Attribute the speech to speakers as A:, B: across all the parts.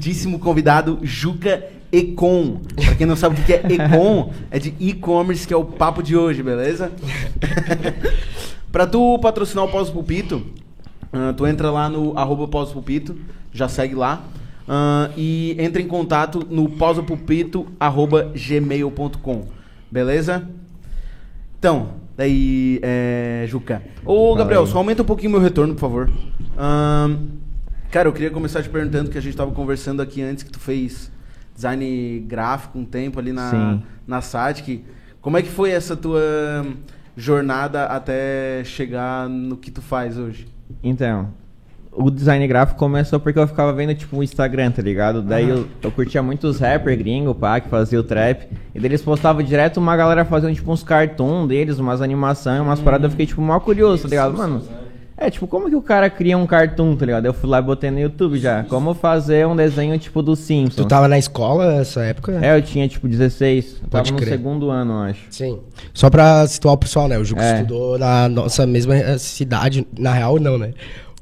A: queridíssimo convidado Juca Econ. Pra quem não sabe o que é Econ, é de e-commerce, que é o papo de hoje, beleza? pra tu patrocinar o Pós-Pulpito, ah, tu entra lá no arroba Pós-Pulpito, já segue lá. ah, e entra em contato no pós-pulpito arroba gmail.com, beleza? Então, daí, é, Juca. Ô,
B: Fala
A: Gabriel,
B: aí.
A: só aumenta um pouquinho meu retorno, por favor. Ahn, cara, eu queria começar te perguntando que a gente tava conversando aqui antes que tu fez design gráfico um tempo ali na,
B: Sim.
A: na SATIC. Como é que foi essa tua jornada até chegar no que tu faz hoje?
B: Então, o design gráfico começou porque eu ficava vendo, tipo, o Instagram, tá ligado? Daí eu, eu curtia muito os rappers gringo, pá, que fazia o trap. E daí eles postavam direto uma galera fazendo, tipo, uns cartoon deles, umas animações, umas paradas. Eu fiquei, tipo, mal curioso, tá ligado? Mano, é, tipo, como que o cara cria um cartoon, tá ligado? Eu fui lá e botei no YouTube já. Como fazer um desenho, tipo, do Simpsons.
C: Tu tá- tava na escola nessa época?
B: É, eu tinha, tipo, 16. Eu
C: Pode
B: tava no
C: crer.
B: segundo ano, eu acho.
C: Sim. Só pra situar o pessoal, né? O Juca
B: É.
C: estudou na nossa mesma eh, cidade. Na real, não, né?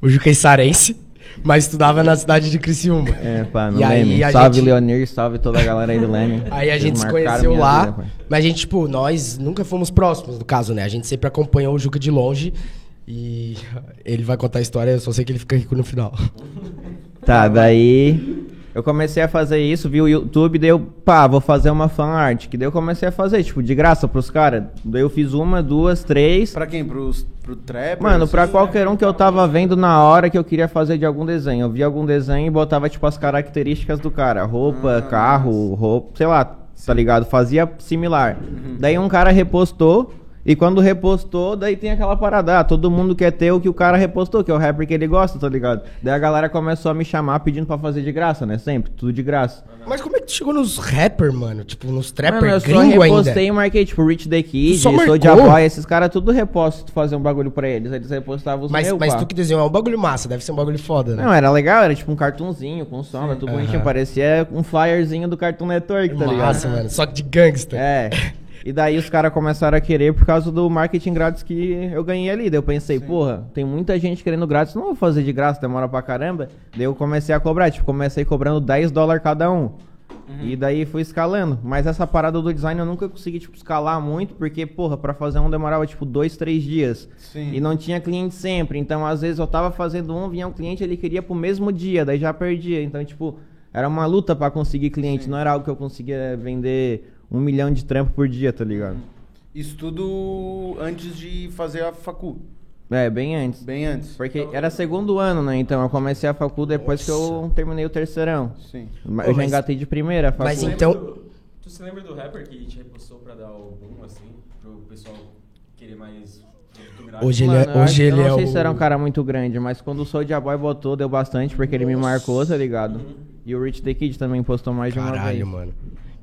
C: O Juca é sarense, mas estudava na cidade de Criciúma.
B: É, pá, no
C: E aí
B: Leme.
C: a
B: Salve,
C: gente-
B: Leonir, salve toda a galera aí do Leme.
C: Aí a
B: Vocês
C: gente se
B: marcaram
C: conheceu
B: minha
C: lá,
B: vida, pai.
C: mas a gente, tipo, nós nunca fomos próximos, no caso, né? A gente sempre acompanhou o Juca de longe e ele vai contar a história, eu só sei que ele fica rico no final.
B: Tá, daí eu comecei a fazer isso, vi o YouTube, daí eu, pá, vou fazer uma fanart, que daí eu comecei a fazer, tipo, de graça pros caras. Daí eu fiz uma, duas, três.
A: Pra quem? Pros, pro trap?
B: Mano, pra qualquer um que eu tava vendo na hora que eu queria fazer de algum desenho. Eu via algum desenho e botava, tipo, as características do cara. Roupa, carro, roupa, sei lá, tá ligado? Fazia similar. Daí um cara repostou. E quando repostou, daí tem aquela parada, ah, todo mundo quer ter o que o cara repostou, que é o rapper que ele gosta, tá ligado? Daí a galera começou a me chamar pedindo pra fazer de graça, né? Sempre, tudo de graça.
C: Mas como é que tu chegou nos rapper, mano? Tipo, nos trapper
B: Mano, eu só
C: gringo ainda?
B: repostei e marquei, tipo, Rich The Kid,
C: Tu só
B: Sou
C: marcou?
B: Boy, esses caras tudo reposta se tu fazer um bagulho pra eles, aí eles repostavam os
C: Mas,
B: meu,
C: mas
B: pá.
C: tu que desenhou é um bagulho massa, deve ser um bagulho foda, né?
B: Não, era legal, era tipo um cartunzinho com sombra, tudo bonitinho.
C: Aham.
B: Parecia um flyerzinho do Cartoon Network, tá ligado?
C: massa, né? mano. Só que de gangster.
B: É. E daí os caras começaram a querer por causa do marketing grátis que eu ganhei ali. Daí eu pensei, porra, tem muita gente querendo grátis, não vou fazer de graça, demora pra caramba. Daí eu comecei a cobrar, tipo, comecei cobrando 10 dólares cada um.
C: Uhum.
B: E daí fui escalando. Mas essa parada do design eu nunca consegui, tipo, escalar muito, porque, porra, pra fazer um demorava, tipo, dois, três dias.
A: Sim.
B: E não tinha cliente sempre. Então, às vezes eu tava fazendo um, vinha um cliente, ele queria pro mesmo dia, daí já perdia. Então, tipo, era uma luta pra conseguir cliente. Não era algo que eu conseguia vender um milhão de trampo por dia, tá ligado?
A: Isso tudo antes de fazer a facu.
B: É, bem antes.
A: Bem antes.
B: Porque era segundo ano, né? Então eu comecei a facul depois que eu terminei o terceirão.
A: Sim.
B: Mas
C: Pô,
B: Eu já
C: mas-
B: engatei de primeira a facul.
C: mas
D: Tu lembra
C: então-
D: do- tu se lembra do rapper que te repostou pra dar o boom, assim? Pro pessoal querer mais produto gráfico?
C: Hoje ele
B: Mano,
C: é,
B: eu acho-
C: hoje ele
B: eu
C: é
B: não sei
C: o...
B: se era um cara muito grande, mas quando o Soulja Boy botou, deu bastante, porque ele me marcou, tá ligado? E o Rich The Kid também postou mais de uma
C: Caralho,
B: vez.
C: mano.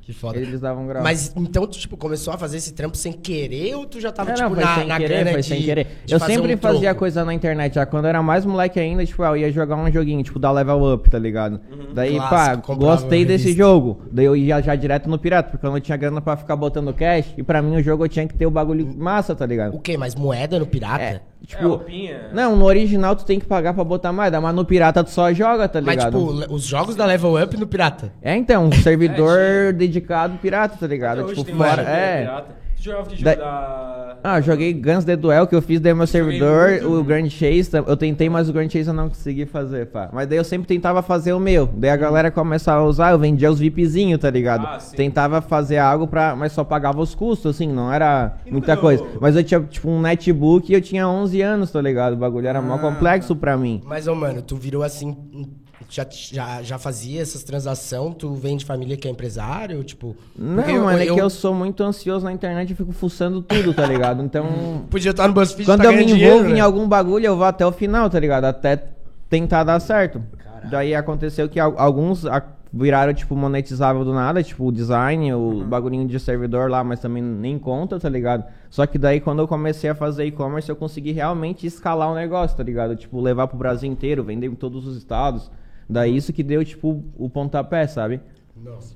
C: Que foda.
B: Eles davam grau.
C: Mas então tu, tipo, começou a fazer esse trampo sem querer ou tu já tava,
B: Não,
C: tipo,
B: não, foi
C: na,
B: sem
C: na
B: querer,
C: grana
B: foi
C: de,
B: sem querer.
C: de
B: Eu
C: fazer
B: sempre
C: um
B: fazia
C: troco?
B: coisa na internet, já quando eu era mais moleque ainda, tipo, eu ia jogar um joguinho, tipo, da Level Up, tá ligado? Daí,
C: Uhum, Clássico,
B: pá,
C: comprava um
B: gostei desse
C: revista.
B: jogo. Daí eu ia já direto no pirata, porque eu não tinha grana pra ficar botando cash, e pra mim o jogo eu tinha que ter o bagulho massa, tá ligado?
C: O quê? Mas moeda no pirata?
B: É, tipo,
D: É, roupinha.
B: não, no original tu tem que pagar pra botar mais, mas no pirata tu só joga, tá
C: Mas,
B: ligado?
C: tipo, le- os jogos da Level Up no pirata.
B: É, então, um servidor
C: É,
B: dedicado pirata, tá ligado?
D: Até hoje
B: tipo,
D: tem
B: fora.
D: um
B: É.
D: pirata. Tu jogava de jogo
B: Da-
D: da...
B: Ah, eu joguei Guns The Duel que eu fiz, daí meu
D: Joguei
B: servidor,
D: muito.
B: o Grand Chase, tam- eu tentei, mas o Grand Chase eu não consegui fazer, pá. Mas daí eu sempre tentava fazer o meu. Daí a galera começava a usar, eu vendia os VIPzinho, tá ligado?
D: Ah, sim.
B: tentava fazer algo pra, mas só pagava os custos, assim, não era muita
D: deu-
B: coisa. Mas eu tinha tipo um netbook e eu tinha 11 anos, tá ligado? O bagulho era mó complexo pra mim.
C: Mas, ô, mano, tu virou assim... Já, já, já fazia essas transações? Tu vem de família que é empresário? Tipo...
B: Não,
C: porque eu-
B: mano, é
C: eu-
B: que eu sou muito ansioso na internet e fico fuçando tudo, tá ligado? Então,
C: Podia estar no BuzzFeed
B: Quando
C: tá
B: eu me
C: ganhando
B: envolvo
C: dinheiro,
B: em
C: né?
B: algum bagulho, eu vou até o final, tá ligado? Até tentar dar certo. Daí aconteceu que al- alguns a- viraram, tipo, monetizável do nada, tipo, o design, o bagulhinho de servidor lá, mas também nem conta, tá ligado? Só que daí, quando eu comecei a fazer e-commerce, eu consegui realmente escalar o negócio, tá ligado? Tipo, levar pro Brasil inteiro, vender em todos os estados. Daí isso que deu, tipo, o pontapé, sabe?
C: Nossa.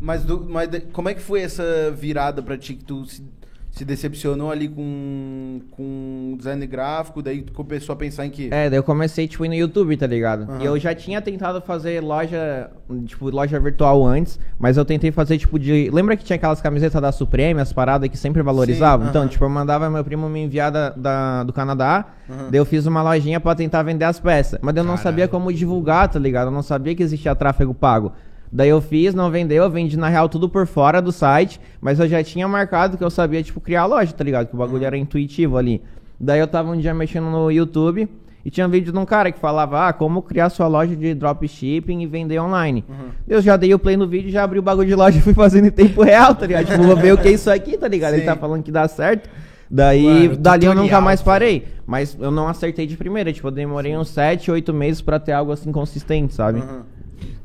A: Mas, do- mas de- como é que foi essa virada pra ti que tu se se decepcionou ali com, com o design gráfico, daí tu começou a pensar em que.
B: É, daí eu comecei, tipo, no YouTube, tá ligado?
A: Aham.
B: E eu já tinha tentado fazer loja, tipo, loja virtual antes, mas eu tentei fazer, tipo, de... Lembra que tinha aquelas camisetas da Supreme, as paradas que sempre valorizavam?
A: Sim,
B: então,
A: aham.
B: tipo, eu mandava meu primo me enviar da, da- do Canadá,
A: Aham.
B: daí eu fiz uma lojinha pra tentar vender as peças. Mas eu não sabia como divulgar, tá ligado? Eu não sabia que existia tráfego pago. Daí eu fiz, não vendeu, eu vendi na real tudo por fora do site, mas eu já tinha marcado que eu sabia, tipo, criar a loja, tá ligado? Que o bagulho era intuitivo ali. Daí eu tava um dia mexendo no YouTube e tinha um vídeo de um cara que falava, ah, como criar sua loja de dropshipping e vender online.
A: Uhum.
B: Eu já dei o play no vídeo, já abri o bagulho de loja e fui fazendo em tempo real, tá ligado? tipo, vou ver o que é isso aqui, tá ligado?
A: Sim.
B: Ele tá falando que dá certo. Daí,
C: Mano,
B: dali eu nunca
C: tutorial,
B: mais parei. Mas eu não acertei de primeira, tipo, eu demorei uns 7, 8 meses pra ter algo assim consistente, sabe?
C: Uhum.
A: Aham.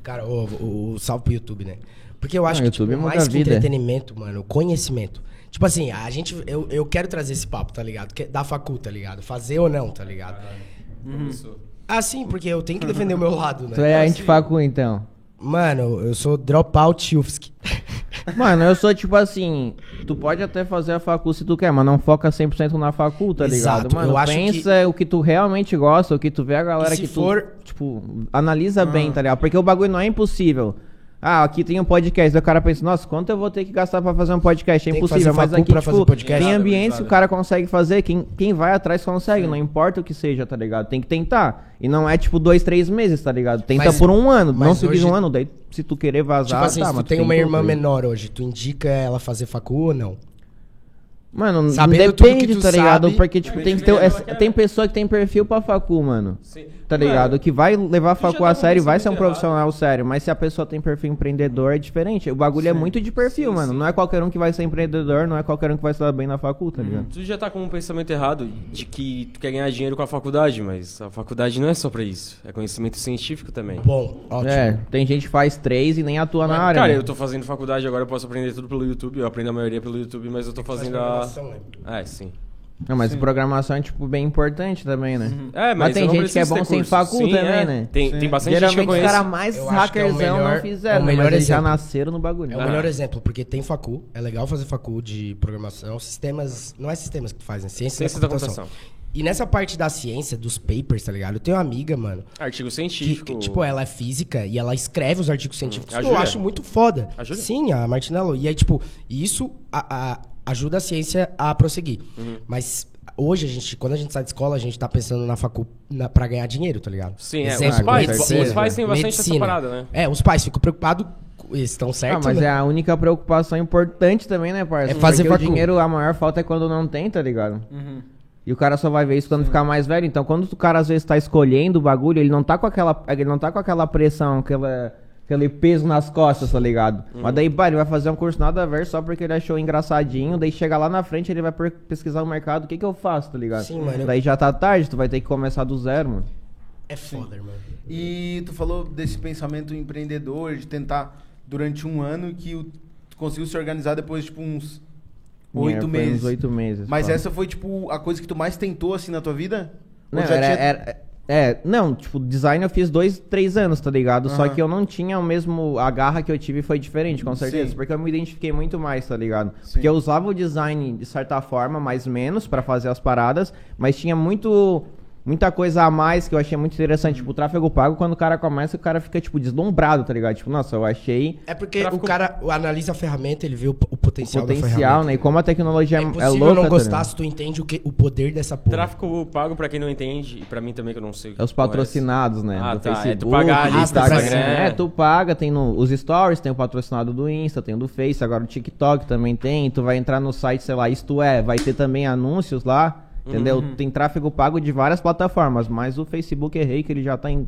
C: Cara, o, o, o salve pro YouTube, né? Porque eu acho
B: Não,
C: que tipo,
B: YouTube muda a
C: mais que
B: vida.
C: entretenimento, mano, conhecimento. Tipo assim, a gente. Eu, eu quero trazer esse papo, tá ligado? Que- Da facul, tá ligado? Fazer ou não, tá ligado?
D: Professor.
C: Ah, sim, porque eu tenho que defender o meu lado, né?
B: Tu é antifacu, então.
C: Mano, eu sou dropout UFSC.
B: Mano, eu sou tipo assim, tu pode até fazer a facu se tu quer, mas não foca 100% na facu, tá
C: Exato,
B: ligado? Mano,
C: eu acho
B: pensa o que tu realmente gosta, o que tu vê a galera
C: E se
B: que tu,
C: for- Ah.
B: tipo, analisa bem, tá ligado? Porque o bagulho não é impossível. Ah, aqui tem um podcast, daí o cara pensa, nossa, quanto eu vou ter que gastar pra fazer um podcast? É
C: Tem que
B: impossível,
C: fazer
B: mas
C: facu
B: aqui,
C: pra fazer
B: tipo,
C: podcast? tá
B: tem
D: Exato,
B: ambientes que
D: exato.
B: o cara consegue fazer, quem, quem vai atrás consegue, não importa o que seja, tá ligado? Tem que tentar. E não é, tipo, dois, três meses, tá ligado? Tenta
C: Mas-
B: por um ano, não
C: mas
B: se hoje...
C: hoje-
B: um ano, daí se tu querer vazar,
C: Tipo assim,
B: tá,
C: se
B: mas
C: tu tem
B: tem
C: uma
B: tudo,
C: irmã
B: tá ligado?
C: menor hoje, tu indica ela fazer facul ou não?
B: Mano,
C: Sabendo tudo
B: depende,
C: que tu
B: tá ligado?
C: sabe-
B: Porque, tipo, tem que ter.
D: Depende
B: essa-
D: do que ela quer,
B: tem
D: né?
B: pessoa que tem perfil pra facu, mano.
D: Sim.
B: Tá
D: Mano,
B: ligado? Que vai levar a
D: tu já
B: facu a
D: tá
B: sério, vai ser um
D: começando errado.
B: profissional sério. Mas se a pessoa tem perfil empreendedor, é diferente. O bagulho é muito de perfil, mano. Não é qualquer um que vai ser empreendedor, não é qualquer um que vai se dar bem na facu, tá ligado?
D: Tu já tá com um pensamento errado de que tu quer ganhar dinheiro com a faculdade, mas a faculdade não é só pra isso. É conhecimento científico também.
C: Bom, ótimo.
B: É, tem gente que faz três e nem atua na área.
D: Cara,
B: né?
D: eu tô fazendo faculdade agora, eu posso aprender tudo pelo YouTube. Eu aprendo a maioria pelo YouTube, mas eu tô
C: Faz
D: fazendo a.
C: programação, né?
D: Ah, é, sim.
B: Não, mas programação é, tipo, bem importante também, né?
D: É, mas,
B: Mas tem
D: eu não
B: gente que é
D: preciso ter
B: bom sem
D: curso.
B: facu
D: Sim,
B: também,
D: é.
B: né?
D: Tem, tem bastante gente
B: Geralmente
D: que eu
B: os caras
D: conheço.
B: mais
C: Eu acho que é o
B: hackerzão não
C: melhor- é
B: fizeram,
C: o
B: né?
C: melhor
B: mas eles já
C: exemplo.
B: nasceram no bagulho.
C: É o melhor exemplo, porque tem facu, é legal fazer facu de programação, sistemas, não é sistemas que tu faz, né? Ciência,
D: Ciência
C: da,
D: da
C: computação.
D: computação.
C: E nessa parte da ciência, dos papers, tá ligado? Eu tenho uma amiga, mano,
D: Artigo
C: que,
D: científico.
C: que, tipo, ela é física e ela escreve os artigos científicos,
D: a
C: que eu
D: Júlia?
C: acho muito foda.
D: A Júlia?
C: Sim, a Martinello. E aí, tipo, isso a- a- ajuda a ciência a prosseguir.
D: Uhum.
C: Mas hoje, a gente, quando a gente sai de escola, a gente tá pensando na facu na, pra ganhar dinheiro, tá ligado?
D: Sim, é,
C: Exemplo,
B: os pais-
C: medicina,
B: os
D: pais têm bastante essa
C: medicina.
D: parada, né?
C: É, os pais ficam preocupados, eles estão
B: Ah,
C: certos,
B: mas
C: né?
B: é a única preocupação importante também, né, parça?
C: É fazer
B: Porque o
C: facu.
B: dinheiro, a maior falta é quando não tem, tá ligado? E o cara só vai ver isso quando ficar mais velho. Então, quando o cara às vezes tá escolhendo o bagulho, ele não tá com aquela, ele não tá com aquela pressão, aquela, aquele peso nas costas, tá ligado? Mas daí, pá, ele vai fazer um curso nada a ver só porque ele achou engraçadinho. Daí chega lá na frente, ele vai per- pesquisar o mercado, o que que eu faço, tá ligado?
C: Sim, mano, eu-
B: Daí já tá tarde, tu vai ter que começar do zero, mano.
C: É foda, irmão.
A: E tu falou desse pensamento empreendedor, de tentar durante um ano que o- tu conseguiu se organizar depois, tipo, uns
B: É,
A: oito
B: foi
A: meses.
B: Uns oito meses.
A: Mas
B: pá.
A: essa foi, tipo, a coisa que tu mais tentou, assim, na tua vida? Ou
B: Não,
A: já
B: era,
A: tinha-
B: era- é, não, tipo, design eu fiz dois, três anos, tá ligado? Só
A: Aham.
B: que eu não tinha o mesmo. A garra que eu tive foi diferente, com certeza.
A: Sim.
B: Porque eu me identifiquei muito mais, tá ligado?
A: Sim.
B: Porque eu usava o design de certa forma, mais menos, pra fazer as paradas, mas tinha muito. Muita coisa a mais que eu achei muito interessante. Tipo, o tráfego pago, quando o cara começa, o cara fica, tipo, deslumbrado, tá ligado? Tipo, nossa, eu achei
C: É porque
D: Tráfico-
C: o cara analisa a ferramenta, ele vê o, p- o
B: o
C: potencial, da
B: potencial,
C: ferramenta.
B: né? E como a tecnologia
C: É
B: é, é,
C: impossível
B: louca.
C: não
B: tá
C: gostar
B: ligado?
C: se tu entende o, que, o poder dessa porra.
D: Tráfico pago, pra quem não entende, e pra mim também que eu não sei. o que
B: É os
D: porra é
B: patrocinados, né?
D: Ah,
B: do
D: tá. É tu
B: Facebook,
D: pagar a
B: do
C: lista
B: Instagram.
C: pra cima.
B: É, tu paga, tem no- os stories, tem o patrocinado do Insta, tem o do Face, agora o TikTok também tem. Tu vai entrar no site, sei lá, isto é, vai ter também anúncios lá, entendeu? Tem tráfego pago de várias plataformas, mas o Facebook errei que ele já tá em...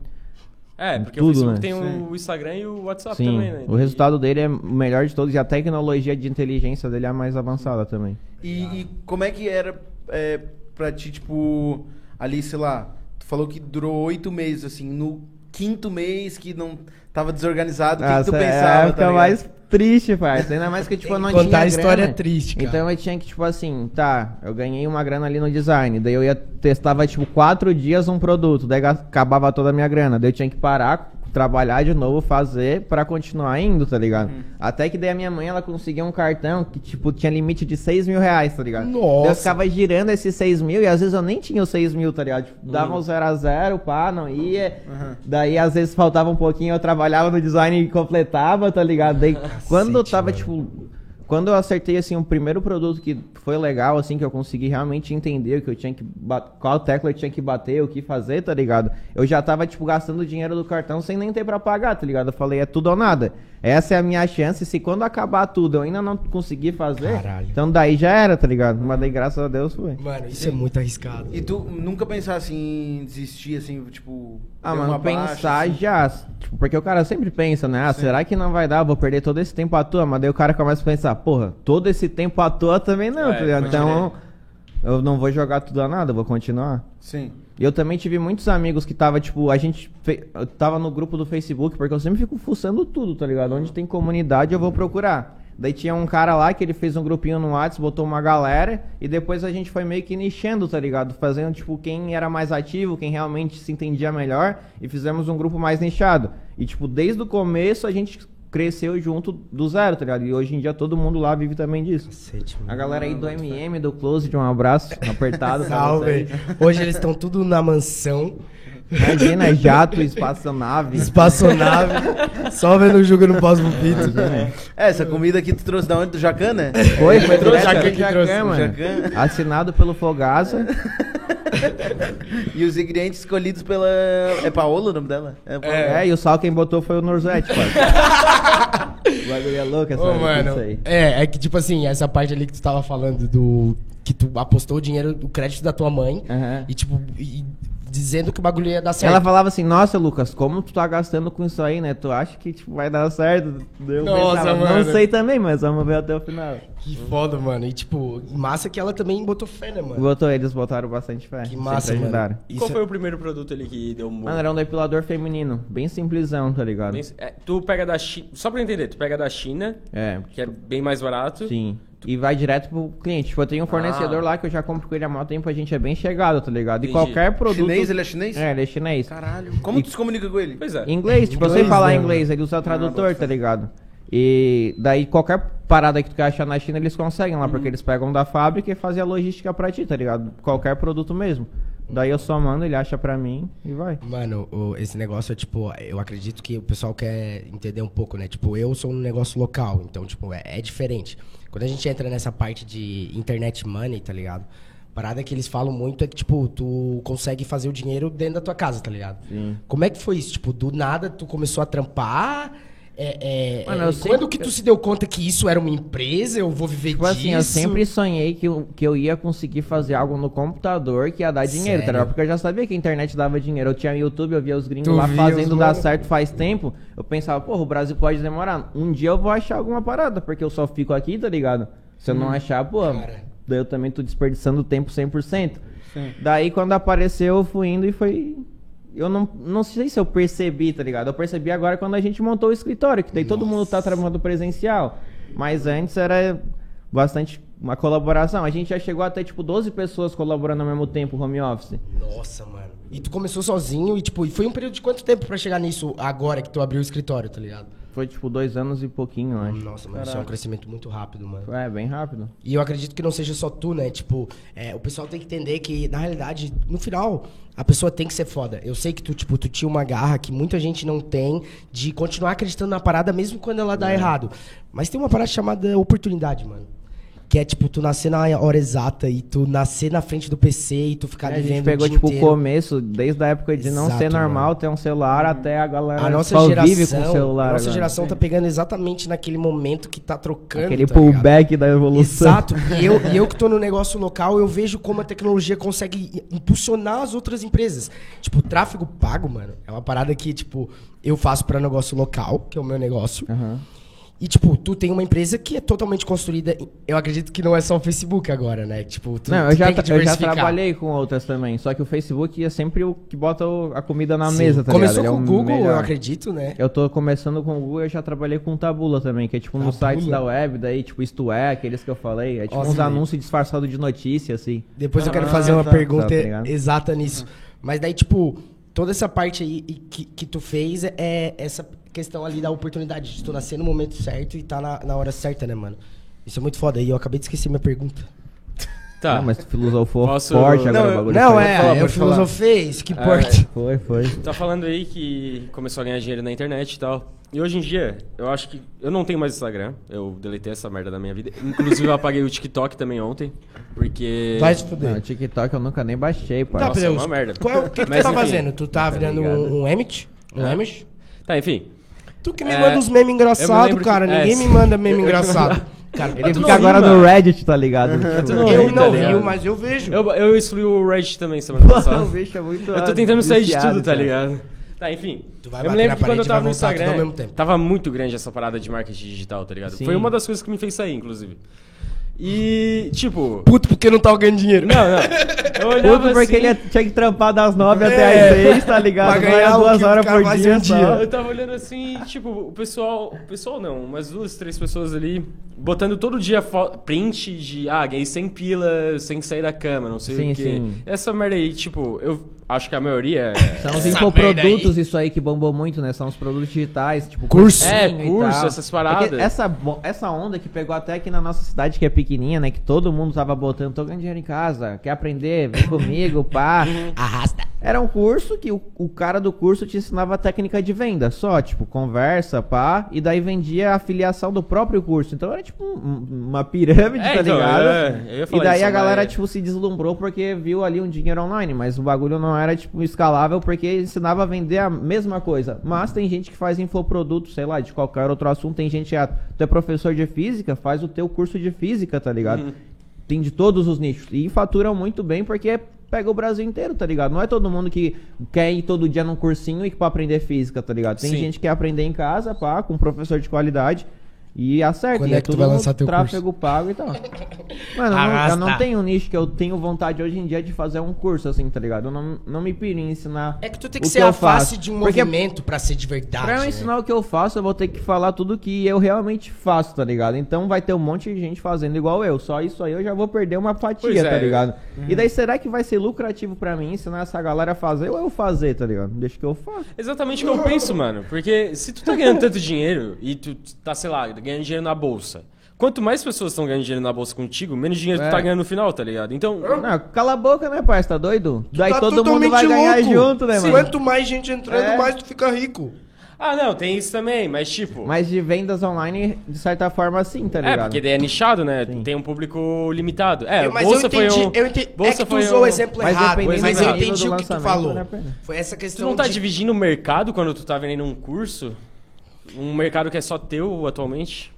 D: É, porque
B: Tudo,
D: o Facebook
B: né?
D: tem o Instagram e o WhatsApp
B: Sim,
D: também, né?
B: o resultado dele é o melhor de todos e a tecnologia de inteligência dele é a mais avançada também.
A: E, e como é que era é, pra ti, tipo, ali, sei lá, tu falou que durou oito meses, assim, no quinto mês que não tava desorganizado, o que, que tu
B: Nossa, é
A: pensava?
B: a
A: tá
B: época
A: ligado?
B: mais triste, parça. Ainda mais que, tipo, eu não
C: Contar
B: tinha
C: a história
B: grana.
C: triste, cara.
B: Então eu tinha que, tipo assim, tá, eu ganhei uma grana ali no design. Daí eu ia, testava, tipo, quatro dias um produto. Daí ga- acabava toda a minha grana. Daí eu tinha que parar, trabalhar de novo, fazer pra continuar indo, tá ligado? Até que daí a minha mãe, ela conseguia um cartão que, tipo, tinha limite de 6 mil reais, tá ligado?
C: Nossa.
B: Daí Eu ficava girando esses 6 mil e às vezes eu nem tinha os 6 mil, tá ligado? Tipo, dava um 0 a 0 pá, não ia. Daí às vezes faltava um pouquinho, eu trabalhava no design e completava, tá ligado? Daí quando eu tava,
C: mano.
B: tipo. Quando eu acertei, assim, o primeiro produto que foi legal, assim, que eu consegui realmente entender o que eu tinha que ba- qual tecla eu tinha que bater, o que fazer, tá ligado? Eu já tava, tipo, gastando o dinheiro do cartão sem nem ter pra pagar, tá ligado? Eu falei, é tudo ou nada. Essa é a minha chance. Se quando acabar tudo eu ainda não conseguir fazer,
C: Caralho.
B: então daí já era, tá ligado? Mas daí, graças a Deus, foi.
C: Mano, isso é muito arriscado.
A: E tu nunca pensasse em desistir, assim, tipo...
B: Ah,
A: ter uma
B: mano,
A: baixa,
B: pensar
A: assim?
B: já. Tipo, porque o cara sempre pensa, né? Ah, será que não vai dar? Vou perder todo esse tempo à toa. Mas daí o cara começa a pensar, porra, todo esse tempo à toa também não,
D: É,
B: tá ligado?
D: pode
B: Então, eu não vou jogar tudo a nada, eu vou continuar.
A: Sim.
B: E eu também tive muitos amigos que tava, tipo, a gente fe- eu tava no grupo do Facebook, porque eu sempre fico fuçando tudo, tá ligado? Onde tem comunidade eu vou procurar. Daí tinha um cara lá que ele fez um grupinho no WhatsApp, botou uma galera, e depois a gente foi meio que nichando, tá ligado? Fazendo, tipo, quem era mais ativo, quem realmente se entendia melhor, e fizemos um grupo mais nichado. E, tipo, desde o começo a gente cresceu junto do zero, tá ligado? E hoje em dia todo mundo lá vive também disso.
C: Cacete,
B: A
C: mano.
B: galera aí do MM, do Close, de um abraço apertado pra
C: Salve.
B: vocês.
C: Hoje eles estão tudo na mansão,
B: Imagina, jato, espaçonave.
C: espaçonave, só vendo o jogo no pós-pupito.
B: né?
A: É, essa comida aqui tu trouxe da onde? Do Jacan, né?
B: Foi, foi direto
C: Trouxe, Hum. Jacan
B: do
C: que trouxe,
B: Jacan, mano.
A: Jacan.
B: Assinado pelo Fogasa.
A: E os ingredientes escolhidos pela... É Paola o nome dela? É, Paola.
B: É. e o sal quem botou foi o Norzete, parceiro. O bagulho é louco essa
C: Ô,
B: isso aí.
C: mano, é, é que tipo assim, essa parte ali que tu tava falando do. Que tu apostou o dinheiro, o crédito da tua mãe.
B: Aham.
C: E tipo, e- e dizendo que o bagulho ia dar certo.
B: É. Ela falava assim, nossa, Lucas, como tu tá gastando com isso aí, né? Tu acha que tipo, vai dar certo? Eu
C: Nossa, mano. Tá.
B: Não sei também, mas vamos ver até o final.
C: Que foda, mano. E tipo, massa que ela também botou fé, né, mano?
B: Botou, eles botaram bastante fé.
C: Que massa,
B: sempre ajudaram.
C: mano.
D: Qual
C: Isso
D: foi o primeiro produto ali que deu um bom?
B: Mano, era um depilador feminino, bem simplesão, tá ligado?
D: Bem- é, tu pega da China. Só pra eu entender, tu pega da China,
B: É,
D: que é bem mais barato.
B: Sim. E vai direto pro cliente. Tipo, eu tenho um fornecedor
D: Ah.
B: lá que eu já compro com ele há maior tempo, a gente é bem chegado, tá ligado? E
D: Entendi.
B: qualquer produto.
A: Chinês? Ele é chinês?
B: É, ele é chinês.
A: Caralho. Como tu se comunica com ele?
D: Pois é.
B: Inglês, tipo, eu sei
C: Inglês,
B: falar
C: né?
B: inglês, ele usa
D: Ah,
B: tradutor, tá ligado? E daí qualquer parada que tu quer achar na China, eles conseguem lá,
D: Uhum.
B: porque eles pegam da fábrica e fazem a logística pra ti, tá ligado? Qualquer produto mesmo. Daí eu só mando, ele acha pra mim e vai.
C: Mano, o- esse negócio é tipo, eu acredito que o pessoal quer entender um pouco, né? Tipo, eu sou um negócio local, então, tipo, é, é diferente. Quando a gente entra nessa parte de internet money, tá ligado? A Parada que eles falam muito é que, tipo, tu consegue fazer o dinheiro dentro da tua casa, tá ligado? Como é que foi isso? Tipo, do nada tu começou a trampar. É, é,
B: Mano,
C: é,
B: eu
C: quando
B: sempre-
C: que tu se deu conta que isso era uma empresa? Eu vou viver
B: Tipo
C: disso?
B: assim, eu sempre sonhei que eu, que eu ia conseguir fazer algo no computador que ia dar dinheiro, tá
C: Sério?
B: ligado? Porque eu já sabia que a internet dava dinheiro. Eu tinha YouTube, eu via os gringos
C: Tu
B: lá
C: via
B: fazendo
C: os
B: dar
C: mano?
B: certo faz tempo. Eu pensava, porra, o Brasil pode demorar. Um dia eu vou achar alguma parada, porque eu só fico aqui, tá ligado? Se eu não achar, pô,
C: Cara.
B: daí eu também tô desperdiçando tempo 100%. Daí quando apareceu, eu fui indo e foi... Eu não, não sei se eu percebi, tá ligado? Eu percebi agora quando a gente montou o escritório, que daí todo mundo tá trabalhando presencial. Mas antes era bastante uma colaboração. A gente já chegou até tipo 12 pessoas colaborando ao mesmo tempo, home office.
C: Nossa, mano. E tu começou sozinho e, tipo, e foi um período de quanto tempo pra chegar nisso agora que tu abriu o escritório, tá ligado?
B: Foi tipo dois anos e pouquinho, eu acho.
C: Nossa, mano, isso é um crescimento muito rápido, mano.
B: É, bem rápido.
C: E eu acredito que não seja só tu, né? Tipo, é, o pessoal tem que entender que, na realidade, no final, a pessoa tem que ser foda. Eu sei que tu, tipo, tu tinha uma garra que muita gente não tem de continuar acreditando na parada mesmo quando ela
B: É.
C: dá errado. Mas tem uma parada chamada oportunidade, mano. Que é, tipo, tu nascer na hora exata e tu nascer na frente do PC e tu ficar
B: a
C: vivendo
B: gente pegou
C: o dia
B: tipo o
C: inteiro.
B: começo, desde a época de não
C: Exato,
B: ser normal
C: mano.
B: ter um celular até a galera
C: A nossa
B: só
C: geração,
B: vive com o celular.
C: a nossa
B: agora. né?
C: geração tá pegando exatamente naquele momento que tá trocando.
B: Aquele
C: tá ligado?
B: pullback da evolução.
C: Exato. E eu, e eu que tô no negócio local, eu vejo como a tecnologia consegue impulsionar as outras empresas. Tipo, tráfego pago, mano, é uma parada que, tipo, eu faço pra negócio local, que é o meu negócio.
B: Aham.
C: E, tipo, tu tem uma empresa que é totalmente construída. em- Eu acredito que não é só o Facebook agora, né? Tipo, tu,
B: Não,
C: tu
B: eu já,
C: tem que
B: tra- eu já
C: diversificar.
B: trabalhei com outras também, só que o Facebook é sempre o que bota o- a comida na
C: Sim.
B: mesa, tá
C: Começou
B: ligado? Ele é
C: com o
B: o
C: Google, eu
B: melhor.
C: acredito, né?
B: Eu tô começando com o Google, eu já trabalhei com Tabula também, que é tipo nos
C: Taboola?
B: sites da web, daí tipo isto é, aqueles que eu falei, é tipo
C: Nossa,
B: uns
C: mano.
B: anúncios disfarçados de notícia, assim.
C: Depois eu quero
A: Ah,
C: fazer uma
A: tá,
C: pergunta
B: tá ligado?
C: exata nisso. Mas daí, tipo, toda essa parte aí e que, que tu fez é essa questão ali da oportunidade de tu nascer no momento certo e tá na, na hora certa, né, mano? Isso é muito foda. E eu acabei de esquecer minha pergunta.
E: Tá.
B: Não, mas tu filosofou
E: Posso-
B: forte
E: Não,
B: agora o
E: eu-
B: bagulho.
C: Não,
B: foi.
C: é,
E: falar,
C: eu
E: pode falar.
C: filosofei, isso que
E: Ah,
C: importa.
B: É, Foi, foi.
E: Tá falando aí que começou a ganhar dinheiro na internet e tal. E hoje em dia, eu acho que. Eu não tenho mais Instagram. Eu deletei essa merda da minha vida. Inclusive, eu apaguei o TikTok também ontem. Porque.
C: Vai se fuder.
B: Não, TikTok eu nunca nem baixei, pai.
E: Tá,
B: Nossa,
E: tipo, é
C: Deus.
E: uma merda.
C: Qual é o que, que tu
E: Mas,
C: tá
E: enfim,
C: fazendo? Tu tá virando
B: ligado.
C: um, um Emmett? Um
E: É.
C: Emmett?
E: Tá, enfim.
C: Tu que me
E: É,
C: manda uns memes
E: eu me
C: engraçados,
E: lembro que-
C: cara.
E: é,
C: Ninguém
E: sim.
C: me manda meme
E: Eu- eu-
C: engraçado. Cara,
B: Ele
E: tu
B: fica
E: não
B: agora
E: ri,
B: no
E: mano.
B: Reddit, tá ligado? Tipo,
E: não
C: eu
E: ri, tá
C: não
E: ligado?
C: viu, mas eu vejo.
E: Eu, eu excluí o Reddit também semana passada.
B: o bicho é muito
E: Eu tô tentando sair de
B: viciado,
E: tudo, tá
B: cara.
E: ligado? Tá, enfim.
C: Tu vai
E: eu me
C: bater
E: lembro
C: na
E: que quando
C: parede e vai
E: eu tava no
C: voltar tudo
E: Instagram,
C: ao mesmo tempo.
E: tava muito grande essa parada de marketing digital, tá ligado? Foi
B: Sim.
E: uma das coisas que me fez sair, inclusive. E, tipo...
C: Puto porque não tá ganhando dinheiro.
E: Não, não. Eu olhava
B: Puto porque
E: assim,
B: ele tinha que trampar das nove até
C: É.
B: as seis, tá ligado?
C: Pra
B: Vai
C: ganhar
B: a
C: o
B: duas
C: que o
B: horas
C: cara
B: por
C: faz em
B: dia.
C: um dia.
B: só.
E: Eu tava olhando assim, e, tipo, o pessoal... O pessoal não, umas duas, três pessoas ali... Botando todo dia fo- print de... Ah, ganhei 100 pila sem sair da cama, não sei
B: Sim,
E: o quê.
B: sim.
E: Essa merda aí, tipo... Eu acho que a maioria...
B: São
E: É,
B: os
C: Essa
B: infoprodutos,
C: merda
B: isso aí que bombou muito, né? São os produtos digitais, tipo
C: Curso.
E: é
B: cursinho e
E: curso,
B: tal.
E: essas
B: É
E: paradas.
B: que essa, bo- essa onda que pegou até aqui na nossa cidade, que é pequenininha, né? Que todo mundo tava botando, tô ganhando dinheiro em casa, quer aprender? Vem comigo, pá.
C: Arrasta.
B: Era um curso que o, o cara do curso te ensinava a técnica de venda, só, tipo, conversa, pá, e daí vendia a afiliação do próprio curso. Então era tipo um- uma pirâmide,
E: É,
B: tá
E: então,
B: ligado?
E: é, eu ia
B: e
E: falar
B: daí
E: isso
B: a galera,
E: agora, é.
B: tipo, se deslumbrou porque viu ali um dinheiro online, mas o bagulho não era, tipo, escalável porque ensinava a vender a mesma coisa. Mas tem gente que faz infoproduto, sei lá, de qualquer outro assunto, tem gente, ah, tu é professor de física, faz o teu curso de física, tá ligado? Tem de todos os nichos. E faturam muito bem porque pega o Brasil inteiro, tá ligado? Não é todo mundo que quer ir todo dia num cursinho e pra aprender física, tá ligado? Tem
E: Sim.
B: gente que quer aprender em casa, pá, com um professor de qualidade. E acerta,
C: Quando
B: e
C: é que tu
B: tudo
C: vai
B: no
C: lançar teu
B: tráfego pago e tal. Mano, eu não, eu não
C: Arrasta.
B: tenho um nicho que eu tenho vontade hoje em dia de fazer um curso, assim, tá ligado? Eu não, não me piro em ensinar.
C: É que tu tem que
B: o
C: ser
B: eu
C: a
B: faço.
C: face de um
B: Porque
C: movimento pra ser de verdade.
B: Pra eu
C: né?
B: ensinar o que eu faço, eu vou ter que falar tudo que eu realmente faço, tá ligado? Então vai ter um monte de gente fazendo igual eu. Só isso aí eu já vou perder uma fatia,
E: Pois é.
B: tá ligado? E daí será que vai ser lucrativo pra mim ensinar essa galera a fazer ou eu fazer, tá ligado? Deixa que eu faço.
E: Exatamente o que eu penso, mano. Porque se tu tá ganhando tanto dinheiro e tu tá, sei lá, ganhando dinheiro na bolsa. Quanto mais pessoas estão ganhando dinheiro na bolsa contigo, menos dinheiro
B: É.
E: tu tá ganhando no final, tá ligado? Então,
B: Não, cala a boca, né, parça? Tá doido? Daí
C: Tá
B: todo mundo
C: totalmente
B: vai ganhar
C: louco.
B: junto, né,
C: Sim.
B: mano?
C: Quanto mais gente entrando,
B: É.
C: mais tu fica rico.
E: ah, não, tem isso também, mas tipo.
B: Mas de vendas online, de certa forma, sim, tá
E: é,
B: ligado?
E: porque daí é nichado, né? Tem um público limitado. É,
C: Eu- mas
E: bolsa
C: eu entendi,
E: foi um.
C: eu entendi. é
E: bolsa
C: que tu
E: foi
C: usou
E: um-
C: o exemplo
B: Mas
C: errado,
B: dependendo
C: mas
E: do
C: eu
E: nível
C: entendi
B: do
C: o que tu
B: lançamento,
C: falou.
B: vale a pena.
C: Foi essa questão
E: Tu não tá
C: de...
E: dividindo o mercado quando tu tá vendendo um curso? Um mercado que é só teu atualmente?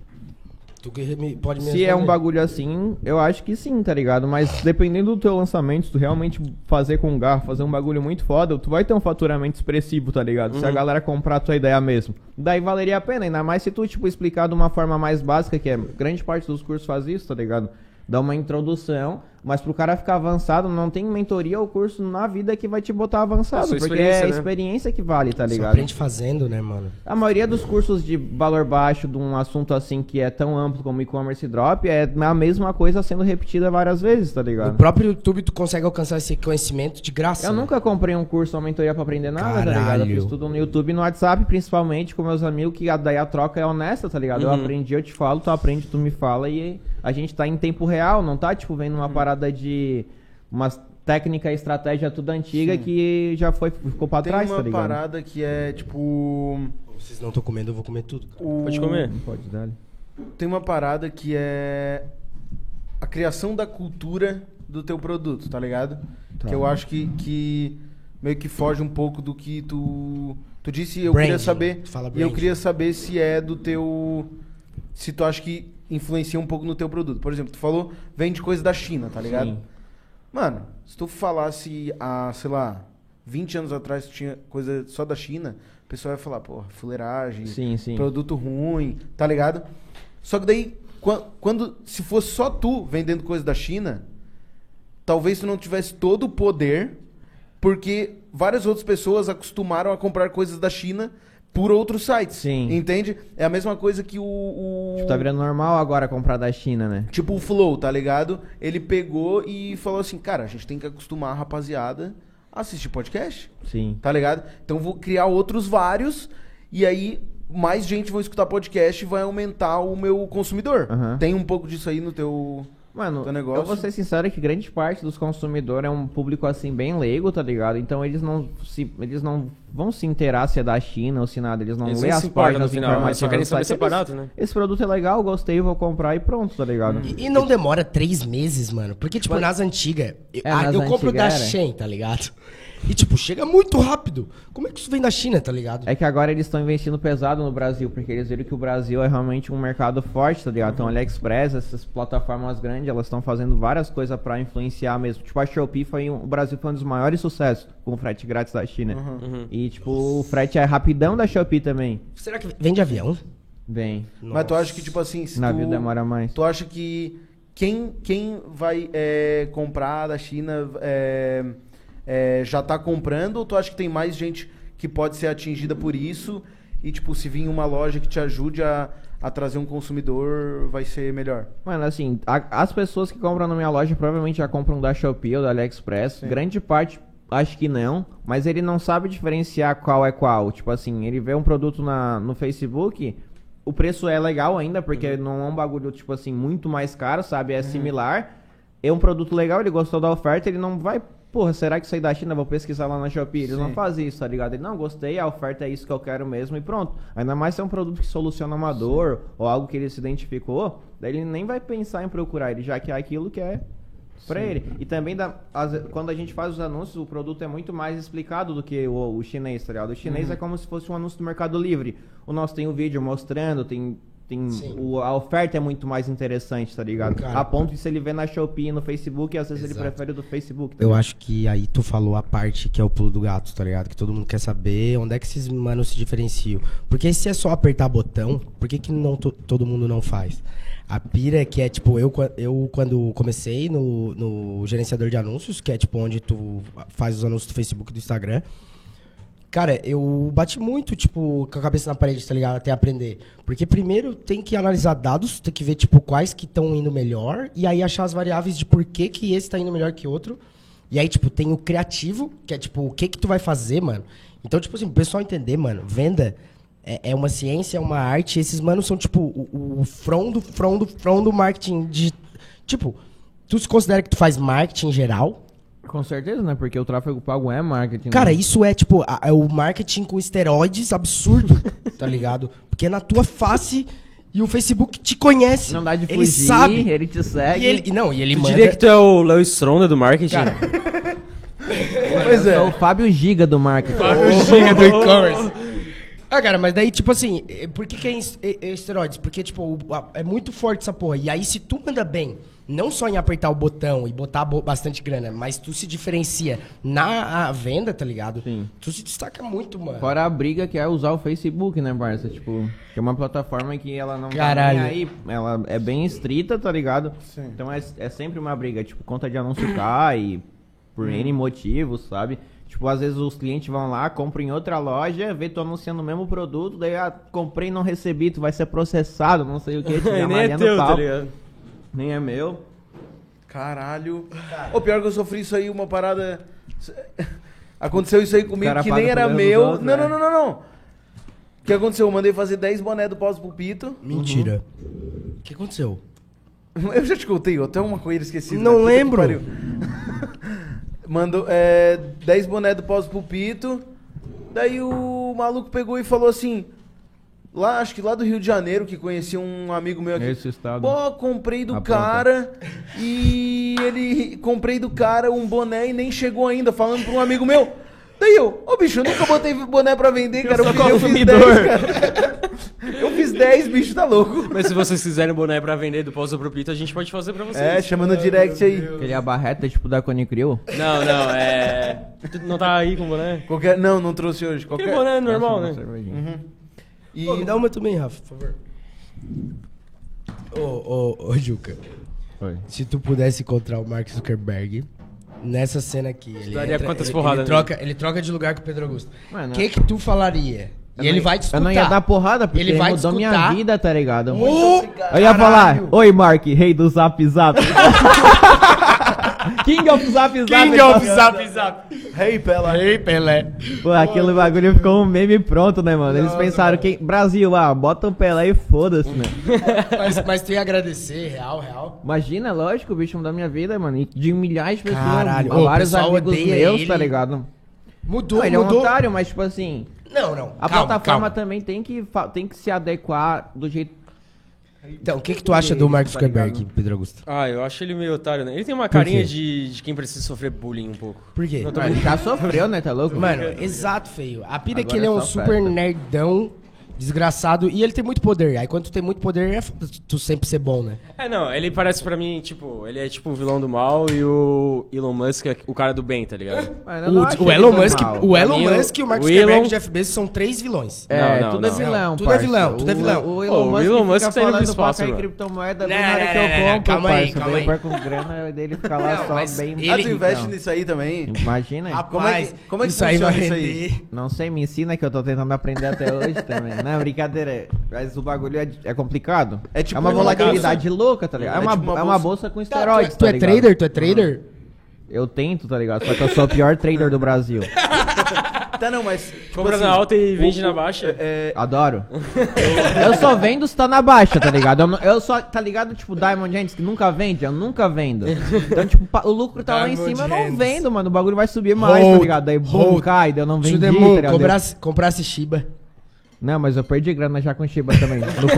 C: Tu que me- pode me
B: Se é um
C: responder.
B: bagulho assim, eu acho que sim, tá ligado? Mas dependendo do teu lançamento, se tu realmente fazer com garra, fazer um bagulho muito foda, tu vai ter um faturamento expressivo, tá ligado?
E: Uhum.
B: Se a galera comprar a tua ideia mesmo. Daí valeria a pena, ainda mais se tu, tipo, explicar de uma forma mais básica, que é grande parte dos cursos faz isso, tá ligado? Dá uma introdução, mas pro cara ficar avançado, não tem mentoria ou curso na vida que vai te botar avançado,
E: sua
B: porque é a
E: experiência, né?
B: experiência que vale, tá
C: Só
B: ligado?
C: aprende fazendo, né, mano?
B: A maioria dos cursos de valor baixo, de um assunto assim que é tão amplo como e-commerce e drop, é a mesma coisa sendo repetida várias vezes, tá
C: No
B: ligado?
C: próprio YouTube tu consegue alcançar esse conhecimento de graça.
B: Eu
C: né?
B: nunca comprei um curso ou mentoria pra aprender nada, tá ligado? Eu
C: Caralho.
B: fiz tudo no YouTube e no WhatsApp, principalmente com meus amigos, que a- daí a troca é honesta, tá ligado? Eu
A: Uhum.
B: aprendi, eu te falo, tu aprende, tu me fala e a gente tá em tempo real, não tá, tipo, vendo
A: Uhum.
B: uma parada de umas técnica e estratégia tudo antiga que já foi, ficou pra
A: Tem
B: trás,
A: uma
B: tá ligado?
A: parada que é tipo.
C: Vocês não estão comendo, eu vou comer tudo. cara.
A: o-
E: Pode comer.
B: Não pode dar. né?
A: Tem uma parada que é a criação da cultura do teu produto, tá ligado?
B: Tá.
A: Que eu acho que, que meio que foge um pouco do que tu. Tu disse, eu queria
C: Branding.
A: saber.
C: Tu
A: E
C: fala
A: eu
C: branding.
A: queria saber se é do teu. Se tu acha que influencia um pouco no teu produto. Por exemplo, tu falou, vende coisa da China, tá ligado?
B: Sim.
A: Mano, se tu falasse há, sei lá, 20 anos atrás tu tinha coisa só da China, o pessoal ia falar, porra, fuleiragem,
B: Sim, sim.
A: produto ruim, tá ligado? Só que daí, qua- quando, se fosse só tu vendendo coisa da China, talvez tu não tivesse todo o poder, porque várias outras pessoas acostumaram a comprar coisas da China por outros sites.
B: Sim.
A: Entende? É a mesma coisa que o. o-
B: Tipo, tá virando normal agora comprar da China, né?
A: Tipo o Flow, tá ligado? Ele pegou e falou assim, cara, a gente tem que acostumar a rapaziada a assistir podcast.
B: Sim.
A: Tá ligado? Então vou criar outros vários e aí mais gente vai escutar podcast e vai aumentar o meu consumidor.
B: Aham.
A: Tem um pouco disso aí no teu.
B: Mano,
A: Teu negócio.
B: eu vou ser sincero que grande parte dos consumidores é um público assim bem leigo, tá ligado? Então eles não se eles não vão se inteirar se é da China ou se nada, eles não
D: Eles
B: lê
D: nem
B: as
D: se importam
B: páginas
D: no final,
B: informativas
D: eles só querem
B: do site.
D: saber se é barato, né?
B: Esse produto é legal, gostei, vou comprar e pronto, tá ligado?
C: E, e não demora três meses, mano. Porque, tipo, nas antigas, eu,
B: É,
C: ah,
B: nas
C: eu compro da
B: antigas era.
C: Shein, tá ligado? E, tipo, chega muito rápido. Como é que isso vem da China, tá ligado?
B: É que agora eles estão investindo pesado no Brasil, porque eles viram que o Brasil é realmente um mercado forte, tá ligado?
A: Uhum.
B: Então, AliExpress, essas plataformas grandes, elas estão fazendo várias coisas pra influenciar mesmo. Tipo, a Shopee foi um, o Brasil foi um dos maiores sucessos com o frete grátis da China.
A: Uhum.
B: E, tipo, o frete é rapidão da Shopee também.
C: Será que vem de avião?
B: Bem,
A: Mas tu acha que, tipo assim, se
B: navio
A: tu,
B: demora mais.
A: tu acha que quem, quem vai é, comprar da China é, é, já tá comprando ou tu acha que tem mais gente que pode ser atingida por isso e, tipo, se vir uma loja que te ajude a, a trazer um consumidor, vai ser melhor?
B: Mano, assim, a- as pessoas que compram na minha loja provavelmente já compram da Shopee ou da AliExpress. Grande parte, acho que não. Mas ele não sabe diferenciar qual é qual. Tipo assim, ele vê um produto na, no Facebook, o preço é legal ainda, porque não é um bagulho, tipo assim, muito mais caro, sabe? É similar. É um produto legal, ele gostou da oferta, ele não vai... Porra, será que isso aí da China? Vou pesquisar lá na Shopee. Eles não fazem isso, tá ligado? Ele, não, gostei, a oferta é isso que eu quero mesmo e pronto. Ainda mais se é um produto que soluciona uma dor ou algo que ele se identificou, daí ele nem vai pensar em procurar ele, já que é aquilo que é pra ele. E também, dá, às ve- quando a gente faz os anúncios, o produto é muito mais explicado do que o, o chinês, tá ligado? O chinês é
C: Uhum.
B: como se fosse um anúncio do Mercado Livre. O nosso tem o vídeo mostrando, tem... Tem
C: Sim.
B: o, a oferta é muito mais interessante, tá ligado?
C: Cara.
B: a ponto de se ele vê na Shopee, e no Facebook, às vezes ele
C: Exato.
B: prefere o do Facebook. tá
C: Eu acho que aí tu falou a parte que é o pulo do gato, tá ligado? Que todo mundo quer saber onde é que esses manos se diferenciam. Porque se é só apertar botão, por que, que não to- todo mundo não faz? A pira que é tipo, eu, qua- eu quando comecei no, no gerenciador de anúncios, que é tipo onde tu faz os anúncios do Facebook e do Instagram, Cara, eu bati muito, tipo, com a cabeça na parede, tá ligado? Até aprender. Porque primeiro tem que analisar dados, tem que ver, tipo, quais que estão indo melhor, e aí achar as variáveis de por que, que esse tá indo melhor que outro. E aí, tipo, tem o criativo, que é, tipo, o que que tu vai fazer, mano? Então, tipo assim, o pessoal entender, mano, venda é, é uma ciência, é uma arte, esses manos são, tipo, o, o front do, front do, front do marketing de... Tipo, tu se considera que tu faz marketing em geral,
B: Com certeza, né? Porque o tráfego pago é marketing.
C: Cara,
B: né?
C: isso é tipo a- é o marketing com esteroides absurdo, tá ligado? Porque é na tua face e o Facebook te conhece.
B: não dá de fugir,
C: ele sabe.
B: ele te segue.
C: E ele, e não, e ele
D: Tu
C: manda.
D: diria que tu é o Léo Stronda do marketing?
A: Pois
B: É o Fábio Giga do marketing.
C: Chega do e-commerce. Ah, cara, mas daí, tipo assim, eh, por que, que é es- é é esteroides? Porque, tipo, o- a- é muito forte essa porra. E aí, se tu manda bem, não só em apertar o botão e botar bo- bastante grana, mas tu se diferencia na a venda, tá ligado?
B: Sim.
C: Tu se destaca muito, mano.
B: Fora a briga que é usar o Facebook, né, parça? Tipo, que é uma plataforma que ela não
C: Caralho.
B: tá nem aí. Ela é bem estrita, tá ligado?
A: Sim.
B: Então é, é sempre uma briga. Tipo, conta de anúncio cai por N motivos, sabe? Tipo, às vezes os clientes vão lá, compram em outra loja, vê tu anunciando o mesmo produto, daí, ah, comprei e não recebi, tu vai ser processado, não sei o que, te
D: Nem é
B: amarelando
D: teu, tá
B: pau.
D: ligado?
B: Nem é meu.
A: Caralho. O pior que eu sofri isso aí, uma parada. Aconteceu isso aí comigo
B: cara
A: que
B: paga
A: nem era
B: pro erro dos
A: meu.
B: outros,
A: não, não,
B: né?
A: não, não, não. O que aconteceu? Eu mandei fazer 10 boné do pós-pulpito.
C: Mentira.
B: Uhum.
C: O que aconteceu?
A: Eu já te contei, eu até uma coisa esquecida.
C: Não
A: Puta que
C: lembro.
A: pariu. Mandou é, 10 boné do pós-pulpito. Daí o maluco pegou e falou assim. Lá, acho que lá do Rio de Janeiro, que conhecia um amigo meu aqui.
B: Nesse estado.
A: Pô, comprei do
B: Aponta.
A: cara e ele. Comprei do cara um boné e nem chegou ainda, falando pra um amigo meu. Daí eu, ô bicho, eu nunca botei boné pra vender, cara. Eu,
B: sou
A: fiz- eu fiz 10,
B: consumidor.
A: cara. Eu fiz 10, bicho, tá louco.
D: Mas se vocês quiserem boné pra vender do pós apropito, a gente pode fazer pra vocês.
A: É, chama no direct aí.
B: Aquele abarreta, tipo, da Cone Crew.
D: Não, não, é. Tu não tá aí com boné?
A: Qualquer... Não, não trouxe hoje.
D: Que
A: Qualquer...
D: boné normal,
B: Essa é uma
D: né?
B: cervejinha.
A: E...
C: Pô, me dá uma também, Rafa, por favor. Ô, ô, ô, Juca.
B: Foi.
C: Se tu pudesse encontrar o Mark Zuckerberg nessa cena aqui, ele,
D: daria
C: entra-
D: quantas
C: ele-
D: porradas
C: ele,
D: nele?
C: troca, ele troca de lugar com o Pedro Augusto.
B: né? Mano,
C: O que que tu falaria?
B: Eu não
C: E ele
B: ia-
C: vai te escutar.
B: Eu não ia dar porrada porque
C: Ele
B: ele
C: vai
B: mudou
C: te
B: minha
C: escutar.
B: vida, tá ligado?
C: Ô,
B: Eu ia falar, oi Mark, rei do zap zap. King of Zap Zap.
D: King of Zap Zap.
A: Hey, Pela.
C: Ei, Pelé.
B: Pô, aquele bagulho ficou um meme pronto, né, mano? Eles pensaram que. Brasil, ah, bota um Pelé e foda-se, né?
C: Mas, mas tu ia agradecer, real, real.
B: Imagina, lógico, o bicho mudou minha vida, mano. E de milhares de pessoas.
C: Caralho, ô, o
B: vários
C: pessoal
B: amigos
C: odeia
B: meus,
C: ele.
B: tá ligado?
C: Mudou,
B: Não, ele é um
C: mudou.
B: otário, mas tipo assim.
C: Não, não.
B: A
C: calma,
B: plataforma tá-
C: calma.
B: também tem que, fa- tem que se adequar do jeito.
C: Então, o que, que tu acha do Mark
B: Tá ligado?
C: Zuckerberg, Pedro Augusto?
D: Ah, eu acho ele meio otário, né? Ele tem uma
C: Por
D: carinha
C: quê?
D: de, de quem precisa sofrer bullying um pouco.
C: Por quê?
D: Não, tô
B: Ele
D: brincando.
B: já sofreu, né? Tá louco?
C: Mano, exato, feio. A pira é que
B: Agora
C: ele é
B: é
C: um
B: só
C: super
B: festa.
C: nerdão, desgraçado, e ele tem muito poder. Aí quando tu tem muito poder, é f- tu sempre ser bom, né?
D: É, não, ele parece pra mim, tipo, ele é tipo o vilão do mal e o Elon Musk é o cara do bem, tá ligado?
B: Mano, eu não acho
C: O, o
B: ele
C: Elon
B: tão
C: Musk,
B: mal.
C: o Elon
D: mim, o-
C: Musk e o Mark
D: o
C: Zuckerberg
D: Elon-
C: e o Jeff Bezos são três vilões.
B: É,
D: Não, não,
B: tudo é
D: não.
B: vilão.
C: Tudo é
B: parça.
C: vilão, tudo é vilão.
B: O, o Elon
D: Ô, o
B: Musk,
D: Elon Musk tá
B: fica
D: indo pro
B: falando pra
D: espaço,
B: cair
D: mano.
B: criptomoeda
C: Não,
B: bem na hora
C: não,
B: que eu
C: não, não,
B: compro,
C: calma aí,
B: parça.
C: calma
B: Daí
C: aí.
B: Eu perco grana dele ficar lá
C: Não,
B: só
C: mas
B: bem.
A: Ah,
C: ele-
A: tu investe
B: Não.
A: nisso aí também?
B: Imagina aí.
A: Como é que-
C: Rapaz,
A: como é que
C: isso aí vai
A: funciona isso aí?
C: render.
B: Não sei, me ensina que eu tô tentando aprender até hoje também. Não, brincadeira. Mas o bagulho é, é complicado.
A: É tipo
B: uma
A: uma
B: volatilidade louca, tá ligado? É,
A: É
B: uma,
A: tipo uma
B: é uma
A: bolsa-
B: bolsa com
C: Tá,
B: esteroides,
C: tu, é- tu
B: tá
C: é
B: ligado? Hum.
C: trader? Tu é trader?
B: Eu tento, tá ligado? Só que eu sou o pior trader do Brasil.
A: Tá, não, mas. tipo
D: Compra na alta e vende na baixa.
A: É,
B: Adoro. Eu só vendo se tá na baixa, tá ligado? Eu, não- eu só, tá ligado? Tipo, Diamond Hands que nunca vende, eu nunca vendo. Então, tipo, pa- o lucro tá lá em
C: Diamond
B: cima, eu não
C: Hands.
B: vendo, mano. O bagulho vai subir mais, tá
C: Hold,
B: ligado? Daí bom
C: hold.
B: cai, daí eu não vendi,
C: To
B: tá
C: the moon,
B: ligado?
C: comprasse, comprasse Shiba.
B: Não, mas eu perdi grana já com Shiba também, no futuro.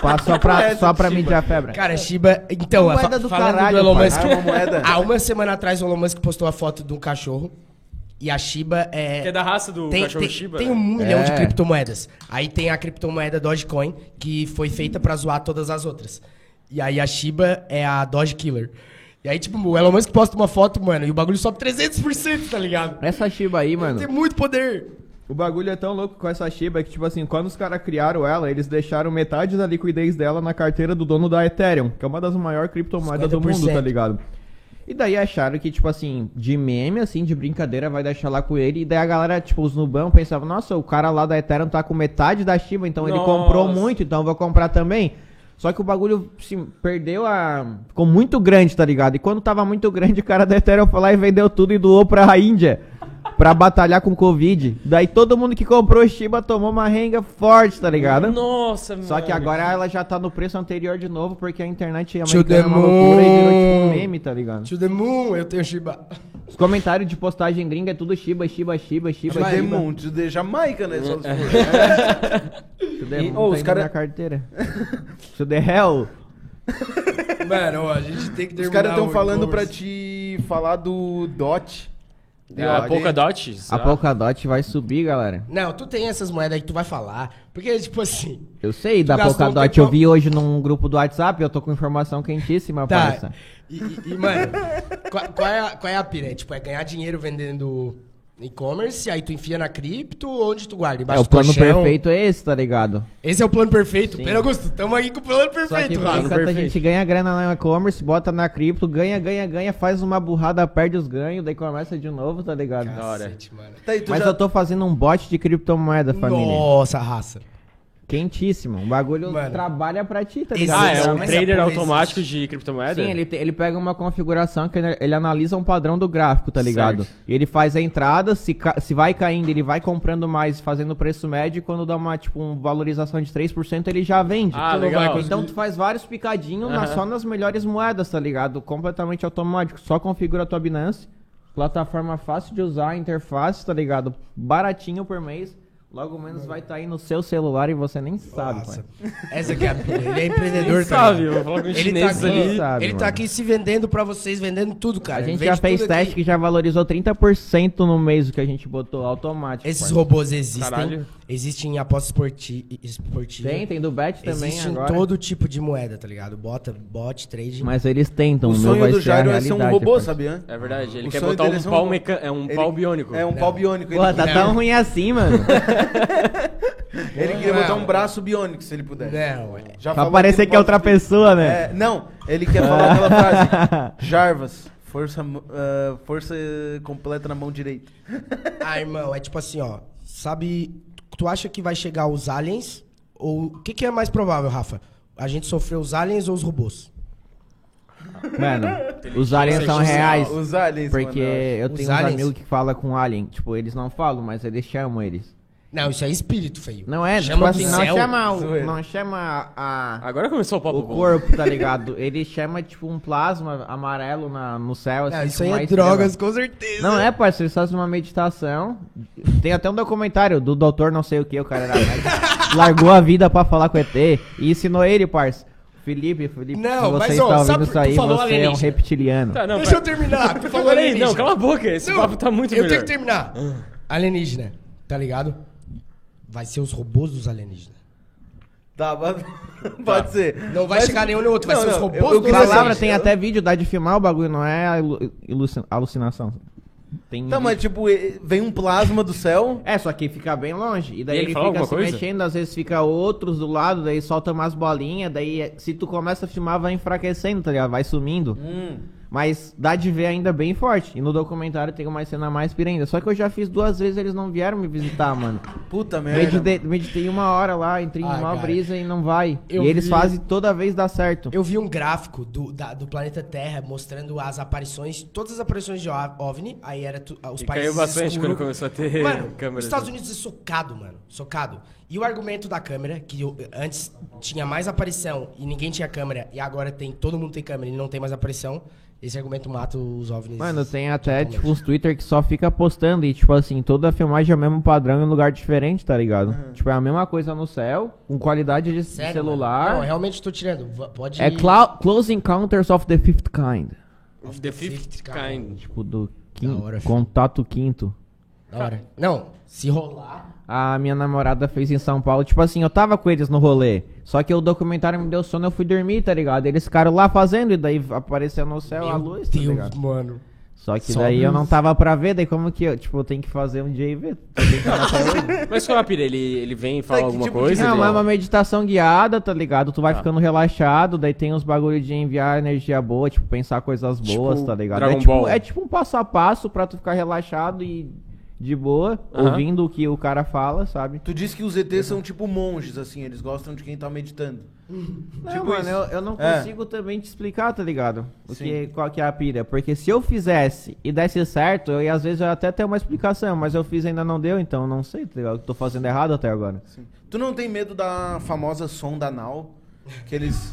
B: Pa- Só pra, só pra mídia febre.
C: Cara, Shiba. Então,
B: Moeda
C: fa-
B: do
C: falando
B: caralho,
C: do Elon
B: pai.
C: Musk.
A: Ah, é uma moeda.
C: Há uma semana atrás, o Elon Musk postou a foto de um cachorro. E a Shiba é.
D: Que é da raça do
C: tem,
D: cachorro
C: tem,
D: Shiba.
C: tem
D: né?
C: um milhão de
B: É.
C: criptomoedas. Aí tem a criptomoeda Dogecoin, que foi feita pra zoar todas as outras. E aí a Shiba é a Doge Killer. E aí, tipo, o Elon Musk posta uma foto, mano, e o bagulho sobe 300%, tá ligado?
B: Essa Shiba aí, mano.
C: Tem muito poder.
B: O bagulho é tão louco com essa Shiba que, tipo assim, quando os caras criaram ela, eles deixaram metade da liquidez dela na carteira do dono da Ethereum, que é uma das maiores criptomoedas do mundo,
C: 50%.
B: tá ligado? E daí acharam que, tipo assim, de meme, assim, de brincadeira, vai deixar lá com ele. E daí a galera, tipo, os Nubão pensavam, nossa, o cara lá da Ethereum tá com metade da Shiba, então ele
D: Nossa.
B: comprou muito, então eu vou comprar também. Só que o bagulho se perdeu a. Ficou muito grande, tá ligado? E quando tava muito grande, o cara da Ethereum foi lá e vendeu tudo e doou pra Índia. Pra batalhar com o Covid. Daí todo mundo que comprou Shiba tomou uma renga forte, tá ligado?
D: Nossa,
B: Só que
D: mano.
B: agora ela já tá no preço anterior de novo, porque a internet
C: To
B: americana é uma
C: the
B: loucura e virou tipo um
C: moon.
B: meme, tá ligado?
C: To the moon, eu tenho Shiba.
B: Os comentários de postagem gringa é tudo Shiba, Shiba, Shiba, Shiba,
A: de
B: Shiba.
A: Monte de Jamaica, né? Só os-
B: É. To the
A: E-
B: moon
A: ô,
B: tá
A: os
B: indo
A: cara-
B: na carteira. to the hell.
C: Mano, ó, a gente tem que
A: Os
C: terminar.
A: caras estão
C: o
A: falando pra
C: Converse.
A: te falar do Dot.
D: É, a Polkadot?
B: A
D: será?
B: Polkadot vai subir, galera.
C: Não, tu tem essas moedas aí que tu vai falar. Porque, tipo assim.
B: Eu sei da
C: gastou um
B: Polkadot.
C: tempão.
B: Eu vi hoje num grupo do WhatsApp, eu tô com informação quentíssima,
C: Tá.
B: parça.
C: E, e- e, mano, qual, qual é a, qual é a pira? É, tipo, é ganhar dinheiro vendendo e-commerce, aí tu enfia na cripto, onde tu guarda?
B: É,
C: Embaixo
B: o
C: do
B: plano
C: colchão?
B: perfeito é esse, tá ligado?
C: Esse é o plano perfeito. Pedro Augusto, tamo aí com o plano
A: Tá
B: Só que
C: perfeito,
B: por
C: Rafa.
B: enquanto a gente ganha grana lá no e-commerce, bota na cripto, ganha, ganha, ganha, faz uma burrada, perde os ganhos, daí começa de novo, tá ligado?
D: Da hora.
C: Cacete, mano.
A: Tá aí, tu
B: Mas
A: já...
B: eu tô fazendo um bot de criptomoeda, família.
C: Nossa, raça.
B: Quentíssimo. O bagulho
C: Mano.
B: trabalha pra ti, tá ligado?
D: Ah, é um
C: Mas a
D: trader
C: porra
D: automático de criptomoeda?
B: Sim, ele, te- ele pega uma configuração que ele, ele analisa um padrão do gráfico, tá ligado?
D: Certo.
B: E ele faz a entrada, se, ca- se vai caindo, ele vai comprando mais, fazendo preço médio, e quando dá uma, tipo, uma valorização de 3%, ele já vende.
D: Ah,
B: Tu não
D: legal.
B: vai conseguir- Então tu faz vários picadinhos na-
D: Aham.
B: só nas melhores moedas, tá ligado? Completamente automático. Só configura a tua Binance, plataforma fácil de usar, interface, tá ligado? Baratinho por mês. Logo menos vai estar aí no seu celular e você nem sabe,
C: Nossa.
B: pai.
C: Essa aqui é a pira. Ele é empreendedor,
D: Ele
C: tá
D: sabe,
C: ligado?
D: eu vou falar com os
C: Ele tá,
D: chineses
C: aqui,
D: ali.
B: Sabe,
C: ele tá
B: mano.
C: aqui se vendendo pra vocês, vendendo tudo, cara.
B: A
C: Ele
B: gente
C: vende
B: já fez
C: tudo aqui.
B: teste que já valorizou 30% no mês o que a gente botou automático.
C: Esses
B: parça.
C: robôs existem.
D: Caralho.
C: Existem em aposta esporti- esportiva.
B: Tem, tem do Bet também
C: né? Existe em
B: agora.
C: todo tipo de moeda, tá ligado? Bota, bot, trading.
B: Mas eles tentam,
A: O
B: não
A: sonho
B: vai
A: do
B: ser a
A: Jairo é ser um
B: realidade,
A: robô,
B: parça.
A: sabia?
D: É verdade, ele
A: O
D: quer
A: sonho
D: botar um
A: dele é um
D: pau,
A: robô.
D: meca... é um
A: Ele-
D: pau biônico.
A: É um pau biônico. Ele,
B: Pô, tá tão ruim assim, mano.
A: ele queria
C: Não.
A: botar um braço biônico, se ele puder.
C: Não, é.
A: Já
B: pra
A: falou
B: tá- parecer
A: ele
B: que é outra
A: pode-
B: pessoa, né?
A: É, não, ele quer falar aquela frase. Jarvas, força, ah, força completa na mão direita.
C: Ah, irmão, é tipo assim, ó. Sabe, tu acha que vai chegar os aliens? Ou. O que, que é mais provável, Rafa? A gente sofreu os aliens ou os robôs?
B: Mano, os aliens são reais.
A: Os aliens,
B: Porque eu
C: Os
B: tenho uns
C: aliens?
B: amigos que falam com alien. Tipo, eles não falam, mas eles chamam eles.
C: Não, isso é espírito, feio.
B: Não é?
C: Chama
B: tipo
C: do
B: assim, não
C: céu.
B: chama, o,
A: Zoeira.
B: não chama a,
D: Agora começou o papo
B: o
D: bom.
B: corpo, tá ligado? Ele chama, tipo, um plasma amarelo na, no céu.
C: Não,
B: assim,
C: isso
B: tipo,
C: aí
B: uma
C: é
B: estrela.
C: drogas, com certeza.
B: Não é, parceiro, eles fazem uma meditação. Tem até um documentário do doutor não sei o que, o cara era médico. largou a vida pra falar com o ET e ensinou ele, parceiro. Felipe, Felipe,
C: Não,
B: se você
C: mas,
B: está
C: ó,
B: ouvindo
C: sabe-
B: isso aí,
C: tu falou
B: você é um
C: alienígena.
B: reptiliano.
D: Tá, não,
C: Deixa eu
D: pera-
C: terminar. Tu falou
D: Peraí,
C: alienígena.
D: não, cala a boca. Esse
C: Não,
D: papo tá muito
C: Eu
D: melhor. Ah.
C: tenho que terminar. Alienígena, tá ligado? Vai ser os robôs dos alienígenas.
A: Tá, mas- pode ser.
C: Não vai
A: Mas-
C: chegar nenhum nem outro, vai
A: Não,
C: ser os
A: não,
C: robôs
A: assim, eu- eu
C: dos
A: queria
C: alienígenas.
B: Palavra tem até vídeo, dá de filmar o bagulho, não é ilu- iluci- alucinação. Tem
A: Tá, mas tipo, e- vem um plasma do céu.
B: É, só que fica bem longe. E daí
D: E ele
B: ele,
D: fala
B: fica
D: alguma
B: se
D: coisa?
B: mexendo, às vezes fica outros do lado, daí solta umas bolinhas, daí eh, se tu começa a filmar vai enfraquecendo, tá ligado? Vai sumindo.
A: Hum,
B: Mas dá de ver ainda bem forte. E no documentário tem uma cena mais pirenda. Só que eu já fiz duas vezes eles não vieram me visitar, mano.
A: Puta merda.
B: Meditei, meditei uma hora lá, entrei em
C: É. Ah,
B: uma
C: cara.
B: brisa e não vai.
C: Eu
B: e eles
C: vi-
B: fazem toda vez dar certo.
C: Eu vi um gráfico do, da- do planeta Terra mostrando as aparições, todas as aparições de O- OVNI, aí era tu- ah, os
D: E
C: países
D: caiu bastante
C: escuro.
D: quando começou a ter
C: Mano, os
D: câmeras. assim.
C: Estados Unidos é socado, mano, socado. E o argumento da câmera, que eu- antes tinha mais aparição e ninguém tinha câmera, e agora tem, todo mundo tem câmera e não tem mais aparição, esse argumento mata os OVNIs.
B: Mano, tem até,
C: totalmente.
B: tipo, uns Twitter que só fica postando e, tipo assim, toda a filmagem é o mesmo padrão em lugar diferente, tá ligado? Tipo, é a mesma coisa no céu, com qualidade de
C: Sério,
B: celular.
C: mano? né? Não, eu realmente tô tirando. V- Pode
B: É clou- Close Encounters of the Fifth Kind.
D: Of the fifth kind.
B: Tipo, do quin-
C: Da hora, filho.
B: contato quinto.
C: Da hora. Não, se rolar.
B: A minha namorada fez em São Paulo. Tipo assim, eu tava com eles no rolê. Só que o documentário me deu sono, eu fui dormir, tá ligado? Eles ficaram lá fazendo e daí apareceu no céu a
C: Meu
B: luz, tá
C: Deus,
B: ligado?
C: mano.
B: Só que
C: Só
B: daí eu
C: luz.
B: não tava pra ver, daí como que eu, tipo, eu tenho que fazer um dia e ver.
D: Mas qual é a pira? Ele, ele vem e fala
A: que
D: alguma
A: tipo de-
D: coisa?
B: Não,
D: Ele-
E: né?
B: mas é uma meditação guiada, tá ligado? Tu vai ficando relaxado, daí tem uns bagulho de enviar energia boa, tipo, pensar coisas
D: Tipo,
B: boas, tá ligado?
D: Dragon
B: é, tipo,
D: Ball.
B: é tipo um passo a passo pra tu ficar relaxado e de boa,
D: Aham.
B: ouvindo o que o cara fala, sabe?
A: Tu disse que os ETs são tipo monges, assim, eles gostam de quem tá meditando.
B: Não,
A: Tipo
B: mano,
A: isso.
B: eu, eu não
A: É.
B: consigo também te explicar, tá ligado? O
A: Sim.
B: que, qual que é a pira. Porque se eu fizesse e desse certo, eu, ia- às vezes eu até tenho uma explicação, mas eu fiz e ainda não deu, então eu não sei, tá ligado? Eu Tô fazendo errado até agora.
A: Tu não tem medo da famosa sonda anal? Que eles,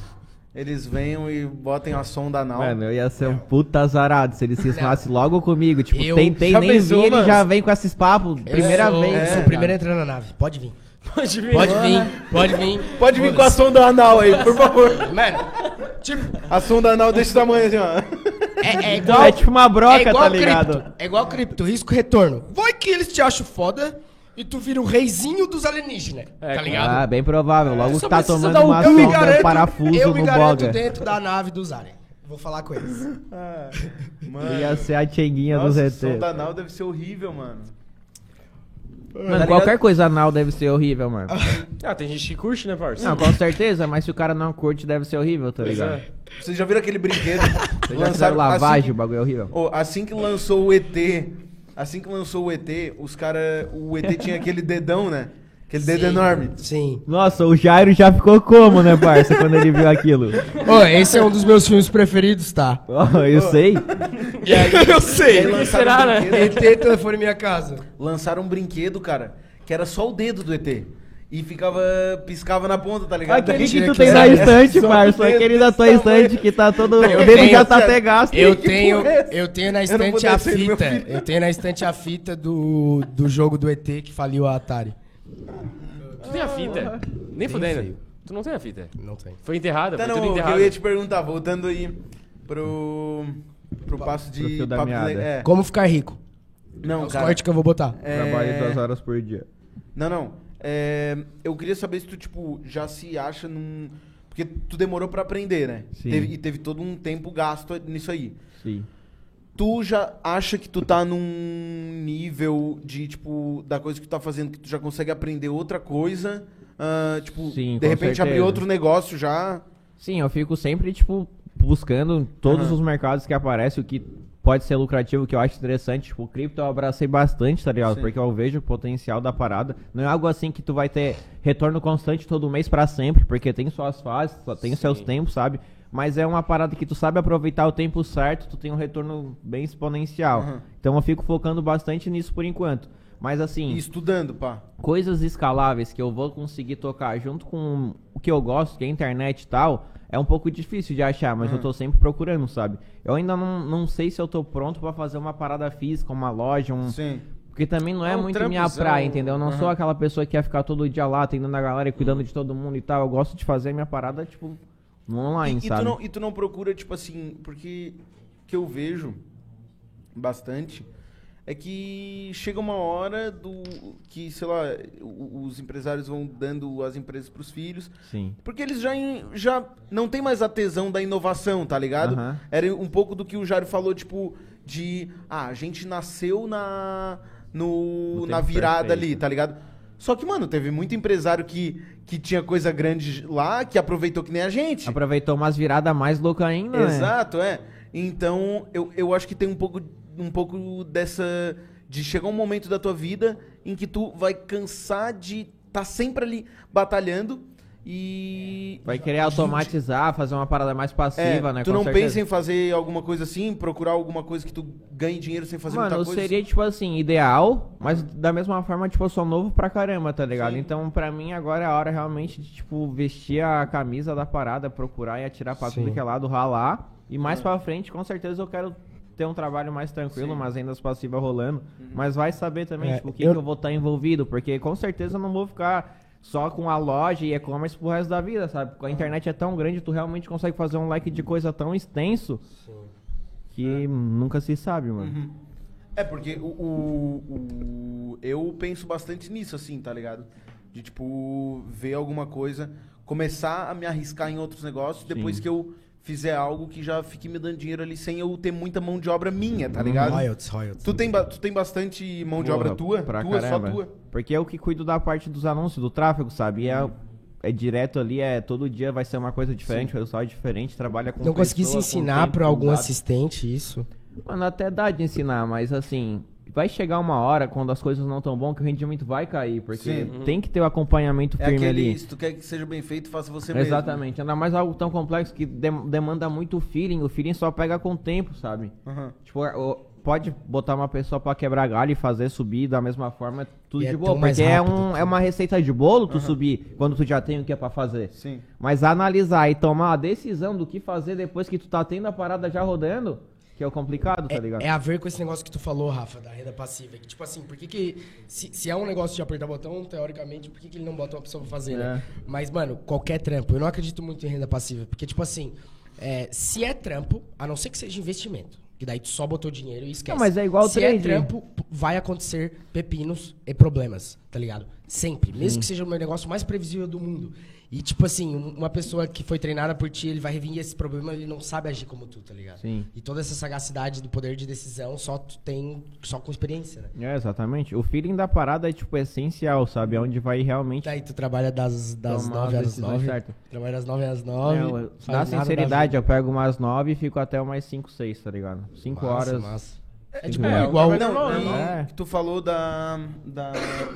A: eles venham e botem a sonda anal.
B: Mano, eu ia ser um puta azarado se ele cismasse logo comigo. Tipo,
C: É. Eu-
B: tentei
A: Já
B: nem
A: pensou,
B: vi, ele
A: mano?
B: já vem com esses papos. Primeira
C: eu sou, É,
B: vez. É,
C: Sou o primeiro a entrar na nave. Pode vir.
D: Pode vir.
C: Pode vir, pode vir.
A: Pode vir com a sonda anal aí, por favor.
C: Mano, tipo,
A: A sonda anal desse tamanho assim, ó.
C: é, é igual.
B: É tipo uma broca,
C: é igual
B: tá ligado?
C: Cripto, é igual cripto, risco e retorno. Vai que eles te acham foda e tu vira o reizinho dos alienígenas.
D: É,
C: tá ligado?
B: Ah, bem provável. Logo
C: Só
B: que tá
C: precisa
B: tomando
C: dar um-
B: uma
C: eu me
B: solta,
C: garanto-
B: um parafuso
C: Eu me
B: no
C: garanto
B: boga.
C: dentro da nave dos aliens. Vou falar com eles.
A: Mano,
B: Eu Ia ser a tchenguinha do
A: nossa,
B: ZT.
A: sonda anal deve ser horrível, mano.
C: Tá
B: Mano, qualquer coisa anal deve ser horrível, mano.
D: Ah, tem gente que curte, né, parça?
B: Não, com certeza, mas se o cara não curte, deve ser horrível, tá
D: Pois
B: ligado?
D: é.
A: Vocês já viram aquele brinquedo?
B: Vocês já fizeram lavagem, o bagulho é horrível.
A: Ô, assim que lançou o ET, assim que lançou o ET, os caras. O ET tinha aquele dedão, né? Aquele dedo
C: Sim,
A: enorme.
C: Sim.
B: Nossa, o Jairo já ficou como, né, parça, quando ele viu aquilo?
C: Ô, esse é um dos meus filmes preferidos, tá?
B: Ó, eu sei.
C: eu
A: E aí
C: sei.
A: lançaram
D: será,
A: um
D: né?
A: brinquedo-
C: ET, telefone minha casa.
A: Lançaram um brinquedo, cara, que era só o dedo do ET. E ficava. piscava na ponta, tá ligado?
B: Aquele que
C: Tinha
B: tu
C: que
B: tem
C: ser
B: na
C: essa-
B: estante,
A: só
B: parça. é
A: o dedo
B: Aquele da tua
A: desse
B: estante
A: tamanho.
B: que tá todo.
C: Eu
B: O dedo
C: tenho
B: já tá
C: essa-
B: até gasto.
C: Eu
A: Que
C: tenho,
A: porra é essa?
C: eu tenho na
A: Eu não vou
C: estante a
A: descer do meu
C: fita.
A: filho.
C: Eu tenho na estante a fita do, do jogo do ET que faliu a Atari.
D: Tu tem a
A: Ah.
D: fita? Nem fudendo. Tu não tem a fita.
C: Não tem.
D: Foi enterrada,
A: Tá,
D: foi
A: não,
D: tudo
A: o que
D: enterrado.
A: eu ia te perguntar, voltando aí pro. pro passo de.
B: Pro fio da
A: papo de-
B: meada.
A: é.
C: Como ficar rico?
A: Não,
C: Os
A: cara.
C: cortes que eu vou botar.
A: é,
B: horas por dia.
A: Não, não. É, eu queria saber se tu, tipo, já se acha num. Porque tu demorou pra aprender, né?
B: Sim.
A: Teve- e teve todo um tempo gasto nisso aí.
B: Sim.
A: Tu já acha que tu tá num nível de, tipo, da coisa que tu tá fazendo, que tu já consegue aprender outra coisa? ah, tipo,
B: Sim,
A: de
B: com
A: repente
B: certeza.
A: abrir outro negócio já.
B: Sim, eu fico sempre, tipo, buscando em todos
A: Aham.
B: os mercados que aparecem o que pode ser lucrativo, que eu acho interessante. Tipo, o cripto eu abracei bastante, tá ligado?
A: Sim.
B: Porque eu vejo o potencial da parada. Não é algo assim que tu vai ter retorno constante todo mês pra sempre, porque tem suas fases, só tem os seus tempos, sabe? Mas é uma parada que tu sabe aproveitar o tempo certo, tu tem um retorno bem exponencial. Então eu fico focando bastante nisso por enquanto. Mas assim,
A: E estudando, pá.
B: coisas escaláveis que eu vou conseguir tocar junto com o que eu gosto, que é a internet e tal, é um pouco difícil de achar, mas
A: Hum.
B: eu tô sempre procurando, sabe? Eu ainda não, não sei se eu tô pronto pra fazer uma parada física, uma loja, um.
A: Sim.
B: Porque também não é,
D: É um
B: muito
D: trampozão,
B: minha praia, entendeu? Eu não sou aquela pessoa que ia ficar todo dia lá, atendendo a galera e cuidando
A: Hum.
B: de todo mundo e tal. Eu gosto de fazer a minha parada, tipo, no online,
A: e, e
B: sabe?
A: tu não, e tu não procura, tipo assim, porque o que eu vejo bastante é que chega uma hora do que, sei lá, o- os empresários vão dando as empresas pros filhos.
B: Sim.
A: Porque eles já, em- já não tem mais a tesão da inovação, tá ligado?
B: Aham.
A: Era um pouco do que o Jairo falou, tipo, de. Ah, a gente nasceu na. No,
B: No
A: na
B: tempo
A: virada
B: perfeito.
A: ali, tá ligado? Só que, mano, teve muito empresário que, que tinha coisa grande lá, que aproveitou que nem a gente.
B: Aproveitou umas viradas mais loucas ainda, né?
A: Exato, é. Então, eu, eu acho que tem um pouco, um pouco dessa. De chegar um momento da tua vida em que tu vai cansar de estar tá sempre ali batalhando e.
B: Vai querer automatizar, fazer uma parada mais passiva,
A: É,
B: né?
A: tu
B: Com
A: não
B: certeza.
A: pensa em fazer alguma coisa assim, procurar alguma coisa que tu ganhe dinheiro sem fazer
B: Mano,
A: muita coisa?
B: seria, tipo assim, ideal, mas da mesma forma, tipo, eu sou novo pra caramba, tá ligado?
A: Sim.
B: Então, pra mim, agora é a hora realmente de, tipo, vestir a camisa da parada, procurar e atirar pra
C: Sim.
B: tudo que é lado, ralar. E mais
A: É.
B: pra frente, com certeza, eu quero ter um trabalho mais tranquilo, umas rendas passivas rolando.
A: Uhum.
B: Mas vai saber também,
C: É,
B: tipo, o que,
C: eu-
B: que eu vou estar envolvido, porque com certeza eu não vou ficar só com a loja e e-commerce pro resto da vida, sabe? Porque a internet é tão grande, tu realmente consegue fazer um like de coisa tão extenso que nunca se sabe, mano.
A: É, porque o, o- o- Eu penso bastante nisso, assim, tá ligado? De, tipo, ver alguma coisa, começar a me arriscar em outros negócios, depois que eu fizer algo que já fique me dando dinheiro ali sem eu ter muita mão de obra minha, tá ligado?
C: Royalties, royalties.
A: Tu tem, ba- tu tem bastante mão de obra
B: Uhum. Porra,
A: tua?
B: pra
A: tua,
B: caramba.
A: só tua.
B: Porque eu que cuido da parte dos anúncios, do tráfego, sabe? E é, é direto ali, é todo dia vai ser uma coisa diferente, o resultado é diferente, trabalha com
C: Não conseguisse
B: pessoa, com
C: Então, ensinar
B: tempo,
C: pra
B: com
C: algum
B: dado.
C: assistente isso.
B: Mano, até dá de ensinar, mas assim, vai chegar uma hora quando as coisas não estão bom que o rendimento vai cair, porque
C: Uhum.
A: Sim.
B: tem que ter o acompanhamento
A: É
B: firme
A: aquele,
B: ali.
A: se tu quer que seja bem feito, faça você mesmo.
B: Exatamente, ainda mais algo tão complexo que dem- demanda muito feeling, o feeling só pega com o tempo, sabe?
A: Aham.
B: Tipo, o- pode botar uma pessoa pra quebrar galho e fazer subir da mesma forma, tudo
C: E é
B: de
C: tão
B: boa,
C: mais
B: porque é,
C: rápido
B: um,
C: que-
B: é uma receita de bolo tu subir quando tu já tem o que é pra fazer.
A: Sim.
B: Mas analisar e tomar a decisão do que fazer depois que tu tá tendo a parada já rodando, que é o complicado, tá ligado?
C: É a ver com esse negócio que tu falou, Rafa, da renda passiva. Que, tipo assim, por que que... Se, se é um negócio de apertar botão, teoricamente, por que que ele não bota uma pessoa pra fazer, né?
B: É.
C: Mas, mano, qualquer trampo. Eu não acredito muito em renda passiva. Porque, tipo assim, é, se é trampo, a não ser que seja investimento. Que daí tu só botou dinheiro e esquece.
B: Não, mas é igual
C: Se é
B: trade.
C: trampo, p- vai acontecer pepinos e problemas, tá ligado? Sempre. Mesmo que seja o meu negócio mais previsível do mundo. E, tipo assim, um- uma pessoa que foi treinada por ti, ele vai vir esse problema, ele não sabe agir como tu, tá ligado?
B: Sim.
C: E toda essa sagacidade do poder de decisão só tu tem só com experiência, né?
B: É, exatamente. O feeling da parada é, tipo, essencial, sabe? É onde vai realmente
C: Daí Tá tu trabalha das, das
B: Tomar
C: nove
B: as
C: às
B: decisões
C: nove.
B: certas.
C: Trabalha das nove às nove.
B: Não, eu-
C: faz
B: na
C: nada da
B: sinceridade,
C: vida.
B: eu pego umas 9 e fico até umas 5, 6, tá ligado? 5
C: Massa,
B: horas.
C: massa. É
B: Cinco
C: tipo
B: horas.
C: igual.
D: É, o
A: Não,
D: Normal,
A: e
B: né?
A: tu falou da, da-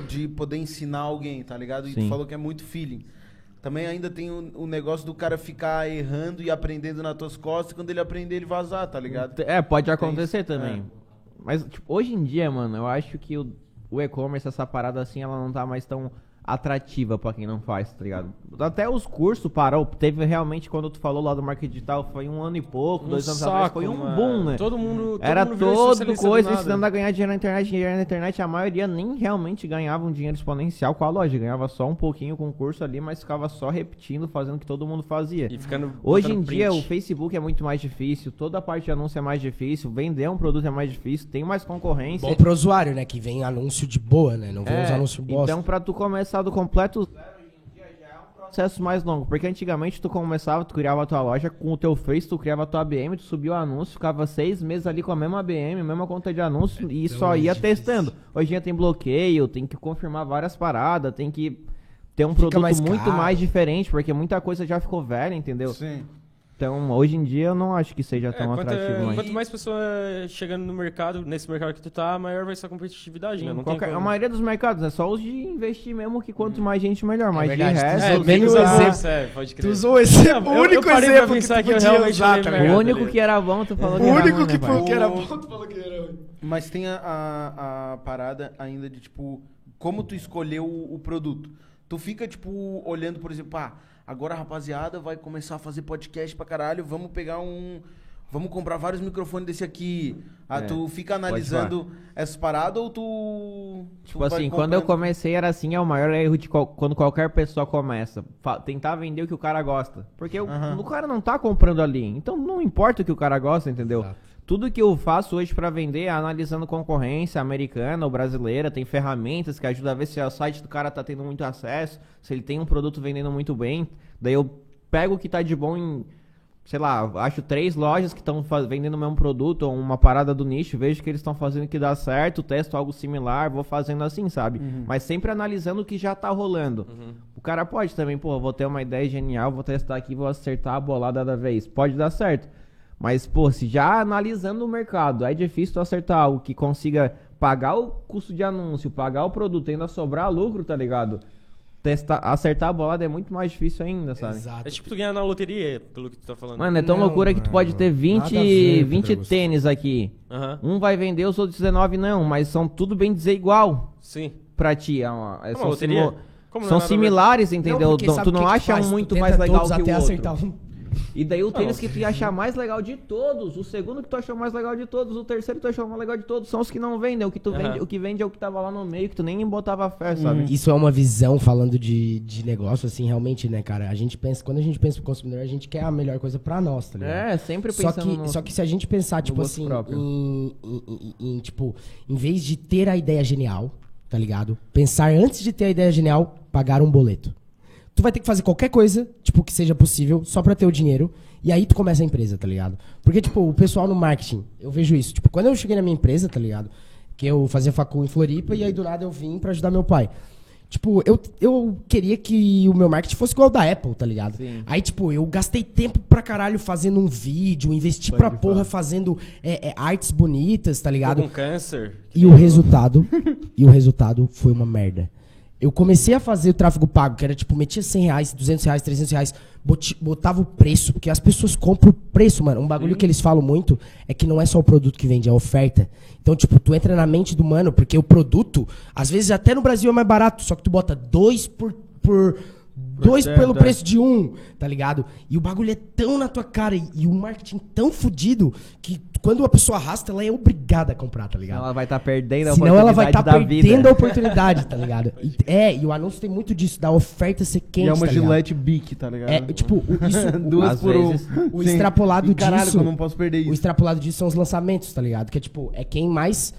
A: de poder ensinar alguém, tá ligado? E tu
B: Sim.
A: falou que é muito feeling. Também ainda tem o, o negócio do cara ficar errando e aprendendo nas tuas costas, e quando ele aprender, ele vazar, tá ligado?
B: É, pode
A: isso, É.
B: acontecer também. Mas tipo, hoje em dia, mano, eu acho que o, o e-commerce, essa parada assim, ela não tá mais tão atrativa pra quem não faz, tá ligado? Até os cursos parou. Teve realmente, quando tu falou lá do marketing digital, foi um ano e pouco,
D: Um
B: dois anos
D: saco,
B: atrás, foi um
D: mano.
B: boom, né?
D: Todo mundo. Todo
B: Era
D: mundo virou
B: todo
D: especialista
B: coisa
D: do nada.
B: ensinando a ganhar dinheiro na internet, dinheiro na internet, a maioria nem realmente ganhava um dinheiro exponencial com a loja, ganhava só um pouquinho com o curso ali, mas ficava só repetindo, fazendo o que todo mundo fazia.
D: E ficando.
B: Hoje em
D: botando
B: dia o
D: print.
B: Facebook é muito mais difícil, toda a parte de anúncio é mais difícil, vender um produto é mais difícil, tem mais concorrência.
C: Bom pro usuário, né? Que vem anúncio de boa, né? Não vem os
B: um É,
C: anúncios bosta.
B: Então pra tu começar do completo zero hoje em dia já é um processo mais longo, porque antigamente tu começava, tu criava a tua loja com o teu Face, tu criava a tua BM, tu subia o anúncio, ficava seis meses ali com a mesma BM, mesma conta de anúncio e
C: tão
B: só ia
C: Então, é difícil.
B: testando. Hoje em dia tem bloqueio, tem que confirmar várias paradas, tem que ter um produto
C: mais
B: muito
C: caro.
B: mais diferente, porque muita coisa já ficou velha, entendeu?
A: Sim.
B: Então, hoje em dia, eu não acho que seja
D: É,
B: tão
D: quanto, é-
B: um atrativo né? mais.
D: quanto mais pessoa chegando no mercado, nesse mercado que tu tá, maior vai ser a competitividade, né? Não
B: Qualquer-
D: tem
B: a
D: como. Hum.
B: maioria dos mercados é só os de investir mesmo, que quanto mais gente, melhor. Mas de
C: verdade,
B: resto,
C: tu
D: É,
C: usou
D: bem
C: bem
D: que
C: o
D: usar-
C: exemplo.
D: Nossa, é, pode
C: Tu
D: crer.
C: usou o exemplo,
D: Eu-
C: o
D: eu
C: único
D: parei pra
C: exemplo que
D: pensar
C: tu
D: que eu
C: podia
D: realmente
C: usar,
D: lembro,
C: tá
D: né,
B: o
C: ligado?
D: cara?
B: único
D: ali.
B: que era bom, tu falou
C: O
B: que era
C: único
B: ruim,
C: que,
B: né, pai?
C: que era bom, tu falou que era ruim.
A: Mas tem a, a, a parada ainda de, tipo, como tu escolheu o, o produto. Tu fica, tipo, olhando, por exemplo, ah, agora a rapaziada vai começar a fazer podcast pra caralho, vamos pegar um. Vamos comprar vários microfones desse aqui. Ah,
B: É,
A: tu fica analisando essas paradas ou tu.
B: Tipo assim, quando eu comecei era assim, é o maior erro de qual- quando qualquer pessoa começa. Fa- tentar vender o que o cara gosta. Porque o,
A: Aham.
B: o cara não tá comprando ali. Então não importa o que o cara gosta, entendeu?
C: Exato.
B: Tudo que eu faço hoje pra vender é analisando concorrência americana ou brasileira. Tem ferramentas que ajudam a ver se o site do cara tá tendo muito acesso, se ele tem um produto vendendo muito bem. Daí eu pego o que tá de bom em sei lá, acho três lojas que estão vendendo o mesmo produto ou uma parada do nicho, vejo que eles estão fazendo que dá certo, testo algo similar, vou fazendo assim, sabe? Mas sempre analisando o que já tá rolando. O cara pode também, pô, vou ter uma ideia genial, vou testar aqui, vou acertar a bolada da vez. Pode dar certo. Mas, pô, se já analisando o mercado, aí é difícil tu acertar algo que consiga pagar o custo de anúncio, pagar o produto, ainda sobrar lucro, tá ligado? Testar, acertar a bolada é muito mais difícil ainda, sabe?
D: É
C: Exato.
D: tipo tu ganhar na loteria, pelo que tu tá falando.
B: Mano, é tão
C: Não,
B: loucura que tu
C: mano.
B: pode ter
C: Nada a ver, tá
B: 20,
C: Pedro
B: 20
C: Augusto.
B: tênis aqui.
D: Aham,
B: Um vai vender, os outros 19 não, mas são tudo bem dizer igual
D: sim.
B: pra ti. É uma- é-
D: É uma
B: são
D: loteria.
B: simo-
D: Como não é nada
B: são
D: a ver?
B: similares, entendeu?
C: porque
B: Tu-
C: sabe
B: tu
C: o
B: não
C: que que
B: acha
C: faz?
B: um
C: Tu
B: muito
C: tenta
B: mais legal
C: todos
B: que o
C: até
B: outro.
C: acertar um.
B: E daí o tênis
D: não.
B: que tu ia achar mais legal de todos, o segundo que tu achou mais legal de todos, o terceiro que tu achou mais legal de todos, são os que não vendem. O que, tu
D: Aham.
B: vende, o que vende é o que tava lá no meio, que tu nem botava fé, sabe?
C: Isso é uma visão falando de, de negócio, assim, realmente, né, cara? A gente pensa, quando a gente pensa pro consumidor, a gente quer a melhor coisa pra nós, tá ligado?
B: É, sempre
C: Só
B: pensando
C: que,
B: no-
C: só que se a gente pensar, tipo
B: gosto
C: assim,
B: próprio.
C: em, em- em- em, tipo, em vez de ter a ideia genial, tá ligado? Pensar antes de ter a ideia genial, pagar um boleto. Tu vai ter que fazer qualquer coisa, tipo, que seja possível, só pra ter o dinheiro. E aí tu começa a empresa, tá ligado? Porque, tipo, o pessoal no marketing, eu vejo isso. Tipo, quando eu cheguei na minha empresa, tá ligado? Que eu fazia facul em Floripa e aí do nada eu vim pra ajudar meu pai. Tipo, eu, eu queria que o meu marketing fosse igual ao da Apple, tá ligado? Aí, tipo, eu gastei tempo pra caralho fazendo um vídeo, investi pra porra fazendo é, é, artes bonitas, tá
D: Tô
C: ligado?
D: com câncer.
C: E o resultado, e o resultado foi uma merda. Eu comecei a fazer o tráfego pago, que era tipo, metia 100 reais, 200 reais, 300 reais, boti- botava o preço, porque as pessoas compram o preço, mano. Um bagulho que eles falam muito é que não é só o produto que vende, é a oferta. Então, tipo, tu entra na mente do mano, porque o produto, às vezes até no Brasil é mais barato, só que tu bota dois por. por dois pelo preço de um, tá ligado? E o bagulho é tão na tua cara e, e o marketing tão fudido que quando a pessoa arrasta, ela é obrigada a comprar, tá ligado?
B: Ela vai estar perdendo a
C: Senão ela vai estar
B: oportunidade da vida.
C: perdendo a oportunidade, tá ligado? E- é, e o anúncio tem muito disso, da oferta ser quente,
A: E é uma
C: tá ligado?
A: Gillette Bic, tá ligado?
B: né?
C: É, tipo, o- isso, o-
A: Duas
B: Às
A: por
B: vezes.
A: um.
C: O extrapolado
A: E caralho,
C: disso-
A: que eu não posso perder
C: o
A: isso.
C: extrapolado disso são os lançamentos, tá ligado? Que é tipo, é quem mais.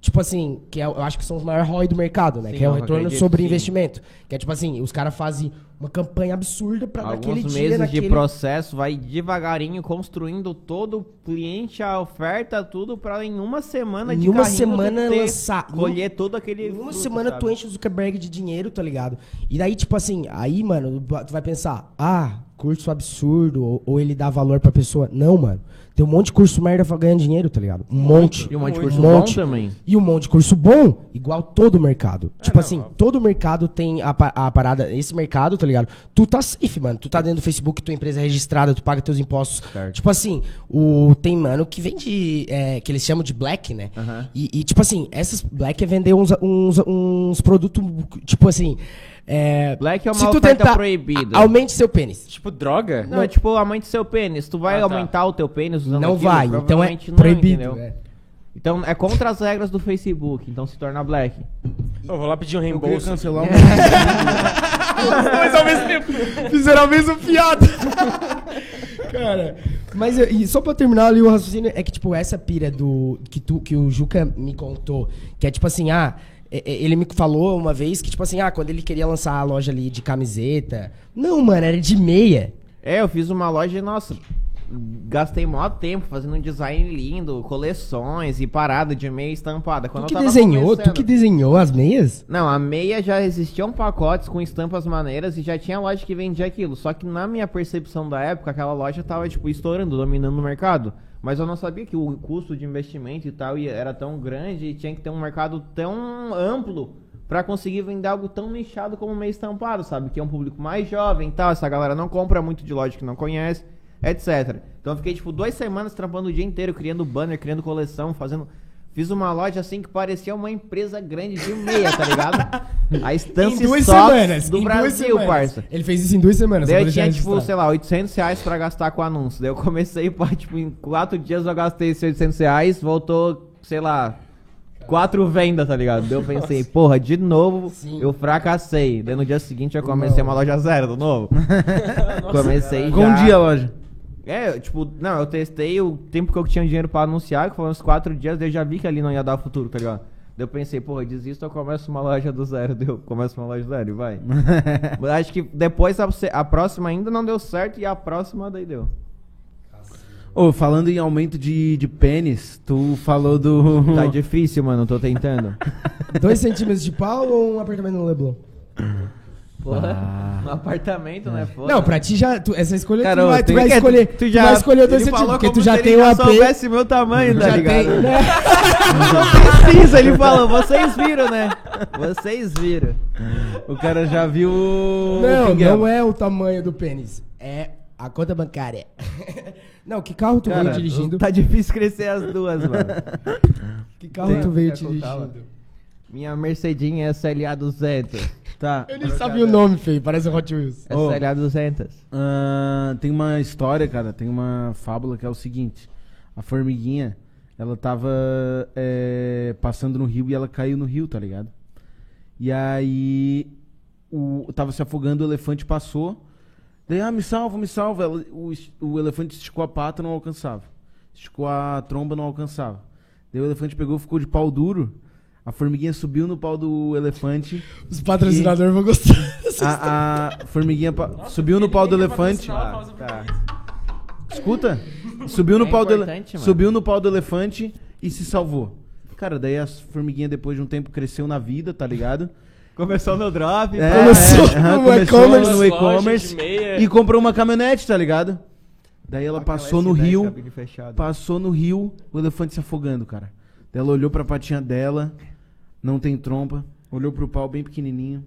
C: Tipo assim, que é- eu acho que são os maiores ROI do mercado, né?
B: Sim,
C: que é o
B: eu
C: retorno
B: acredito,
C: sobre
B: sim.
C: investimento. Que é tipo assim, os caras fazem uma campanha absurda pra naquele
B: Alguns
C: dia,
B: meses
C: naquele...
B: de processo, vai devagarinho construindo todo o cliente, a oferta, tudo pra em uma semana de
C: Em uma
B: carrinho
C: semana
B: tu ter-
C: lançar.
B: colher todo aquele
C: Em uma
B: fruto,
C: semana
B: sabe?
C: tu enche o Zuckerberg de dinheiro, tá ligado? E daí, tipo assim, aí, mano, tu vai pensar, ah, curso absurdo, ou, ou ele dá valor pra pessoa. Não, mano. Tem um monte de curso merda ganhando dinheiro, tá ligado? Um monte.
B: E um monte de curso bom também.
C: E um monte de curso bom, igual todo mercado.
B: É,
C: tipo
D: não,
C: assim,
D: ó.
C: todo mercado tem a, pa- a parada, esse mercado, tá ligado? Tu tá safe, mano. Tu tá dentro do Facebook, tua empresa é registrada, tu paga teus impostos. Tipo assim, o, tem mano que vende, é, que eles chamam de black, né? E, e, tipo assim, essas black é vender uns, uns, uns produtos, tipo assim... é,
B: Black é uma
C: se tu
B: oferta
C: tentar,
B: proibida.
C: a- Aumente seu pênis.
D: Tipo, droga?
B: Não, é tipo, aumente seu pênis. Tu
D: Ah,
B: vai
D: tá.
B: aumentar o teu pênis usando
C: Não
B: aquilo?
C: vai, então é
B: Provavelmente não,
C: proibido.
B: entendeu?
C: é.
B: Então é contra as regras do Facebook, então se torna black.
D: Eu vou lá pedir um
A: Eu queria
D: reembolso.
A: cancelar um.
C: Mas ao mesmo tempo, fizeram a mesma piada. Cara, mas eu- e só pra terminar ali o raciocínio, é que, tipo, essa pira do que, tu, que o Juca me contou, que é tipo assim, ah, e- e- ele me falou uma vez que, tipo assim, ah, quando ele queria lançar a loja ali de camiseta. Não, mano, era de meia.
B: É, eu fiz uma loja e, nossa, gastei mó tempo fazendo um design lindo, coleções e parada de meia estampada. Quando
C: Tu
B: eu
C: que
B: tava
C: desenhou, tu
B: começando-
C: que desenhou as meias?
B: Não, a meia já existiam pacotes com estampas maneiras e já tinha loja que vendia aquilo. Só que na minha percepção da época, aquela loja tava, tipo, estourando, dominando o mercado. Mas eu não sabia que o custo de investimento e tal e era tão grande e tinha que ter um mercado tão amplo pra conseguir vender algo tão nichado como meia estampado, sabe? Que é um público mais jovem e tal. Essa galera não compra muito de loja que não conhece, etc. Então eu fiquei, tipo, duas semanas trampando o dia inteiro, criando banner, criando coleção, fazendo. Fiz uma loja assim que parecia uma empresa grande de meia, tá ligado? A estância do
C: em duas
B: Brasil,
C: semanas.
B: parça.
C: Ele fez isso em duas semanas. só
B: Daí eu
C: pra deixar
B: tinha, tipo,
C: registrado.
B: sei lá, 800 reais pra gastar com anúncio. Daí eu comecei, pá, tipo, em quatro dias eu gastei esses 800 reais, voltou, sei lá, quatro vendas, tá ligado? Daí eu pensei, porra, de novo
C: Sim.
B: eu fracassei. Daí no dia seguinte eu comecei
C: Não.
B: uma loja zero, do novo. comecei já...
A: Ficou um dia a loja.
B: É, tipo, não, eu testei o tempo que eu tinha dinheiro pra anunciar, que foi uns quatro dias, daí eu já vi que ali não ia dar futuro, tá ligado? Daí eu pensei, porra, eu desisto, eu começo uma loja do zero, daí eu começo uma loja do zero e vai. Mas acho que depois a, se- a próxima ainda não deu certo e a próxima daí deu.
A: Ô, falando em aumento de, de pênis, tu falou do.
B: Tá
C: Hum.
B: difícil, mano, eu tô tentando.
C: Dois centímetros de pau ou um apartamento no Leblon?
B: Porra, um apartamento, né? Foda.
C: Não, pra ti já. tu- essa escolha
A: Cara,
C: tu vai,
A: eu
C: tu
A: tenho
C: vai
A: que-
C: escolher. Tu, vai escolher dois
B: Ele
C: centímetros,
B: falou
C: porque
B: como
C: tu já
B: se ele
C: tem o
B: já
C: AP.
B: soubesse meu tamanho, tá
C: já
B: ligado?
C: tem- né?
B: Não precisa, ele falou, vocês viram, né? Vocês viram.
A: O cara já viu. o
C: Não,
A: Pinguela.
C: não é o tamanho do pênis. É a conta bancária. não, que carro tu veio dirigindo?
B: Tá difícil crescer as duas, mano.
C: Que carro tu veio
B: quer colocá-la?
C: dirigindo?
B: Minha Mercedinha é SLA 200.
A: Tá.
C: Eu nem sabia o nome, feio. Parece o Hot Wheels.
A: Ô.
B: SLA 200.
A: Ah, tem uma história, cara, tem uma fábula que é o seguinte: a formiguinha, ela tava é, passando no rio e ela caiu no rio, tá ligado? E aí o, tava se afogando, o elefante passou. Daí, ah, me salva, me salva. Ela- o, es- o elefante esticou a pata, não alcançava. Esticou a tromba, não alcançava. Daí o elefante pegou, ficou de pau duro. A formiguinha subiu no pau do elefante.
C: Os patrocinadores vão gostar.
A: A, a formiguinha pa- subiu no pau do elefante.
B: Tá.
A: Escuta, subiu no,
B: É
A: pau do ele...
B: importante, mano.
A: subiu no pau do elefante e se salvou. Cara, daí a formiguinha depois de um tempo cresceu na vida, tá ligado?
B: Começou no drop.
A: É,
C: Começou
A: aham,
C: no
A: começou
C: e-commerce.
A: no
D: Lojas de
A: e-commerce
D: meia.
A: e comprou uma caminhonete, tá ligado? Daí ela passou no
B: é
A: rio, passou no rio, o elefante se afogando, cara. Daí ela olhou pra patinha dela, não tem trompa, olhou pro pau bem pequenininho,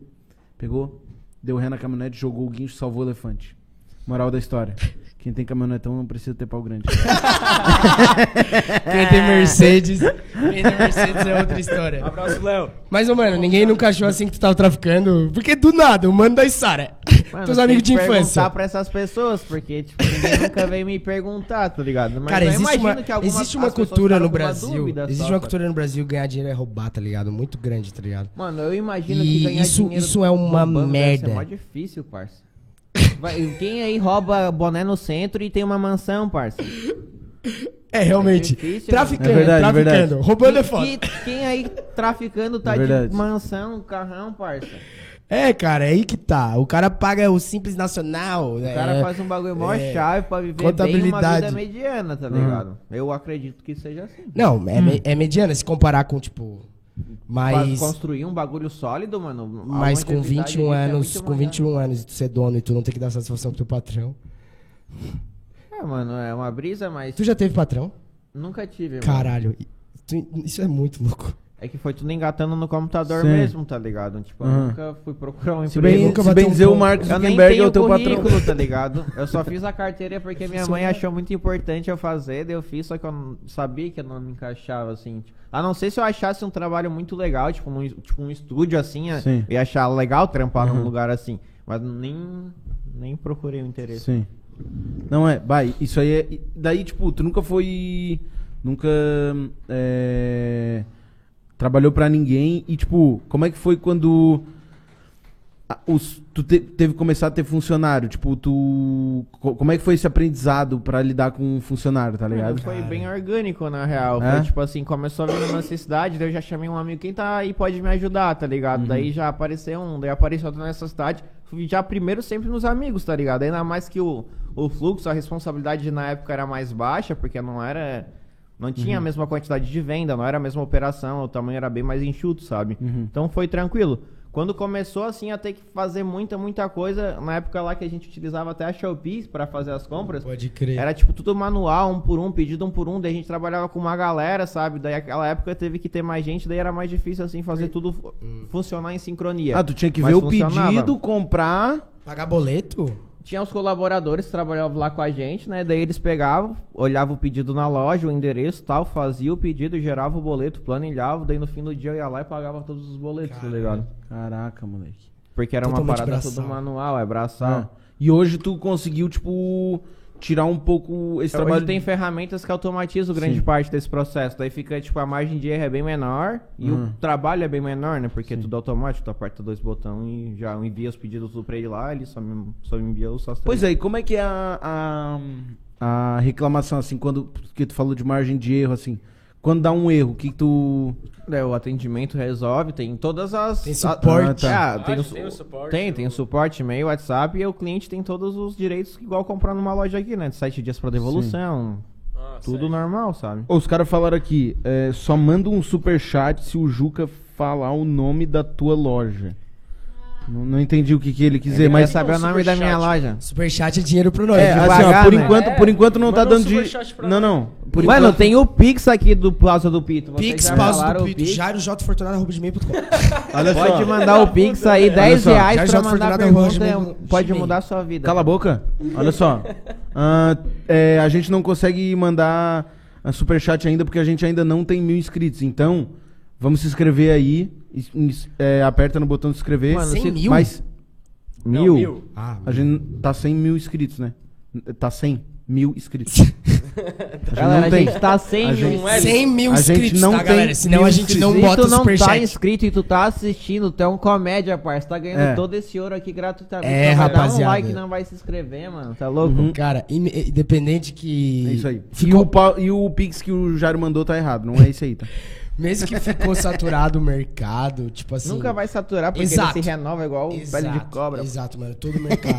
A: pegou, deu ré na caminhonete, jogou o guincho, salvou o elefante. Moral da história. Quem tem caminhonetão não precisa ter pau grande.
C: Quem tem Mercedes. Quem tem Mercedes é outra história.
D: Abraço, Léo.
C: Mas, ô, mano, ninguém nunca achou assim que tu tava traficando. Porque do nada, o mano da Sara. Teus amigos de infância.
B: perguntar pra essas pessoas, porque, tipo, ninguém nunca veio me perguntar, tá ligado? Mas
C: Cara,
B: eu
C: existe
B: imagino
C: uma,
B: que algumas-
C: existe uma
B: as pessoas
C: cultura
B: ficaram
C: no
B: com uma
C: Brasil.
B: dúvida
C: Existe
B: só,
C: uma
B: tá
C: cultura no Brasil ganhar dinheiro é roubar, tá ligado? Muito grande, tá ligado?
B: Mano, eu imagino
C: E
B: que ganhar
C: isso-
B: dinheiro
C: isso é uma
B: roubando deve
C: merda.
B: ser mó difícil, parça. Vai, quem aí rouba boné no centro e tem uma mansão, parça?
C: É, realmente.
B: difícil, né?
C: traficando,
A: mano. É verdade,
C: traficando.
A: verdade.
C: Roubando é
B: Que-
C: foda.
B: que- quem aí traficando tá
A: É verdade.
B: de mansão, carrão, parça?
C: É, cara, é aí que tá. O cara paga o Simples Nacional. né?
B: O cara faz um bagulho mó
C: é,
B: chave pra viver bem uma
C: contabilidade.
B: vida
C: Uhum.
B: mediana, tá ligado? Eu acredito que seja assim.
C: Não, é,
A: Hum.
C: me- é mediano se comparar com, tipo.
B: Pra
C: Mas.
B: Construir um bagulho sólido, mano. a
C: Mas com
B: longevidade
C: 21
B: disso é
C: anos,
B: muito
C: com
B: maior.
C: 21 anos e um tu ser dono e tu não ter que dar satisfação pro teu patrão.
B: É, mano, é uma brisa, mas
C: Tu já teve patrão?
B: nunca tive, mano.
C: Caralho, tu- isso é muito louco.
B: É que foi tudo engatando no computador
A: Sim.
B: mesmo, tá ligado? Tipo, eu
A: Uhum.
B: nunca fui procurar um
A: Se
B: emprego.
A: bem,
C: nunca
A: se
C: bateu
A: bem
C: um
A: dizer o
C: ponto.
A: Mark
B: Eu nem
A: Zuckerberg
B: tenho
A: é o teu patrão.
B: currículo, tá ligado? Eu só fiz a carteira porque minha mãe achou muito importante eu fazer, daí eu fiz, só que eu não- sabia que eu não me encaixava, assim. tipo. A não ser se eu achasse um trabalho muito legal, tipo um, tipo um estúdio, assim, é-
A: Sim. Uhum.
B: eu ia achar legal trampar num lugar assim. Mas nem, nem procurei o interesse.
A: Sim. Não é, vai, isso aí é. Daí, tipo, tu nunca foi. Nunca. é, trabalhou pra ninguém. E, tipo, como é que foi quando. a- Os, tu te- teve que começar a ter funcionário? Tipo, tu. co- Como é que foi esse aprendizado pra lidar com um funcionário, tá
B: Mano,
A: ligado?
B: foi bem orgânico, na real. Foi
A: É?
B: tipo assim, começou a vir uma necessidade, daí eu já chamei um amigo, quem tá aí pode me ajudar, tá ligado?
A: Uhum.
B: Daí já apareceu um, daí apareceu outro nessa cidade. Fui já primeiro sempre nos amigos, tá ligado? Ainda mais que o, o fluxo, a responsabilidade na época era mais baixa, porque não era. Não tinha a
A: Uhum.
B: mesma quantidade de venda, não era a mesma operação, o tamanho era bem mais enxuto, sabe?
A: Uhum.
B: Então foi tranquilo. Quando começou assim a ter que fazer muita, muita coisa, na época lá que a gente utilizava até a Shopee pra fazer as compras,
C: Pode crer.
B: era tipo tudo manual, um por um, pedido um por um, daí a gente trabalhava com uma galera, sabe? Daí aquela época teve que ter mais gente, daí era mais difícil assim fazer tudo fu- funcionar em sincronia.
A: Hum. Ah, tu tinha que
B: Mas
A: ver o
B: funcionava.
A: pedido, comprar.
C: Pagar boleto?
B: Tinha os colaboradores que trabalhavam lá com a gente, né? Daí eles pegavam, olhavam o pedido na loja, o endereço e tal, fazia o pedido, gerava o boleto, planilhava, daí no fim do dia eu ia lá e pagava todos os boletos, tá ligado?
A: Caraca, moleque.
B: Porque era uma
C: Totalmente
B: parada
C: braçal.
B: toda manual, é
A: Ah.
B: braçal.
A: E hoje tu conseguiu, tipo, tirar um pouco esse
B: Então, Hoje
A: trabalho. né?
B: tem ferramentas que automatizam grande parte desse processo. Daí fica, tipo, a margem de erro é bem menor e o trabalho é bem menor, né? Porque é tudo automático, tu aperta dois botões e já envia os pedidos tudo pra ele lá, ele só me, só me envia os
A: Pois é, e como é que é a, a, a reclamação, assim, quando. Porque tu falou de margem de erro, assim. Quando dá um erro, o que que tu.
B: É, o atendimento resolve, tem todas as.
C: Tem suporte.
B: Ah, tem,
D: Ah,
B: o,
D: tem o suporte,
B: Tem, tem o suporte, e-mail, WhatsApp, e o cliente tem todos os direitos, igual comprar numa loja aqui, né? De sete dias pra devolução.
D: Ah,
B: Tudo
D: sério.
B: normal, sabe?
A: Ô, os caras falaram aqui, é, só manda um superchat se o Juca falar o nome da tua loja. Não, não entendi o que, que ele quis dizer,
B: Ele
A: mas.
B: quer
D: um
B: saber o nome da minha loja.
C: Superchat é dinheiro pro nós.
A: É,
C: viu?
A: assim, ó,
B: pagar,
A: por,
B: né?
A: enquanto, por enquanto não
D: É,
A: tá
D: manda um
A: dando de.
D: superchat pra
A: Não,
D: nós.
A: não. Por
B: Mano,
A: enquanto-
B: tem o Pix aqui do Plaza do Pito. Vocês
C: Pix,
B: já
C: pausa
B: falaram
C: do
B: o
C: Pix, jairojfortunada.com.
A: Olha só.
B: Pode mandar o Pix aí, 10
A: só,
B: reais
C: já
B: pra
C: já
B: mandar
C: Fortunato arroba
B: pergunta,
C: gmail-
B: pode
C: gmail.
B: mudar a sua vida.
A: Cala a boca. Olha só. Ah, é, a gente não consegue mandar a superchat ainda porque a gente ainda não tem mil inscritos. Então, vamos se inscrever aí. Is- is- é, aperta no botão de se inscrever.
B: Mano,
A: Mas-
B: se-
C: mil?
A: Mas
D: Não,
A: mil,
D: mil.
C: Ah,
A: A gente tá 100 mil inscritos, né? Tá 100 mil inscritos. a gente
B: Galera,
A: não
B: a
A: tem.
B: gente tá sem
A: A gente-
B: um
C: 100 mil
A: é A gente
C: inscritos,
A: não
C: tá,
A: tem
C: galera? Senão
A: mil
C: a gente não
B: Se
C: bota
B: tu
C: o
B: não tá
C: superchat.
B: inscrito e tu tá assistindo, tu é um comédia, parça. Tá ganhando
A: É.
B: todo esse ouro aqui gratuitamente.
C: É,
B: Não vai dar
C: rapaziada. Uhum.
B: um like não vai se inscrever, mano. Tá louco?
C: Cara, in- independente que.
A: Uhum. É isso aí. E o,
C: Ficou,
A: pa- e o Pix que o Jairo mandou tá errado, não é isso aí, tá?
C: mesmo que ficou saturado o mercado, tipo assim.
B: Nunca vai saturar porque
C: Exato.
B: ele se renova igual o
C: Exato,
B: pele de cobra.
C: Exato, mano. Todo mercado.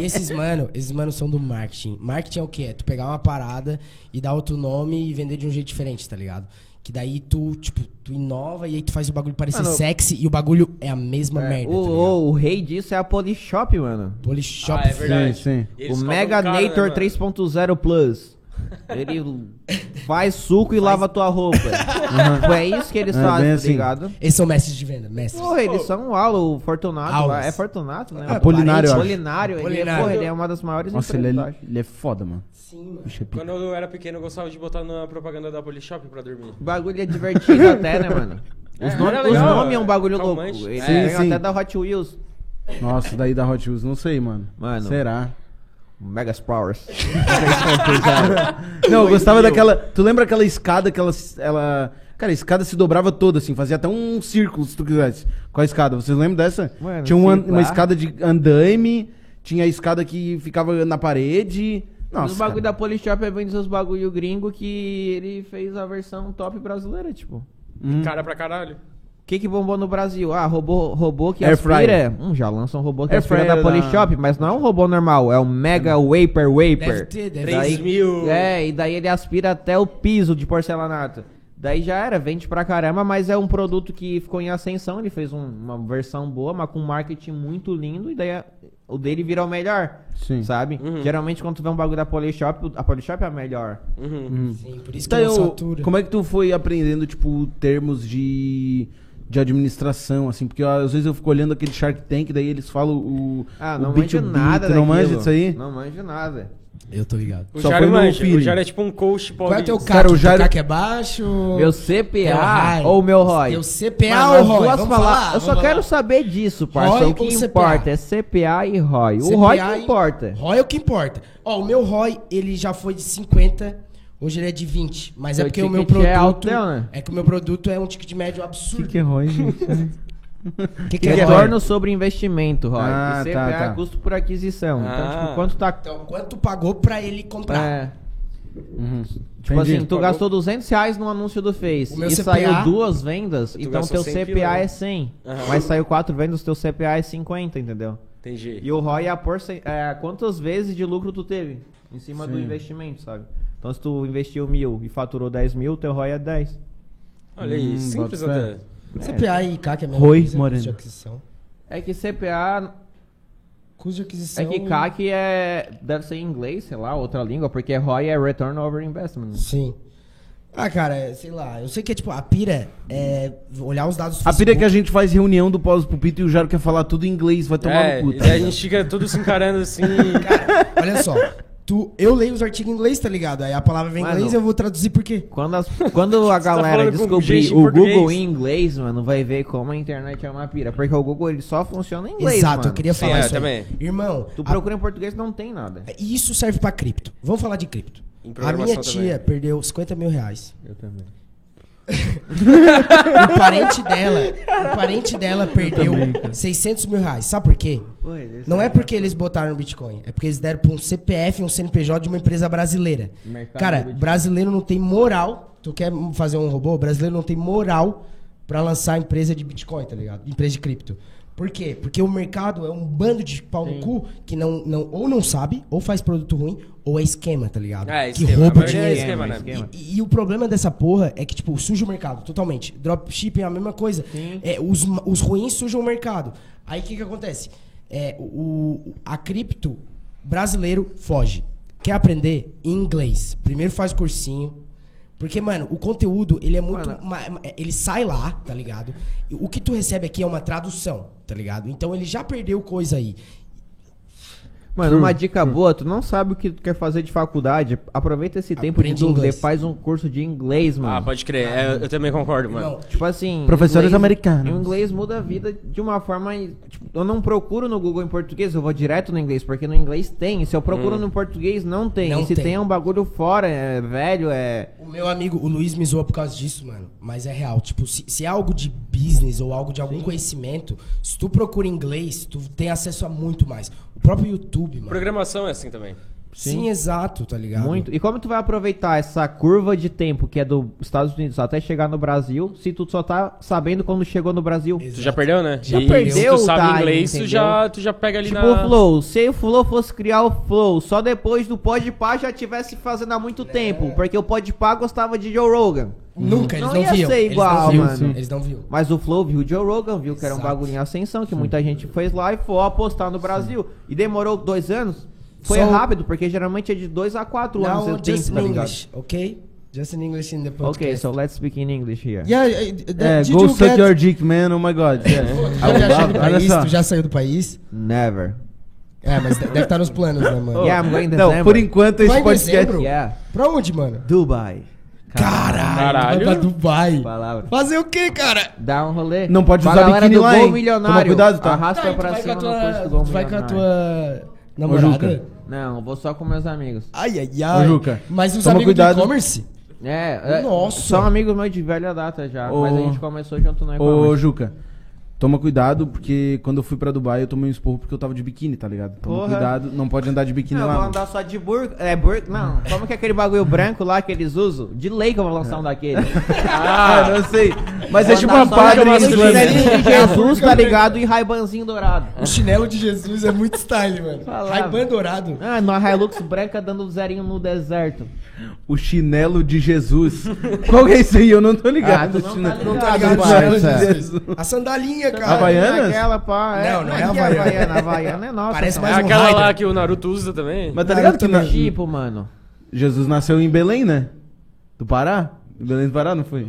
C: E esses, mano, esses manos são do marketing. Marketing é o quê? É tu pegar uma parada e dar outro nome e vender de um jeito diferente, tá ligado? Que daí tu, tipo, tu inova e aí tu faz o bagulho parecer
B: Mano,
C: sexy e o bagulho é a mesma
B: É,
C: merda.
B: o,
C: tá ligado?
B: o rei disso é a Polishop, mano.
C: Polishop.
D: Ah, é verdade.
A: Sim, sim.
D: E eles
B: o
D: cobram
B: Mega
D: caro, né,
B: Nator
D: mano?
B: 3.0 Plus. Ele faz suco e lava tua roupa. Tipo, É isso que eles
A: É,
B: fazem,
A: bem
B: tá
A: assim.
B: ligado?
C: Eles são mestres de venda, mestres.
B: Porra, eles são aula, o Fortunato.
C: Aulas.
B: lá. É Fortunato, né?
A: É, Polinário, eu acho.
B: Polinário, ele, é,
C: Polinário.
B: porra, ele é uma das maiores
A: Nossa, ele
B: empresas, eu
A: é,
B: acho.
A: ele é foda, mano.
C: Sim, mano.
A: Bicho é pica.
D: Quando eu era pequeno, eu gostava de botar na propaganda da Polishop pra dormir.
B: O bagulho é divertido até, né, mano? Os
D: É,
B: nomes
D: era
B: os
D: legal,
B: nomes é um bagulho
D: calmante.
B: louco. Ele
D: Sim,
B: ganhou
A: sim.
B: até da Hot Wheels. é?
A: Nossa, daí da Hot Wheels, não sei, mano.
B: Mano.
A: Será?
B: Megas Powers.
A: Não, eu gostava daquela. Tu lembra aquela escada que ela, ela. Cara, a escada se dobrava toda, assim, fazia até um círculo, se tu quisesse. Com a escada. Vocês lembram dessa?
B: Mano,
A: tinha um an-
B: sim,
A: uma
B: claro.
A: escada de andaime, tinha a escada que ficava na parede. Nossa.
B: os bagulho
A: cara.
B: da Polishop é bem dos bagulho gringo que ele fez a versão top brasileira, tipo.
A: Hum.
D: Cara pra caralho.
B: O que, que bombou no Brasil? Ah, robô, robô que
A: Air
B: aspira.
A: fryer.
B: Hum, já lança um robô que
A: Air
B: aspira da
A: fryer da-
B: Polishop, mas não é um robô normal, é um Mega Waper Waper.
C: Deve ter, deve
D: Três
C: ter.
B: Daí-
D: mil.
B: É, e daí ele aspira até o piso de porcelanato. Daí já era, vende pra caramba, mas é um produto que ficou em ascensão. Ele fez um- uma versão boa, mas com um marketing muito lindo. E daí a- o dele virou o melhor,
A: Sim.
B: sabe?
D: Uhum.
B: Geralmente quando tu vê um bagulho da Polishop, o- a Polishop é a melhor.
D: Uhum.
C: Sim,
B: Hum.
C: por isso que
B: Tá
A: Então,
C: não
A: eu-
C: satura.
A: como é que tu foi aprendendo, tipo, termos de. De administração, assim, porque ó, às vezes eu fico olhando aquele Shark Tank, daí eles falam o.
B: Ah,
A: o
B: não manjo
A: B2B,
B: nada
A: tu não
B: daquilo.
A: manja disso aí?
B: Não manjo nada.
C: Eu tô ligado.
D: O
A: Só
D: Jairo
A: foi no
D: manja. O
A: feeling.
D: Jairo é tipo um coach
C: Qual é
D: paulista.
C: o teu
A: Cara,
C: CAC?
A: o Jairo-
C: Teu CAC é baixo?
B: Meu
C: Teu
B: CPA
C: ROI?
B: ou meu ROI?
C: Teu CPA
B: Mano,
C: ou
B: as
C: ROI?
B: duas
C: Vamos
B: palavras-
C: falar?
B: Eu só
C: Vamos
B: quero
C: falar.
B: saber disso, parça.
C: ROI
B: o que
C: ou CPA?
B: importa é CPA e ROI. O
C: CPA
B: ROI que
C: e-
B: importa.
C: ROI é o que importa. Ó, o meu ROI, ele já foi de 50, hoje ele é de 20. Mas é
B: Seu
C: porque o meu
B: ticket
C: produto...
B: é alto, né?
C: É que o meu produto é um ticket médio absurdo.
A: é ROI, gente?
C: O que, que é
B: Retorno
C: ROI?
B: sobre investimento, ROI.
A: Ah,
B: e CPA
A: tá,
B: é
A: tá.
B: custo por aquisição. Então,
D: Ah.
B: tipo, quanto tá...
C: Então, quanto tu pagou pra ele comprar?
B: É, tipo
A: Uhum. Entendi.
B: assim, tu gastou 200 reais no anúncio do Face
C: O meu
B: e
C: CPA
B: saiu duas vendas, então
D: gastou
B: teu
D: 100
B: CPA
D: pila, né?
B: é 100.
D: Aham.
B: Mas saiu quatro vendas, teu CPA é 50, entendeu?
D: Entendi.
B: E o ROI é a porcent... é, quantas vezes de lucro tu teve em cima do investimento, sabe? Então se tu investiu mil e faturou 10 mil, teu ROI é 10.
D: Olha aí,
A: Hum,
D: simples
A: bota
D: até.
C: CPA e CAC é a mesma
A: Rui
C: coisa,
A: Moreno.
C: custo de aquisição.
B: É que CPA
C: Custo de
B: é
C: aquisição...
B: que CAC é deve ser em inglês, sei lá, outra língua, porque ROI é return over investment.
C: Sim. Ah, cara, é, sei lá. Eu sei que é tipo, a pira é olhar os dados do
A: A pira é que a
C: Facebook.
A: gente faz reunião do pós-pupito e o Jaro quer falar tudo em inglês, vai tomar
D: É,
A: no cu.
D: e
A: tá
D: daí a
A: ligado?
D: gente fica todo se encarando assim.
C: Olha só. Tu, eu leio os artigos em inglês, tá ligado? Aí a palavra vem em
B: Mano.
C: inglês eu vou traduzir por quê?
B: Quando, as- quando a galera
D: falando com gente
B: descobrir
D: em
B: o Google
D: português.
B: em inglês, mano, vai ver como a internet é uma pira. Porque o Google ele só funciona em inglês.
C: Exato,
B: mano.
C: eu queria
D: Sim,
C: falar
D: é,
C: isso. aí.
D: também.
C: Irmão,
B: Tu
C: a-
B: procura em português não tem nada.
C: e isso serve pra cripto. Vamos falar de cripto.
D: Em
C: A
D: programação
C: minha
D: também.
C: tia perdeu 50 mil reais.
B: Eu também.
C: O parente dela, o parente dela perdeu 600 mil reais. Sabe por quê? Não
D: né?
C: é porque eles botaram no Bitcoin, é porque eles deram pra um CPF, um CNPJ de uma empresa brasileira.
B: Mercado
C: Cara,
B: do Bitcoin.
C: brasileiro não tem moral. Tu quer fazer um robô? Brasileiro não tem moral pra lançar empresa de Bitcoin, tá ligado? Empresa de cripto. Por quê? Porque o mercado é um bando de pau no cu que não, não, ou não sabe, ou faz produto ruim, ou é esquema, tá ligado?
D: É,
C: que
D: esquema. A
C: rouba
D: maioria é
C: dinheiro.
D: esquema, né?
B: Esquema.
C: E, e o problema dessa porra é que, tipo, suja o mercado totalmente. Dropshipping é a mesma coisa. É, os, ma- os ruins sujam o mercado. Aí o que, que acontece? É, o, a cripto brasileiro foge. Quer aprender em inglês? Primeiro faz cursinho. Porque, mano, o conteúdo, ele é muito.
B: Mano.
C: ma- ma- ele sai lá, tá ligado? O que tu recebe aqui é uma tradução, tá ligado? Então ele já perdeu coisa aí.
B: Mano, uma dica boa, tu não sabe o que tu quer fazer de faculdade, aproveita esse tempo
C: Aprende
B: de dúvida e
C: inglês.
B: faz um curso de inglês, mano.
D: ah, pode crer. É, eu também concordo, mano.
C: Não,
B: Tipo assim.
A: Professores americanos.
B: O inglês muda a vida de uma forma. tipo, eu não procuro no Google em português, eu vou direto no inglês, porque no inglês tem. Se eu procuro no português, não tem.
C: Hum. Não
B: e se
C: tem.
B: tem. é um bagulho fora, é velho, é.
C: O meu amigo, o Luiz me zoa por causa disso, mano. Mas é real. Tipo, se, se é algo de business ou algo de algum conhecimento, se tu procura inglês, tu tem acesso a muito mais. O próprio YouTube, mano.
D: Programação é assim também.
C: Sim, exato, tá ligado?
B: Muito. E como tu vai aproveitar essa curva de tempo que é dos Estados Unidos até chegar no Brasil, se tu só tá sabendo quando chegou no Brasil?
C: Exato.
D: Tu já perdeu, né?
C: Já
D: Se
B: perdeu,
D: tu sabe
B: tá,
D: inglês, tu
B: entendeu?
D: já, tu já pega ali
B: Tipo
D: na...
B: o Flow, se o Flow fosse criar o Flow, só depois do Podpah já tivesse fazendo há muito
C: É.
B: tempo, porque o Podpah gostava de Joe Rogan.
C: Nunca, eles
B: Não
C: não,
B: ia
C: viam.
B: ser igual,
C: eles não viam,
B: mano.
C: Eles não viam.
B: Mas o Flow viu o Joe Rogan, viu que era um
C: Exato.
B: bagulho em ascensão, que muita gente fez lá e foi apostar no Brasil. E demorou dois anos. Foi
C: Só-
B: rápido, porque geralmente é de dois a quatro anos.
C: Now,
B: esse
C: just
B: tempo, tá
C: in
B: ligado?
C: English, ok? Just in English in the podcast. eh,
B: Ok, so let's speak in English here.
C: Yeah, I- that-
A: É,
C: did
A: go
C: you
A: suck
C: get-
A: your dick, man, oh my god.
D: É.
A: yeah.
C: Tu já saiu do
A: Olha
C: país?
A: só.
C: Tu já saiu do país?
B: Never.
C: É, mas de- deve estar nos planos, né, mano?
B: Yeah, I'm going in
A: Não,
B: December.
A: por enquanto
C: Vai
A: esse
C: em
A: podcast...
C: dezembro?
B: Yeah.
C: Pra onde, mano?
B: Dubai.
C: Caralho,
D: Caralho.
C: tu vai pra Dubai.
B: Palavra.
C: Fazer o quê, cara?
B: Dá um rolê.
A: Não pode
B: Com a
A: usar
B: galera
A: biquíni
B: do
A: lá,
B: Gol
A: hein?
B: Milionário.
A: Toma cuidado, tá?
B: Arrasta
C: Tá, e tu
B: pra
C: vai
B: cima
C: com a
B: no posto do Gol
C: tua, tu vai com a
B: Milionário.
C: tua
A: Juca.
C: namorada?
B: Não, vou só com meus amigos.
C: Ai, ai, ai.
A: Ô, Juca,
C: Mas os
A: toma
C: amigos
A: cuidado.
C: do e-commerce?
B: É, é,
C: Nossa.
B: são amigos meus de velha data já,
A: Ô.
B: mas a gente começou junto no
A: Ô,
B: e-commerce.
A: Juca, toma cuidado, porque quando eu fui pra Dubai eu tomei um esporro porque eu tava de biquíni, tá ligado? Toma
B: Porra.
A: cuidado, não pode andar de biquíni
B: Eu vou
A: lá.
B: andar só de burca. É, burca? Não. Como que é aquele bagulho branco lá que eles usam? De lei que eu vou lançar um daquele.
A: Ah, não sei. Mas é
B: Vou
A: tipo
B: andar
A: uma
B: só
A: padre
B: naquele
C: né?
A: islâmica.
B: chinelinho de Jesus, tá ligado? E raibanzinho dourado.
C: O chinelo de Jesus é muito style, mano.
B: Falava.
C: Ray-Ban dourado.
B: Ah, numa Hilux branca dando um zerinho no deserto.
A: O chinelo de Jesus. Qual que é isso aí? Eu não tô
B: Ah, tu
A: ligado.
B: não tá
A: Chinelo-
B: ligado,
A: Ah,
C: Ligado,
A: não,
C: chinelo
A: parça.
C: de Jesus. A sandalinha, cara.
A: Havaianas?
B: Aquela, pá.
C: Não, não é
B: aqui
C: Havaiana.
B: Havaiana. Havaiana é nossa.
C: Parece
B: cara.
D: É
C: mais um
D: aquela lá
C: Raider.
D: que o Naruto usa também.
A: Mas tá
C: Cara,
A: ligado que
C: eu
A: na-
C: também.
B: Tipo, mano.
A: Jesus nasceu em Belém, né? Do Pará? Em Belém do Pará, não foi?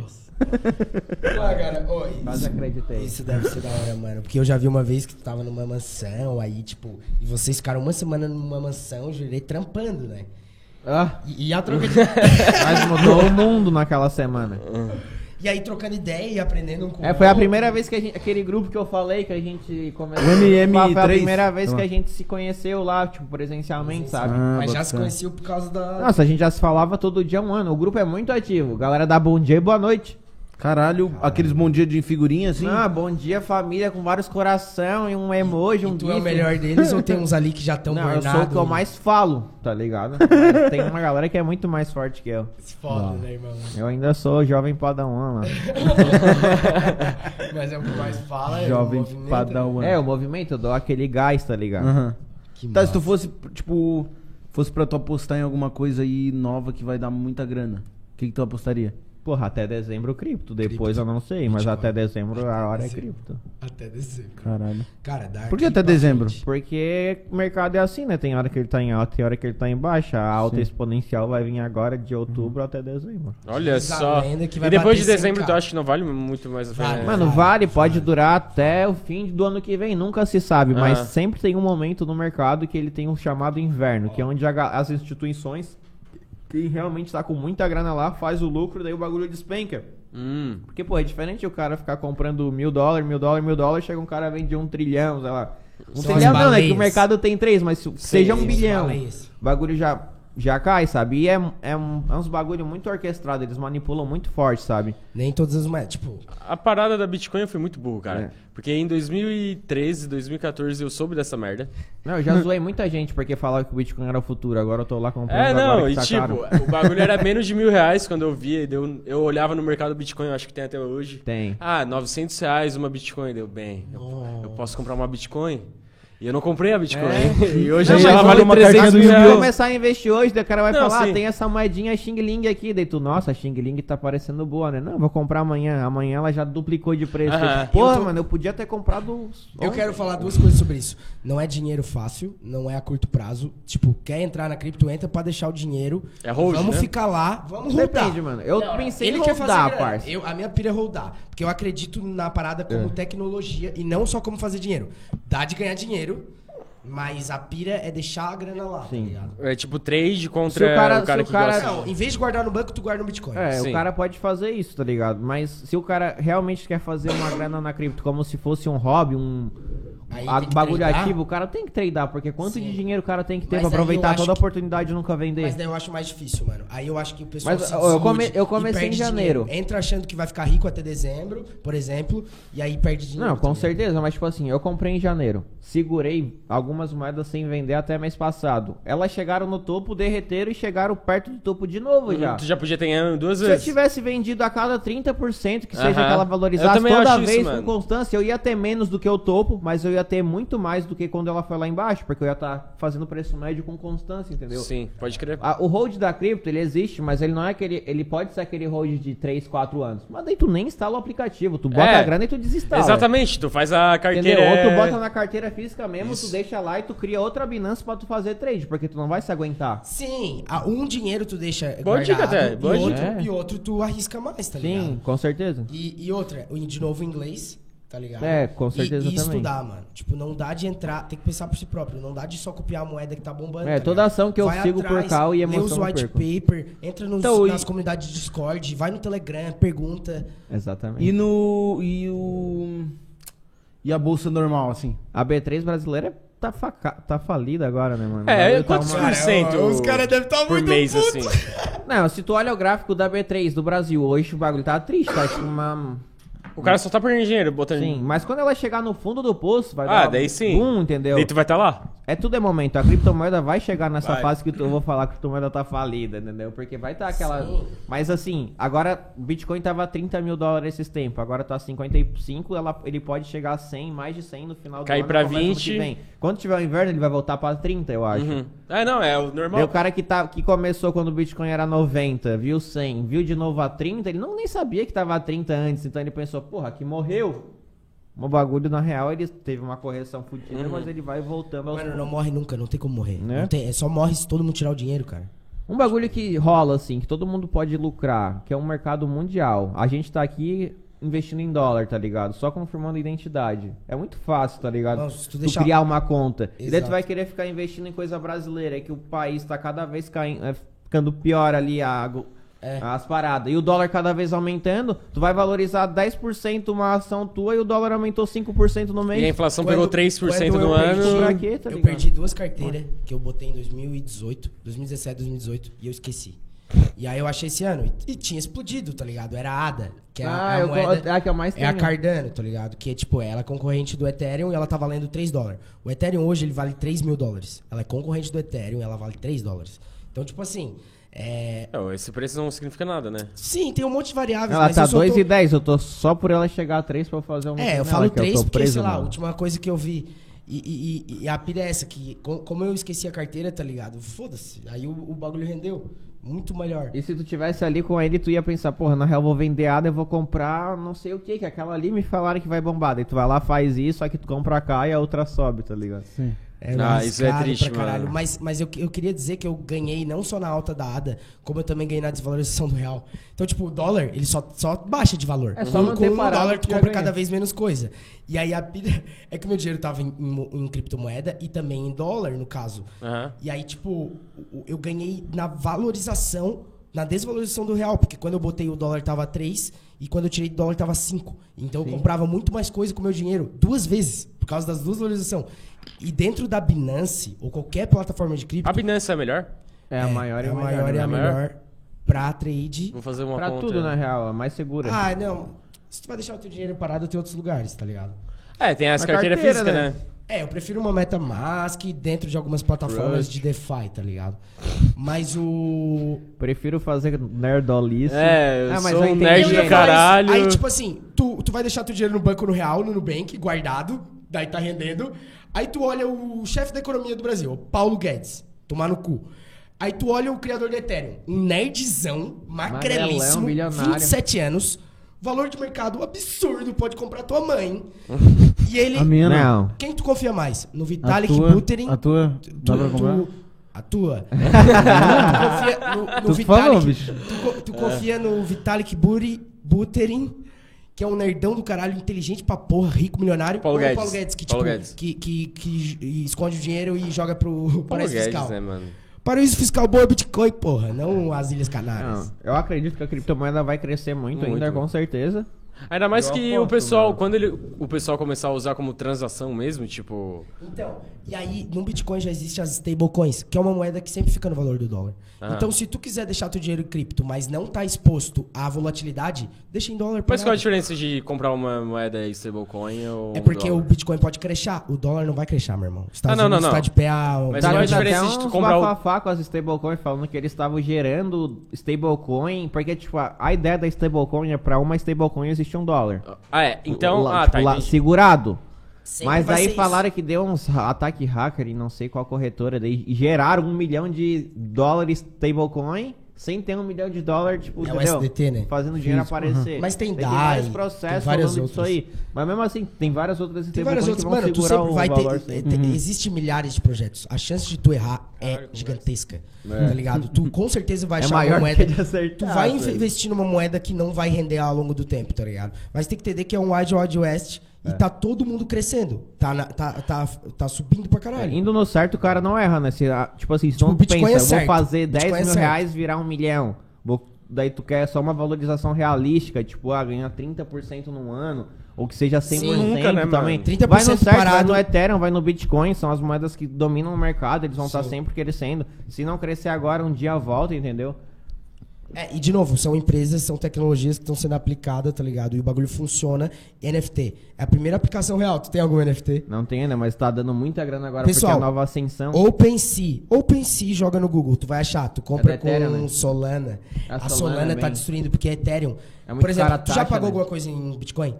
C: Ah, cara, ó,
B: Mas
C: isso,
B: acreditei.
C: isso deve ser da hora, mano. Porque eu já vi uma vez que tu tava numa mansão, aí, tipo... E vocês ficaram uma semana numa mansão, jurei, trampando, né?
B: Ah,
C: E, e a troca de...
B: mas mudou o mundo naquela semana.
C: E aí trocando ideia e aprendendo um com o
B: É, foi a
C: outro.
B: primeira vez que a gente, aquele grupo que eu falei que a gente começou.
A: MM3.
B: Lá, Foi a primeira vez que
A: Tá
B: a
A: bom.
B: gente se conheceu lá, tipo, presencialmente, sabe?
A: Ah,
C: Mas já se
A: bacana.
C: conheceu por causa da...
B: Nossa, a gente já se falava todo dia um ano. O grupo é muito ativo. Galera dá bom dia e boa noite.
A: Caralho, aqueles bom dia de figurinha assim.
B: Ah, bom dia família com vários coração e um emoji, um
C: tu é o
B: gif.
C: melhor deles ou tem uns ali que já estão
B: Não, eu sou o que eu mais falo, tá ligado? Tem uma galera que é muito mais forte que eu.
C: Foda, né, irmão?
B: Eu ainda sou jovem padawan lá.
C: Mas é o que mais fala. é o
A: Jovem
C: movimento,
A: padawan.
B: É, o movimento, eu dou aquele gás, tá ligado?
A: Aham.
C: Que
A: Tá,
C: massa.
A: se tu fosse, tipo, fosse pra tu apostar em alguma coisa aí nova que vai dar muita grana, o que, que tu apostaria?
B: Porra, até dezembro cripto, depois
C: Cripto.
B: eu não sei, mas
C: Bitcoin.
B: até dezembro a hora é
C: dezembro.
B: cripto.
C: Até dezembro.
A: Caralho.
C: Cara, dá
A: Por que
C: aqui
A: até
C: pra
A: dezembro?
C: frente.
B: Porque o mercado é assim, né? Tem hora que ele tá em alta, tem hora que ele tá em baixa. A alta
A: Sim.
B: exponencial vai vir agora de outubro até dezembro.
D: Olha
C: Diz a
D: só.
C: lenda que
D: E
C: vai
D: depois
C: bater
D: de dezembro,
C: 100K.
D: tu acha que não vale muito mais a pena?
C: Vale. É,
B: Mano,
C: vai,
B: vale,
C: vai.
B: pode durar até o fim do ano que vem, nunca se sabe, mas
D: Ah.
B: sempre tem um momento no mercado que ele tem um chamado inverno, que é onde a ga- as instituições que realmente tá com muita grana lá, faz o lucro, daí o bagulho despenca.
D: Hum.
B: Porque, pô, é diferente o cara ficar comprando mil dólares, mil dólares, mil dólares, chega um cara vende um trilhão, sei lá. Um
C: São
B: trilhão não,
C: as
B: né? Que o
C: baleias.
B: mercado tem três, mas se- seja um
D: sim,
B: bilhão.
C: fala isso.
B: O bagulho já, já cai, sabe? E é, é, um- é uns bagulho muito orquestrado, eles manipulam muito forte, sabe?
C: Nem todas as moedas. Tipo,
D: A parada da Bitcoin eu fui muito burro, cara.
B: É.
D: Porque em 2013, 2014 eu soube dessa merda.
B: Não, eu já zoei muita gente porque falava que o Bitcoin era o futuro, agora eu tô lá comprando
D: É,
B: agora
D: não,
B: que
D: e
B: tá
D: tipo,
B: caro.
D: o bagulho era menos de mil reais quando eu via. e deu- eu olhava no mercado Bitcoin, eu acho que tem até hoje.
B: Tem.
D: Ah, 900 reais uma Bitcoin, deu bem. Eu,
C: Nossa.
D: eu posso comprar uma Bitcoin? E eu não comprei a Bitcoin.
B: É.
D: E hoje
A: Não,
D: em dia
A: mas
D: ela vale
A: uma
D: 300
A: cartinha
D: mil
A: do
B: Se eu
A: Yu-Gi-Oh!
D: reais.
B: começar a investir hoje, daí o cara vai
D: Não,
B: falar, ah,
D: sim.
B: tem essa moedinha Xing Ling aqui, daí tu, nossa, Xing Ling tá parecendo boa, né? Não, vou comprar amanhã, amanhã ela já duplicou de preço.
D: Aham.
B: Tipo, Pô,
C: Eu tô-
B: mano, eu podia ter comprado... uns
C: eu
B: ontem.
C: quero falar duas coisas sobre isso. Não é dinheiro fácil, não é a curto prazo. Tipo, quer entrar na cripto, entra pra deixar o dinheiro.
D: É hold,
C: Vamos
D: né?
C: ficar lá, vamos
B: Depende,
C: rodar.
B: mano. Eu pensei
C: Ele
B: em
C: quer fazer
B: rodar,
C: grana.
B: parça. É.
C: Eu, a minha pira é rodar. Porque eu acredito na parada como tecnologia e não só como fazer dinheiro. Dá de ganhar dinheiro, mas a pira é deixar a grana lá,
B: Sim.
C: tá ligado?
D: É tipo trade
B: Se
D: contra
B: o
D: o
B: cara-
D: cara,
B: se o
D: que
B: cara-
D: gosta.
C: Não, em vez de guardar no banco, tu guarda no Bitcoin.
B: É,
D: Sim.
B: o cara pode fazer isso, tá ligado? Mas se o cara realmente quer fazer uma grana na cripto como se fosse um hobby, um
C: Aí
B: a-
C: tem que
B: bagulho
C: tradar.
B: ativo, o cara tem que tradar, porque quanto
C: Sim.
B: de dinheiro o cara tem que ter
C: Mas
B: pra
C: aí eu
B: aproveitar
C: acho
B: toda a
C: que-
B: oportunidade e nunca vender?
C: Mas daí eu acho mais difícil, mano. Aí eu acho que o pessoal
B: Mas
C: se
B: eu- eu come-
C: desilude
B: eu
C: e
B: comecei
C: perde
B: em janeiro.
C: dinheiro. Entra achando que vai ficar rico até dezembro, por exemplo, e aí perde dinheiro. tá
B: Não, com
C: também.
B: certeza, mas tipo assim, eu comprei em janeiro, segurei algumas moedas sem vender até mês passado. Elas chegaram no topo, derreteram e chegaram perto do topo de novo já.
D: Uhum. Tu já podia ter ganhado duas
B: Se eu
D: vezes.
B: tivesse vendido a cada 30%, que seja
D: Aham.
B: aquela
D: Eu
B: valorizada
D: também
B: toda
D: acho isso,
B: vez com
D: mano.
B: constância, eu ia ter menos do que o topo, mas eu ia ter muito mais do que quando ela foi lá embaixo, porque eu ia estar fazendo preço médio com constância, entendeu?
D: Sim, pode crer.
B: A- o hold da cripto, ele existe, mas ele não é aquele. Ele pode ser aquele hold de 3, 4 anos. Mas daí tu nem instala o aplicativo. Tu bota
D: É.
B: a grana e tu desinstala.
D: Exatamente, tu faz a carteira.
B: tá, Entendeu? Ou tu
D: é-
B: bota na carteira física mesmo, tu
D: Isso.
B: deixa lá e tu cria outra Binance pra tu fazer trade, porque tu não vai se aguentar.
C: Sim, a- um dinheiro tu deixa
D: Boa
C: guardado
D: dica até, boa
C: e, outro,
B: dica. É.
C: e outro tu arrisca mais, tá ligado?
B: Sim, com certeza.
C: E, e outra, o- de novo o inglês, tá ligado?
B: É, com certeza
C: e, e
B: também.
C: estudar, mano. Tipo, não dá de entrar, tem que pensar por si próprio. Não dá de só copiar a moeda que tá bombando.
B: É,
C: tá
B: toda
C: ligado?
B: ação que eu
C: Vai
B: sigo por
C: atrás,
B: cal e
C: Lê os
B: emoção eu
C: white
B: perco.
C: paper, entra nos-
A: Então, e-
C: nas comunidades de Discord, vai no Telegram, pergunta.
B: Exatamente.
A: E no. E o. E a bolsa normal, assim.
B: A B3 brasileira tá, faca- tá falida agora, né, mano?
D: É,
B: Ela tá
D: quantos por cento?
C: Cara, os cara deve tá
D: por
C: muito
D: mês,
C: puto.
D: assim.
B: Não, se tu olha o gráfico da B3 do Brasil hoje, o bagulho tá triste, tá tipo uma...
D: O cara só tá perdendo dinheiro botando.
B: Sim, mas quando ela chegar no fundo do poço, vai
D: Ah,
B: dar
D: daí sim.
B: boom, entendeu?
D: Daí tu vai estar tá lá.
B: É tudo é momento. A criptomoeda vai chegar nessa
D: Vai.
B: fase que tu- eu vou falar que a criptomoeda tá falida, entendeu? Porque vai estar aquela...
C: Sim.
B: Mas assim, agora o Bitcoin tava 30 mil dólares esses tempos, agora tá 55, ela, ele pode chegar a 100, mais de 100 no final
D: Cair
B: do ano.
D: pra
B: começa ano que
D: 20.
B: vem. Quando tiver o inverno, ele vai voltar pra 30, eu acho.
D: Uhum. É, não, é o
B: Daí o
D: normal.
B: cara que, tá, que começou quando o Bitcoin era 90, viu 100, viu de novo a 30, ele não nem sabia que tava a 30 antes, então ele pensou, porra, que morreu. O bagulho, na real, ele teve uma correção fodida,
D: Uhum.
B: mas ele vai voltando aos
C: Mano, não morre nunca, não tem como morrer.
B: Né?
C: Não tem- é só morre se todo mundo tirar o dinheiro, cara.
B: Um bagulho que rola, assim, que todo mundo pode lucrar, que é um mercado mundial. A gente tá aqui investindo em dólar, tá ligado? Só confirmando a identidade. É muito fácil, tá ligado?
C: Não, se tu
B: tu,
C: deixar-
B: criar uma conta. E daí tu
C: Exato.
B: vai querer ficar investindo em coisa brasileira, é que o país tá cada vez caindo, é, ficando pior ali a... go-
C: É.
B: As paradas. E o dólar cada vez aumentando, tu vai valorizar 10% uma ação tua e o dólar aumentou 5% no mês.
D: E a inflação
C: Quando-
D: pegou 3%
B: é um
C: quando
D: no
C: eu perdi-
B: Pra
D: ano.
B: quê, tá
C: eu
B: ligado?
C: perdi duas carteiras que eu botei em 2018, 2017, 2018 e eu esqueci. E aí eu achei esse ano. E, e tinha explodido, tá ligado? Era a ADA, que é a-
B: Ah,
C: é a,
B: eu
C: moeda...
B: co- é a que eu mais
C: É a
B: tenho.
C: Cardano, tá ligado? Que, tipo, ela é concorrente do Ethereum e ela tá valendo 3 dólares. O Ethereum hoje, ele vale 3 mil dólares. Ela é concorrente do Ethereum e ela vale 3 dólares. Então, tipo assim, é...
D: É, esse preço não significa nada, né?
C: Sim, tem um monte de variáveis,
B: Ela
C: mas
B: tá
C: eu só
B: 2
C: tô-
B: e 10, eu tô só por ela chegar a 3 pra eu fazer um...
C: É, eu
B: nela,
C: falo
B: que tô
C: 3 porque,
B: preso
C: sei lá, a
B: nela.
C: última coisa que eu vi. E, e- e- e a pira é essa, que co- como eu esqueci a carteira, tá ligado? Foda-se. Aí o, o bagulho rendeu muito melhor.
B: E se tu tivesse ali com ele, tu ia pensar, porra, na real eu vou vender ADA, eu vou comprar não sei o que, que aquela ali me falaram que vai bombar. Daí tu vai lá, faz isso, só que tu compra a cá e a outra sobe, tá ligado? Sim.
C: É
D: Ah, isso é
C: arriscado
D: triste,
C: pra caralho.
D: mano.
C: Mas, mas eu, eu queria dizer que eu ganhei não só na alta da ADA, como eu também ganhei na desvalorização do real. Então, tipo, o dólar, ele só, só baixa de valor.
B: É só
C: Com-
B: manter
C: com um
B: parado
C: dólar,
B: que
C: tu
B: já
C: compra
B: ganha.
C: cada vez menos coisa. E aí a pira é que meu dinheiro tava em, em mo- em criptomoeda e também em dólar, no caso.
D: Aham.
C: E aí, tipo, o- eu ganhei na valorização, na desvalorização do real, porque quando eu botei o dólar tava 3 e quando eu tirei o dólar tava 5. Então eu comprava muito mais coisa com o meu dinheiro, duas vezes, por causa das duas valorizações. E dentro da Binance, ou qualquer plataforma de cripto,
D: A Binance é a melhor?
B: É, a maior e
C: é
B: a
C: a
B: melhor.
C: maior e
B: né?
C: a
D: né?
C: melhor pra trade.
D: Vou fazer uma
B: Pra
D: conta. né?
B: tudo, na real, é mais segura.
C: Ah, não. Se tu vai deixar o teu dinheiro parado, tem outros lugares, tá ligado?
D: É, tem as
B: Na
D: carteiras
B: carteira,
D: físicas,
B: né?
D: né?
C: É, eu prefiro uma MetaMask dentro de algumas plataformas de DeFi, tá ligado? Mas o.
B: Prefiro fazer nerdolice. Ah,
D: É, eu sou um
B: entendi,
D: nerd
B: né?
D: do caralho.
C: Aí, tipo assim, tu, tu vai deixar teu dinheiro no banco no real, no Nubank, guardado, daí tá rendendo. Aí tu olha o chefe da economia do Brasil, o Paulo Guedes, tomar no cu. Aí tu olha o criador do Ethereum, um nerdzão,
B: Magrelão,
C: macrelíssimo,
B: milionário.
C: 27 anos, valor de mercado absurdo, pode comprar tua mãe. e ele...
E: A minha não.
B: Não.
C: Quem tu confia mais? No
E: A
C: Vitalik
E: tua-
C: Buterin?
E: A tua?
C: Tu-
E: Dá pra
C: tu-
E: comprar?
C: A tua? tu confia no, no
E: Tu
C: Vitalik.
E: falou, bicho.
C: Tu, co- tu confia no Vitalik Buri, Buterin, que é um nerdão do caralho, inteligente pra porra, rico, milionário.
D: Paulo
C: ou
D: Guedes.
C: o Paulo Guedes, que, tipo,
D: Paulo Guedes.
C: Que, que, que esconde o dinheiro e joga pro
D: Paulo
C: paraíso
D: Guedes,
C: fiscal.
D: né, mano?
C: Paraíso fiscal bom é Bitcoin, porra, não as Ilhas Canárias.
D: Ah.
B: Não, eu acredito que a criptomoeda vai crescer muito,
D: Muito.
B: ainda, com certeza.
D: Ainda mais
B: Eu
D: que
B: aposto,
D: o pessoal,
B: mano.
D: quando ele, o pessoal começar a usar como transação mesmo, tipo.
C: Então, e aí no Bitcoin já existe as stablecoins, que é uma moeda que sempre fica no valor do dólar.
D: Ah.
C: Então, se tu quiser deixar teu dinheiro em cripto, mas não tá exposto à volatilidade, deixa em dólar.
D: Mas qual é a
C: parado.
D: diferença de comprar uma moeda em stablecoin ou.
C: É porque
D: dólar?
C: o Bitcoin pode crechar, o dólar não vai crechar, meu irmão. Os Estados
D: Ah, não, não,
C: Unidos
D: não.
C: tá de pé a...
D: Mas
B: Tá
D: qual é a
B: dando até
D: diferença de tu
B: uns
D: comprar o-
B: bafafá com as stablecoins falando que eles estavam gerando stablecoin, porque, tipo, a a ideia da stablecoin é pra uma stablecoin existe um dólar.
D: Ah, é. Então.
B: Lá-
D: ah, tá.
B: tipo, lá-
D: entendi.
B: segurado.
C: Sempre
B: Mas
C: vai
B: aí
C: ser
B: falaram que deu uns ha- ataque hacker e não sei qual corretora, daí geraram um milhão de dólares stablecoin sem ter um milhão de dólares, tipo,
C: É o
B: entendeu?
C: SDT, né?
B: Fazendo dinheiro
E: Isso,
B: aparecer.
C: Mas tem
B: Daí
C: DAI,
B: vários
C: tem
B: processos
C: várias
B: falando disso
C: outras.
B: aí. Mas mesmo assim, tem várias outras
C: Tem várias
B: stablecoins que
C: outras,
B: vão
C: mano, tu
B: segurar
C: sempre
B: o
C: vai
B: valor. assim. Uhum.
C: ter...
B: sempre.
C: tem- Existe milhares de projetos. A chance de tu errar é gigantesca, tá ligado? Tu com certeza vai
B: É
C: achar
B: maior
C: uma moeda...
B: que de acertar,
C: tu vai
B: velho.
C: investir numa moeda que não vai render ao longo do tempo, tá ligado? Mas tem que entender que é um Wild Wild West
B: É.
C: e tá todo mundo crescendo. Tá, na- tá, tá, tá subindo pra caralho.
B: Indo no certo, o cara não erra, né? Se, ah, tipo assim, se
C: Tipo,
B: tu não
C: Bitcoin
B: pensa,
C: é
B: eu vou
C: certo.
B: fazer 10
C: Bitcoin é
B: mil
C: certo.
B: reais virar um milhão. Vou- daí tu quer só uma valorização realística, tipo, ah, ganhar 30% num ano, ou que seja 100%
D: nunca, né, mano?
B: também.
C: 30%
B: vai no certo, vai
C: parado.
B: no Ethereum, vai no Bitcoin, são as moedas que dominam o mercado, eles vão estar
C: Sim.
B: sempre crescendo. Se não crescer agora, um dia volta, entendeu?
C: É, e de novo, são empresas, são tecnologias que estão sendo aplicadas, tá ligado? E o bagulho funciona. NFT. É a primeira aplicação real. Tu tem algum NFT?
B: Não tem ainda, mas tá dando muita grana agora
C: Pessoal,
B: porque a nova ascensão.
C: OpenSea. OpenSea joga no Google, tu vai achar. Tu compra
B: É do Ethereum,
C: com
B: né?
C: Solana.
B: A Solana
C: A, Solana, tá
B: também.
C: destruindo porque é Ethereum.
B: É muito
C: Por exemplo,
B: cara a
C: tu já
B: taxa,
C: pagou
B: né?
C: alguma coisa em Bitcoin?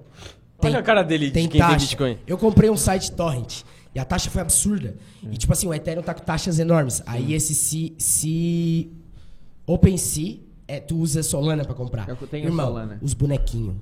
D: Olha a cara dele de
C: tem
D: quem tem
C: taxa.
D: Bitcoin.
C: Eu comprei um site torrent. E a taxa foi absurda. E tipo assim, o Ethereum tá com taxas enormes. Aí esse se... se OpenSea, é, tu usa Solana pra comprar.
B: É Eu tenho
C: Irmão,
B: Solana.
C: os bonequinhos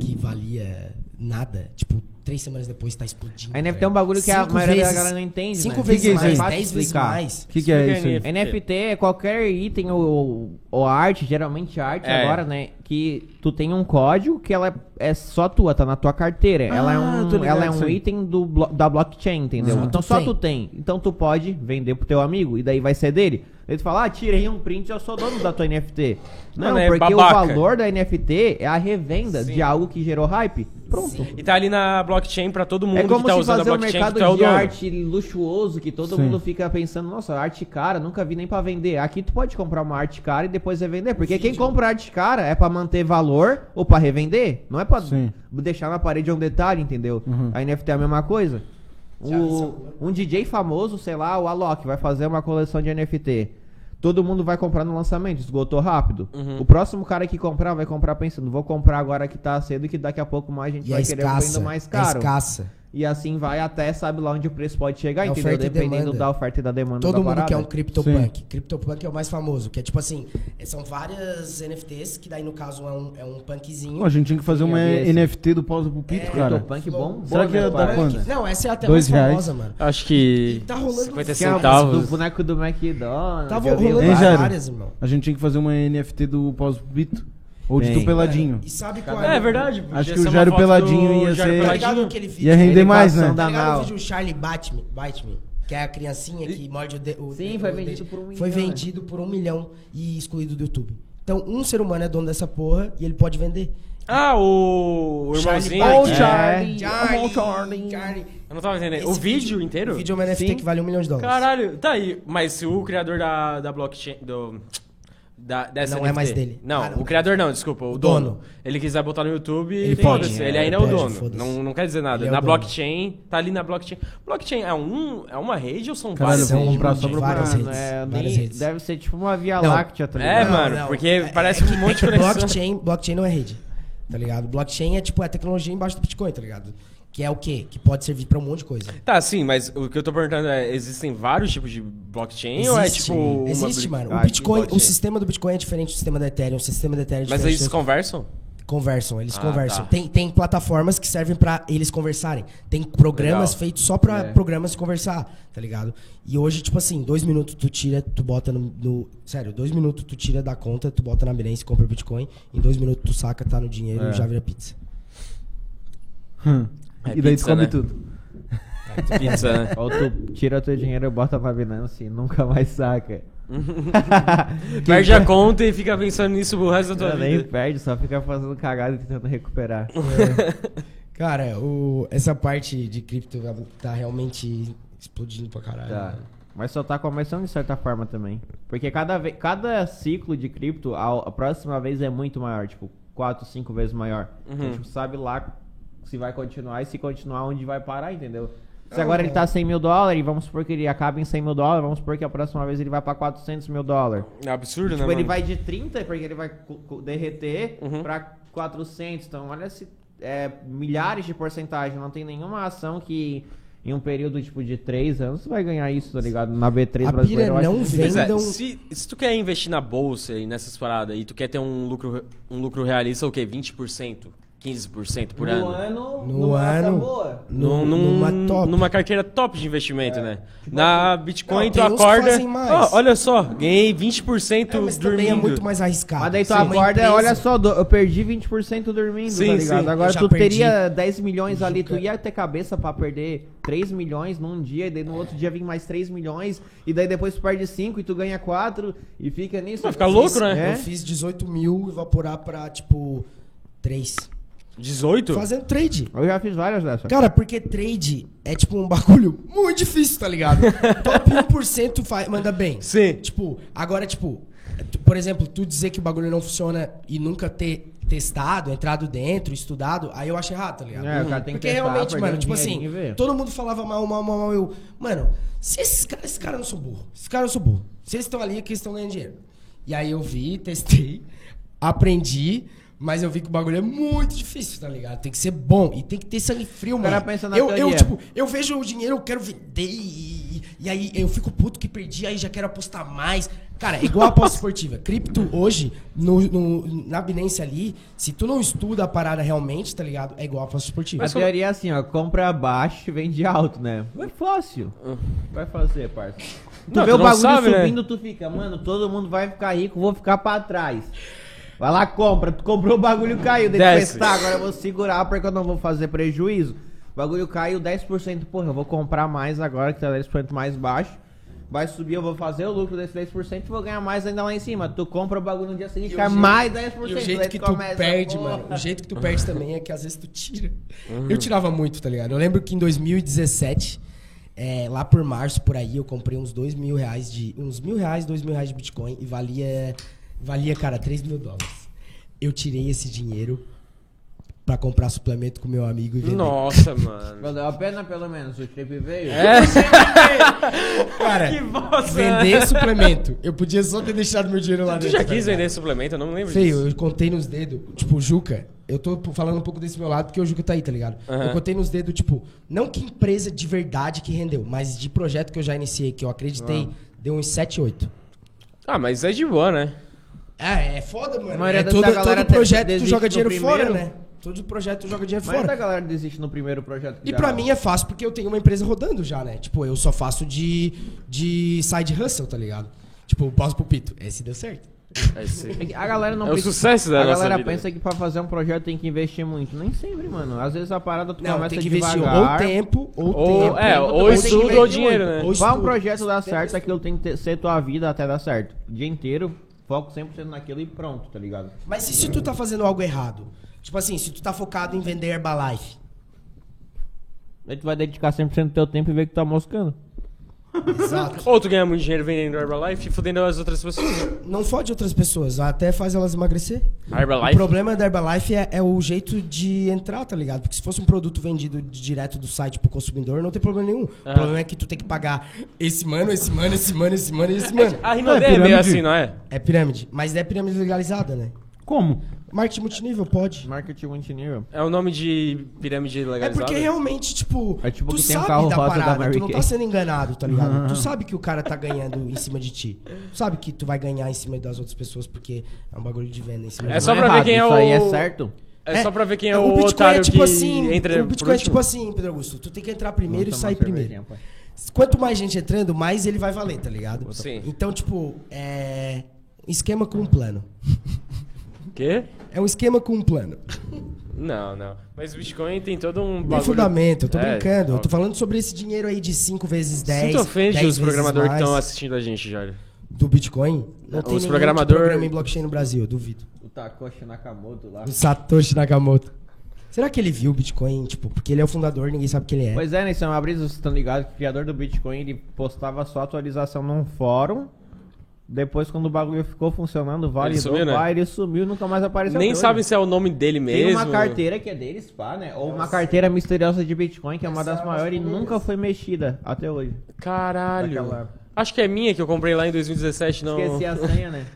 C: que valia nada, tipo, três semanas depois tá explodindo.
B: A NFT
C: tá
B: é um bagulho que a
C: Cinco
B: maioria da
C: vezes-
B: galera não entende,
C: Cinco
B: né?
C: vezes
B: Que que é isso aí?
C: mais,
B: Fácil
C: dez vezes
B: explicar.
C: mais.
E: O que, que é isso aí?
B: NFT é qualquer item ou, ou arte, geralmente arte
D: É.
B: agora, né? Que tu tem um código que ela é só tua, tá na tua carteira. ela é
E: Ah, tô
B: um,
E: ligado
B: ela é
E: isso
B: um
E: aí.
B: item do, blo- da blockchain, entendeu?
C: Só
B: então
C: tu
B: só
C: tem.
B: tu tem. Então tu pode vender pro teu amigo e daí vai ser dele. Eles falam, ah, tirei um print, eu sou dono da tua NFT. Não,
E: Mano, é
B: porque o
E: babaca.
B: valor da NFT é a revenda de algo que gerou hype. Pronto.
E: E tá ali na blockchain pra todo mundo
B: É como
E: que tá
B: se
E: usando a
B: fazer um
E: blockchain que
B: mercado
E: tu é o
B: de
E: dono.
B: arte luxuoso que todo
F: Sim.
B: mundo fica pensando, nossa, arte cara, nunca vi nem pra vender. Aqui tu pode comprar uma arte cara e depois revender, porque quem compra arte cara é pra manter valor ou pra revender, não é pra
F: Sim. Uhum.
B: deixar na parede um detalhe, entendeu? A NFT é a mesma coisa. O- um DJ famoso, sei lá, o Alok, vai fazer uma coleção de NFT. Todo mundo vai comprar no lançamento, esgotou rápido.
E: Uhum.
B: O próximo cara que comprar vai comprar pensando, vou comprar agora que tá cedo que daqui a pouco mais gente
C: E é
B: vai querer um
C: escassa.
B: ainda mais
C: É
B: caro.
C: escassa.
B: E assim vai até sabe lá onde o preço pode chegar,
C: É
B: entendeu?
C: oferta e
B: Dependendo
C: demanda.
B: da oferta e da demanda da
C: Todo mundo
B: parada.
C: quer um CryptoPunk. CryptoPunk é o mais famoso, que é tipo assim, é- são várias NFTs, que daí no caso é um, é um punkzinho.
F: Pô, a gente tinha que fazer uma
B: Sim, esse.
F: NFT do pausa pro
E: É,
F: pito, cara.
B: CryptoPunk bom.
F: Será
B: bom,
F: que
B: né,
F: dá
B: parada?
F: quanto?
C: Não, essa é até mais
F: Dois reais.
C: famosa, mano.
D: Acho que.
C: E tá rolando
D: 50
B: Que é o do
D: centavos.
B: boneco do McDonald's.
C: Tava
B: eu vi lá.
C: rolando
F: Ah, Hein, Jairo?
C: várias, irmão.
F: A gente tinha que fazer uma NFT do pausa pro pito. Ou de
B: Tem.
F: tu peladinho.
C: E sabe qual
F: um.
C: é?
D: É verdade. podia
F: Acho que
D: ser
F: o
D: uma
F: Jairo
D: foto
F: Peladinho
D: do
F: ia
D: Jairo
F: ser-
C: Tá
D: Peladinho.
C: ligado aquele vídeo?
F: Ia render mais, né?
B: Equação da
C: Tá ligado o
B: Nau.
C: vídeo Charlie Batman, Batman, que é a criancinha que morde o, de, o
B: Sim,
C: de-
B: foi
C: o
B: vendido
C: dente.
B: por um
C: Foi
B: milhão,
C: vendido por um milhão e excluído do YouTube. Então, um ser humano é dono dessa porra e ele pode vender.
E: Ah, o, o irmãozinho.
D: É.
B: Charlie
F: É.
B: Brown.
E: aqui.
C: Charlie, É.
B: Charlie,
C: Charlie,
B: oh, Charlie.
C: Charlie.
E: Eu não tava entendendo. o
C: Esse
E: vídeo inteiro?
C: O vídeo é uma NFT
B: Sim.
C: que vale um milhão de dólares.
E: Caralho, tá aí. Mas se o criador da, da blockchain. Do, da, dessa
C: Não é
E: NFT,
C: mais dele.
E: Não,
C: Ah, não.
E: o criador não, desculpa. O
C: O
E: dono.
C: dono.
E: Ele quiser botar no YouTube,
C: Ele
E: tem-
C: pode,
E: foda-se,
C: é,
E: ele ainda é
C: pode,
E: o dono.
C: foda-se.
E: Não, não quer dizer nada.
C: Ele é o
E: Na
C: dono.
E: blockchain, tá ali na blockchain. Blockchain é um, é uma rede ou são
F: Caralho,
E: várias?
C: São
F: Tá vamos comprar
C: é de
F: só pra
C: várias
F: parar,
B: Mano,
C: redes,
B: é, nem-
C: várias redes.
B: deve ser tipo uma Via
C: Não. é
B: Láctea, tá
E: É,
B: ligado?
E: mano, porque parece um monte de conexão.
C: blockchain, blockchain não é rede, tá ligado? Blockchain é tipo a tecnologia embaixo do Bitcoin, tá ligado? Que é o quê? Que pode servir pra um monte de coisa.
E: Tá, sim, mas o que eu tô perguntando é: existem vários tipos de blockchain ou é tipo. uma
C: Existe,
E: bli-
C: mano.
E: Ah,
C: O Bitcoin,
E: blockchain.
C: o sistema do Bitcoin é diferente do sistema da Ethereum. O sistema da Ethereum é
E: tipo, Mas
C: diferente
E: eles
C: do-
E: conversam?
C: Conversam, eles
E: Ah,
C: conversam.
E: tá.
C: Tem, tem plataformas que servem pra eles conversarem. Tem programas
E: Legal.
C: feitos só pra
B: É.
C: programas conversar, tá ligado? E hoje, tipo assim, dois minutos tu tira, tu bota no, no- Sério, dois minutos tu tira da conta, tu bota na Binance, compra Bitcoin. Em dois minutos tu saca, tá no dinheiro e já vira pizza.
E: É
F: e daí
E: pizza,
F: tu come
E: né?
F: tudo.
E: Pizza, né?
B: Ou tu tira teu dinheiro e bota na Binance e nunca mais saca.
E: Perde a conta e fica pensando nisso o resto da tua
B: Ela
C: É,
B: nem
E: vida.
B: perde, só fica fazendo cagada e tentando recuperar.
C: Cara, o- essa parte de cripto tá realmente explodindo pra caralho.
B: Tá.
C: mano.
B: Mas só tá começando de certa forma também. Porque cada, ve- cada ciclo de cripto, a, a próxima vez é muito maior, tipo, 4, 5 vezes maior. A
C: Uhum.
B: gente não sabe lá se vai continuar e se continuar onde vai parar, entendeu? Se agora ele tá 100 mil dólares, vamos supor que ele acaba em 100 mil dólares, vamos supor que a próxima vez ele vai pra 400 mil dólares.
E: É absurdo, né?
B: Tipo, ele
E: mano?
B: vai de 30, porque ele vai co- co- derreter,
E: Uhum.
B: pra 400. Então, olha se é, milhares de porcentagem. Não tem nenhuma ação que em um período tipo de 3 anos você vai ganhar isso, tá ligado? Na B3
C: A
B: brasileira.
C: pira
B: eu acho
C: não
B: difícil.
E: Pois é,
C: vendam.
E: se, se tu quer investir na bolsa e nessas paradas e tu quer ter um lucro, um lucro realista, o quê? 20%, 15% por
B: No
E: ano?
B: ano,
C: No
B: numa ação
C: ano-
B: boa.
E: Num- num-
C: numa top. É.
E: Numa carteira top de investimento, né? Na Bitcoin,
C: Não,
E: tu
C: tem uns que
E: acorda.
C: fazem mais.
E: "Ó, olha só, ganhei 20%
C: É, mas também
E: dormindo.
C: é muito mais arriscado.
B: Mas daí tu
C: Sim. Uma
B: acorda,
C: empresa-
B: olha só, do- eu perdi 20% dormindo,
E: Sim,
B: tá ligado?
E: sim.
B: Agora
C: Eu já
B: tu
C: perdi.
B: teria 10 milhões ali, tu ia ter cabeça pra perder 3 milhões num dia, e daí no outro dia vem mais 3 milhões, e daí depois tu perde 5 e tu ganha 4 e fica nisso.
E: Vai ficar louco, né?
B: É.
C: Eu fiz 18 mil evaporar pra, tipo, 3.
E: 18?
C: Fazendo trade.
B: Eu já fiz várias dessas.
C: Cara, porque trade é, tipo, um bagulho muito difícil, tá ligado? Top 1% faz, manda bem.
E: Sim.
C: Tipo, agora, tipo, tu- por exemplo, tu dizer que o bagulho não funciona e nunca ter testado, entrado dentro, estudado, aí eu acho errado, tá ligado?
B: É, o cara tem que
C: Porque
B: testar,
C: realmente,
B: perder
C: mano,
B: um
C: tipo assim,
B: dinheirinho e ver.
C: todo mundo falava mal, mal, mal, mal. Eu, mano, se esses caras esses cara não são burros, esses caras não são burros. Se eles estão ali, é que eles estão ganhando dinheiro. E aí eu vi, testei, aprendi. Mas eu vi que o bagulho é muito difícil, tá ligado? Tem que ser bom e tem que ter sangue frio, mano.
B: cara pensa na
C: eu, eu,
B: teoria.
C: tipo, eu vejo o dinheiro, eu quero vender e, e aí eu fico puto que perdi, aí já quero apostar mais. Cara, é igual a aposta esportiva. Cripto hoje, no, no- na Binance ali, se tu não estuda a parada realmente, tá ligado? É igual a aposta esportiva.
B: a teoria é assim, ó, compra baixo e vende alto, né? É fácil. Vai fazer, parça. Tu
E: Ah. Não,
B: vê
E: tu
B: o
E: não
B: bagulho
E: sabe, né?
B: subindo, tu fica, mano, todo mundo vai ficar rico, vou ficar pra trás. Vai lá, compra. Tu comprou o bagulho caiu. Daí tu pensa,
E: Desce.
B: tá, agora eu vou segurar porque eu não vou fazer prejuízo. O bagulho caiu 10%. Porra, eu vou comprar mais agora que tá 10% mais baixo. Vai subir, eu vou fazer o lucro desse 10% e vou ganhar mais ainda lá em cima. Tu compra o bagulho no dia seguinte, cai mais 10%.
C: E o jeito
B: daí
C: que tu
B: começa,
C: perde,
B: porra.
C: mano. O jeito que tu perde também é que às vezes tu tira. Eu
E: Uhum.
C: tirava muito, tá ligado? Eu lembro que em 2017, é, lá por março, por aí, eu comprei uns dois mil reais de. Uns mil reais, dois mil reais de Bitcoin e valia. Valia, cara, 3 mil dólares. Eu tirei esse dinheiro pra comprar suplemento com meu amigo e vender.
E: Nossa, mano.
B: Valeu a pena pelo menos, o trip veio.
E: É.
C: cara, vender suplemento. Eu podia só ter deixado meu dinheiro lá
E: Tu
C: dentro.
E: já
C: tá
E: quis
C: ligado?
E: vender suplemento? Eu não lembro disso.
C: Feio, eu contei nos dedos, tipo, o Juca. Eu tô falando um pouco desse meu lado porque o Juca tá aí, tá ligado? Eu contei nos dedos, tipo, não que empresa de verdade que rendeu, mas de projeto que eu já iniciei, que eu acreditei, deu uns 7, 8.
E: Ah, mas é de boa, né?
C: É, é foda, mano.
B: A maioria
C: É
B: da
C: todo,
B: galera
C: todo projeto tu
B: desiste
C: joga
B: no
C: dinheiro fora,
B: primeiro. é
C: né? Todo projeto tu joga dinheiro
B: Mas
C: fora.
B: a galera desiste no primeiro projeto. que
C: E
B: já-
C: pra mim é fácil porque eu tenho uma empresa rodando já, né? Tipo, eu só faço de, de side hustle, tá ligado? Tipo, eu passo pro pito. Esse deu certo.
E: É sim.
B: É que A galera não
E: É o sucesso da
B: A
E: nossa
B: galera
E: vida.
B: pensa que pra fazer um projeto tem que investir muito. Nem sempre, mano. Às vezes a parada tu
C: Não,
B: começa
C: tem que
B: devagar.
C: investir ou tempo, ou,
E: é Ou,
C: tempo.
E: é, ou
B: vai ter que
E: estudo ou
B: investir
E: dinheiro,
C: muito.
E: né?
C: Ou
B: Vai um
C: estudo.
B: projeto dar certo, aquilo tem que ter- ser tua vida até dar certo. O dia inteiro, foco 100% naquilo e pronto, tá ligado?
C: Mas e se tu tá fazendo algo errado? Tipo assim, se tu tá focado em vender Herbalife.
B: Aí tu vai dedicar 100% do teu tempo e ver que tu tá moscando.
C: Exato.
E: Ou tu ganha muito dinheiro vendendo Herbalife e fudendo as outras pessoas.
C: Não fode outras pessoas, até faz elas emagrecer. O
E: Herbalife?
C: problema da Herbalife é, é o jeito de entrar, tá ligado? Porque se fosse um produto vendido de- direto do site pro consumidor, não tem problema nenhum. O problema é que tu tem que pagar esse mano, esse mano, esse mano, esse mano e esse mano.
E: A Rinode é, meio
F: pirâmide.
E: assim, não é?
C: É pirâmide. Mas é pirâmide legalizada, né?
F: Como?
C: Marketing multinível pode.
B: Marketing multinível.
E: É o nome de pirâmide
C: É
E: legalizada.
C: porque realmente, tipo,
B: É tipo
C: tu
B: que tem um
C: sabe
B: carro
C: da
B: rosa da
C: parada,
B: Mary
C: tu não tá
B: Kay.
C: sendo enganado, tá ligado? Tu sabe que o cara tá ganhando em cima de ti. Tu sabe que tu vai ganhar em cima das outras pessoas porque é um bagulho de venda em cima
E: É
C: de
E: só
B: Não
E: pra ver
B: errado,
E: quem é
B: Isso aí é
E: o-
B: certo.
E: É só pra ver quem é,
C: É,
E: o,
C: Bitcoin
E: otário
C: é tipo
E: que
C: assim,
E: entra
C: o Bitcoin
E: por
C: é tipo
E: último.
C: assim, Pedro Augusto, tu tem que entrar primeiro e
B: Vamos
C: sair
B: tomar uma
C: primeiro.
B: cervejinha, pai.
C: Quanto mais gente entrando, mais ele vai valer, tá ligado?
E: Sim.
C: Então, tipo, é esquema com um plano.
E: Quê?
C: É um esquema com um plano.
E: Não, não. Mas o Bitcoin tem todo um
C: Tem
E: bagulho...
C: fundamento, eu tô
E: É,
C: brincando. Eu tô
E: óbvio.
C: falando sobre esse dinheiro aí de 5 vezes 10.
E: Sinto ofende
C: 10
E: os programadores que
C: vezes
E: estão
C: mais
E: assistindo a gente, Jário.
C: Do Bitcoin? Não
E: Os
C: ninguém
E: programador-
C: que programa em blockchain no Brasil, eu duvido.
B: O Takoshi Nakamoto lá.
C: Do Satoshi Nakamoto. Será que ele viu o Bitcoin, tipo, porque ele é o fundador, ninguém sabe quem ele é.
B: Pois é, né? São Abrisa, vocês estão ligados que o criador do Bitcoin ele postava só atualização num fórum. Depois, quando o bagulho ficou funcionando, validou,
E: sumiu, né?
B: pá, ele sumiu e nunca mais apareceu.
E: Nem
B: até
E: sabem
B: hoje.
E: se é o nome dele
B: Tem
E: mesmo. né?
B: uma carteira que é deles, pá, né? Ou uma carteira misteriosa de Bitcoin, que é uma das maiores e nunca foi mexida até hoje.
E: Caralho.
B: Daquela-
E: Acho que é minha que eu comprei lá em 2017, não.
B: Esqueci a senha, né?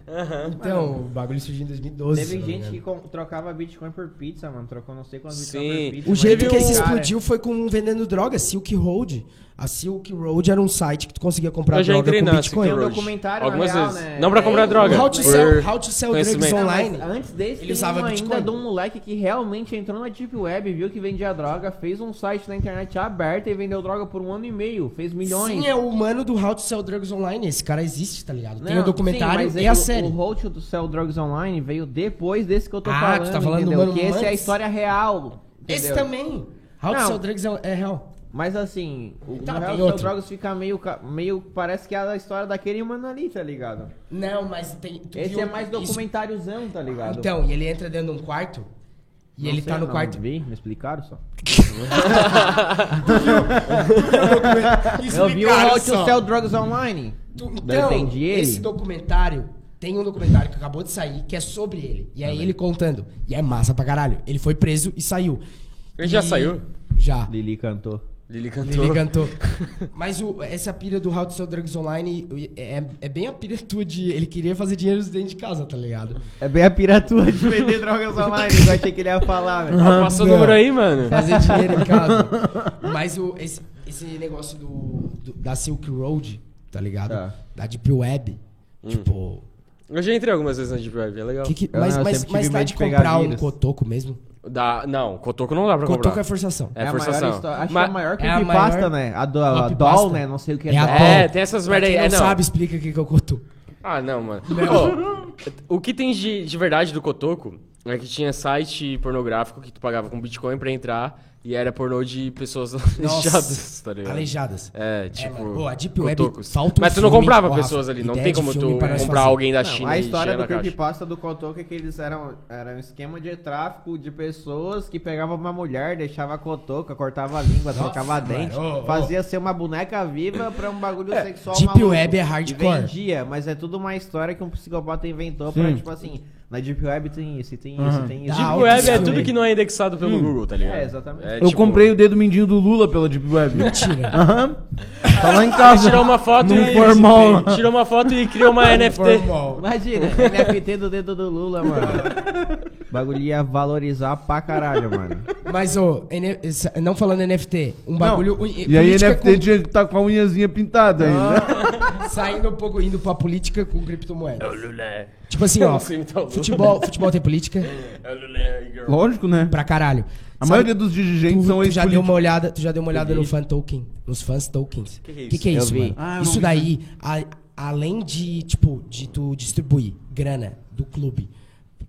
C: Então, o bagulho surgiu em 2012. se
B: Teve
C: não me
B: gente
C: engano.
B: que com- trocava Bitcoin por pizza, mano. Trocou não sei quantos Bitcoin
E: Sim.
B: por pizza.
C: O
B: mas
C: jeito que
B: teve
C: esse
B: um cara-
C: explodiu foi com vendendo droga, Silk Road. A Silk Road era um site que tu conseguia comprar
E: Eu já
C: droga
E: entrei
C: com
E: na
C: Bitcoin.
E: Silk
B: Tem um
E: Road.
B: documentário
E: Algumas
B: real,
E: vezes.
B: né?
E: Não pra comprar
B: É,
E: droga.
C: How to
E: por
C: sell, how to sell drugs
E: conhecimento.
B: Não, mas
C: online.
B: Antes desse,
C: Ele
B: ele
C: usava
B: usava um ainda
C: Bitcoin.
B: de um moleque que realmente entrou na Deep Web, viu que vendia droga, fez um site na internet aberta e vendeu droga por um ano e meio. Fez milhões.
C: Sim, é o humano do How to Sell Drugs Online. Esse cara existe, tá ligado? Tem
B: Não,
C: o documentário
B: sim, mas é
C: e a
B: o-
C: série.
B: O Holt do Cell Drugs Online veio depois desse que eu tô
C: Ah,
B: falando.
C: tu tá falando do
B: entendeu?
C: Mano
B: Que esse é a
C: Mantes?
B: história real.
C: Esse
B: entendeu?
C: também. How to
B: Não.
C: Sell Drugs é é real.
B: Mas assim, o tá,
C: Tá, tem
B: Real Cell
C: outro.
B: Drugs fica meio, ca- meio. Parece que é a história daquele mano ali, tá ligado?
C: Não, mas tem. tu
B: Esse
C: viu
B: é mais
C: isso?
B: documentáriozão, tá ligado?
C: Então, e ele entra dentro de um quarto. E
B: Não
C: ele
B: sei,
C: tá no
B: não
C: quarto.
B: Vi, me explicaram só.
C: Explicaram
B: Eu vi um o How
C: só.
B: to Sell Drugs Online.
C: Tu-
B: eu
C: Então,
B: entendi ele.
C: esse documentário, tem um documentário que acabou de sair que é sobre ele. E
B: Tá
C: aí ele contando. E é massa pra caralho. Ele foi preso e saiu.
E: Ele já
C: E-
E: saiu?
C: Já.
B: Lili cantou.
E: Lili cantou.
C: Ele cantou. Mas o- essa pilha do How to Sell Drugs Online é, é- é bem a pilha tua de. Ele queria fazer dinheiro dentro de casa, tá ligado?
B: É bem a piratua de vender drogas online. Eu achei que ele ia falar, velho.
E: Ah, Passou o
C: Não.
E: número aí, mano.
C: Fazer dinheiro em casa. Mas o, esse, esse negócio do, do- da Silk Road, tá ligado?
B: Tá.
C: Da Deep Web. Tipo.
E: Eu já entrei algumas vezes na Deep Web, é legal.
C: que que-
B: Eu
C: mas
B: não, eu
C: mas,
B: sempre
C: mas
B: tive
C: dá
B: medo
C: de
B: de pegar
C: comprar um
B: vírus.
C: cotoco mesmo?
E: Dá... Não, Cotoco não dá pra comprar.
C: Cotoco é forçação.
E: É,
B: a maior
E: forçação.
B: histó- Acho
E: Ma-
B: que é a maior
C: é a
B: creepypasta,
C: maior
B: né? A, do, a
C: creepypasta.
B: doll, né? Não sei o que é,
C: É a
B: doll.
C: doll.
E: É, tem essas
C: Pra
E: merda aí.
C: quem
E: É,
C: não
E: não.
C: sabe, explica o que que é o cotoco.
E: Ah, não, mano. Ô, o que tem de, de verdade do Cotoco é que tinha site pornográfico que tu pagava com Bitcoin pra entrar, E era pornô de pessoas
C: Nossa,
E: aleijadas, tá ligado?
C: Aleijadas.
E: É,
C: É,
E: tipo.
C: mano, pô, a Deep Web
E: cotocos.
C: falta um
E: Mas tu não
C: filme,
E: comprava
C: ô, Rafa,
E: pessoas ali, não
C: ideia
E: tem
C: de
E: como
C: filme
E: tu
C: pra nós
E: comprar
C: fazer.
E: alguém da
B: Não,
E: China
B: a
E: e
B: história
E: encher
B: do
E: na caixa.
B: creepypasta do Kotoku é que eles eram era um esquema de tráfico de pessoas que pegavam uma mulher, deixava a cotoca, cortava a língua,
C: Nossa,
B: trocava
C: mano,
B: dente,
C: ô, ô.
B: fazia ser uma boneca viva pra um bagulho sexual
C: Deep
B: maluco.
C: Web é
B: E
C: hardcore.
B: vendia, mas é tudo uma história que um psicopata inventou pra,
F: Sim.
B: tipo assim, na Deep Web tem isso, e tem isso,
F: Aham.
B: e tem isso. Ah,
C: Deep
E: Deep
C: alto
E: Web é
C: escalante.
E: tudo que não é indexado pelo Google, tá ligado?
B: É, exatamente.
E: É,
F: Eu
E: tipo,
F: comprei o dedo mindinho do Lula pela Deep Web.
C: Mentira.
F: Aham. Tá lá em casa.
E: Ah, Tirou uma foto
F: Num
E: e.
F: formal.
E: Tirou uma foto e criou uma NFT.
C: Formal.
B: Imagina, NFT do dedo do Lula, mano. bagulho ia valorizar pra caralho, mano.
C: Mas, ô, N- essa- não falando NFT, um bagulho. u-
F: E aí
C: política
F: NFT
C: com-
F: tinha que tá com a unhazinha pintada né? ainda.
C: Saindo um pouco, indo pra política com criptomoedas. Tipo assim, ó.
E: sei imitar o Lula.
C: Futebol, futebol tem política
F: Lógico, né?
C: Ah. pra caralho.
F: A
C: Sabe-
F: maioria dos dirigentes
C: tu,
F: são
C: tu já deu uma
F: ex-políticos.
C: olhada, tu já deu uma olhada no fan token, nos fans tokens. Que que é isso,
B: Eu vi.
C: mano?
F: Ah, eu não
C: isso
F: vi.
C: daí, a- além de, tipo, de tu distribuir grana do clube,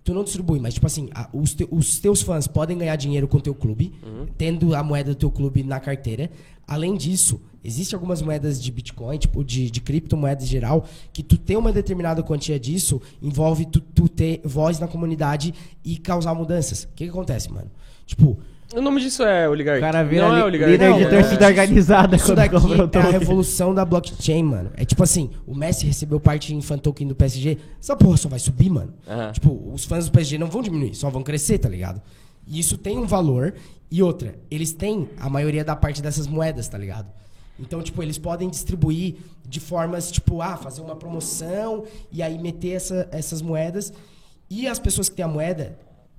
C: tu não distribui, mas tipo assim, a- os, te- os teus fãs podem ganhar dinheiro com o teu clube, tendo a moeda do teu clube na carteira. Além disso, existem algumas moedas de Bitcoin, tipo, de, de criptomoedas em geral, que tu ter uma determinada quantia disso envolve tu, tu ter voz na comunidade e causar mudanças. O que, que acontece, mano? Tipo,
E: O nome disso é
B: O
E: oligarquia.
B: cara vira
E: não é
B: li-
E: oligarquia.
B: líder de
E: é-
B: torcida organizada
C: Isso
B: quando
C: daqui
B: comprou o
C: é a
B: token.
C: revolução da blockchain, mano. É tipo assim, o Messi recebeu parte em fan token do PSG, essa porra só vai subir, mano.
E: Aham.
C: Tipo, os fãs do PSG não vão diminuir, só vão crescer, tá ligado? E isso tem um valor. E outra, eles têm a maioria da parte dessas moedas, tá ligado? Então, tipo, eles podem distribuir de formas, tipo, ah, fazer uma promoção e aí meter essa- essas moedas. E as pessoas que têm a moeda,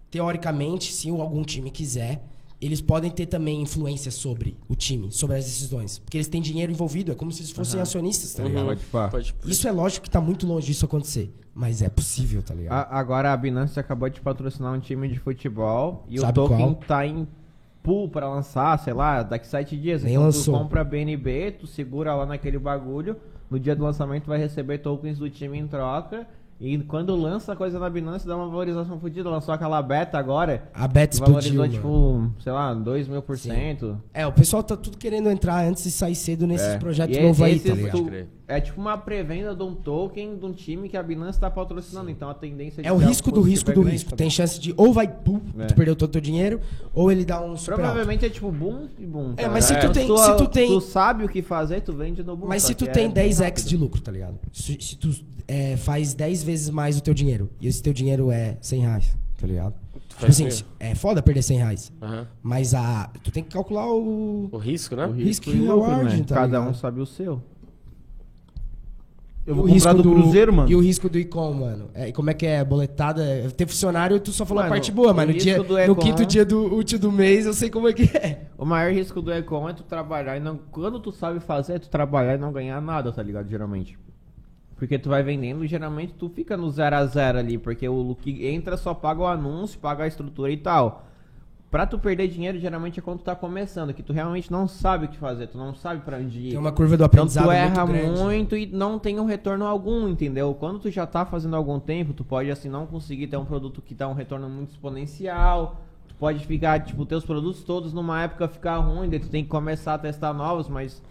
C: teoricamente, se algum time quiser, eles podem ter também influência sobre o time, sobre as decisões. Porque eles têm dinheiro envolvido, é como se eles fossem acionistas, tá ligado?
E: Pode, pode.
C: Isso é lógico que tá muito longe disso acontecer, mas é possível, tá ligado?
B: A- agora a Binance acabou de patrocinar um time de futebol e
C: Sabe
B: o token
C: qual?
B: tá em pool pra lançar, sei lá, daqui sete dias. Então
C: Nem lançou.
B: Tu compra a BNB, tu segura lá naquele bagulho, no dia do lançamento vai receber tokens do time em troca. E quando lança a coisa na Binance, dá uma valorização fodida. Lançou aquela beta agora,
C: A bet
B: que
C: explodiu.
B: valorizou
C: mano.
B: tipo, sei lá, 2 mil por cento.
C: É, o pessoal tá tudo querendo entrar antes e sair cedo nesses projetos
B: É. E
C: novos aí,
B: esse
C: tá ligado?
B: tu- É tipo uma pré-venda de um token de um time que a Binance tá patrocinando. Então a tendência de
C: É o
B: dar
C: risco do
B: positivo
C: risco
B: é
C: do
B: grande
C: risco.
B: também.
C: Tem chance de ou vai, pum,
B: É.
C: tu perdeu todo o teu dinheiro, ou ele dá um super alto.
B: Provavelmente é tipo boom e boom. tá
C: É, mas se
B: ligado?
C: tu tem-
B: Então,
C: se tu tem-
B: Tu sabe o que fazer, tu vende no boom.
C: Mas
B: só
C: se tu
B: que
C: tem
B: é
C: 10x de lucro, tá ligado? Se, se tu é, faz 10 vezes mais o teu dinheiro, e esse teu dinheiro é 100 reais, tá ligado? Tipo
E: faz
C: assim,
E: dinheiro.
C: é foda perder 100 reais,
E: Aham.
C: mas a, tu tem que calcular o...
E: O risco, né?
B: O É
C: Risco
B: um risco
C: e
B: e lucro,
C: reward,
B: né?
C: tá
B: Cada
C: ligado?
B: um sabe o seu.
F: Eu vou comprar do Cruzeiro, mano.
C: E o risco do Icom, mano. É, e como é que é? Boletada? Ter funcionário, tu só falou a
B: Mano,
C: parte boa,
B: o
C: mas no,
B: risco
C: dia,
B: do
C: no
B: Econ-
C: quinto dia do útil do mês, eu sei como é que é.
B: O maior risco do Econ é tu trabalhar e não. Quando tu sabe fazer, é tu trabalhar e não ganhar nada, tá ligado? Geralmente. Porque tu vai vendendo, geralmente tu fica no 0 a 0 ali, porque o o que entra só paga o anúncio, paga a estrutura e tal. Pra tu perder dinheiro, geralmente é quando tu tá começando, que tu realmente não sabe o que fazer, tu não sabe pra onde ir.
C: Tem uma curva do
B: Então
C: aprendizado
B: tu erra
C: muito grande.
B: muito, e não tem um retorno algum, entendeu? Quando tu já tá fazendo algum tempo, tu pode assim não conseguir ter um produto que dá um retorno muito exponencial. Tu pode ficar, tipo, teus produtos todos numa época ficar ruim, daí tu tem que começar a testar novos, mas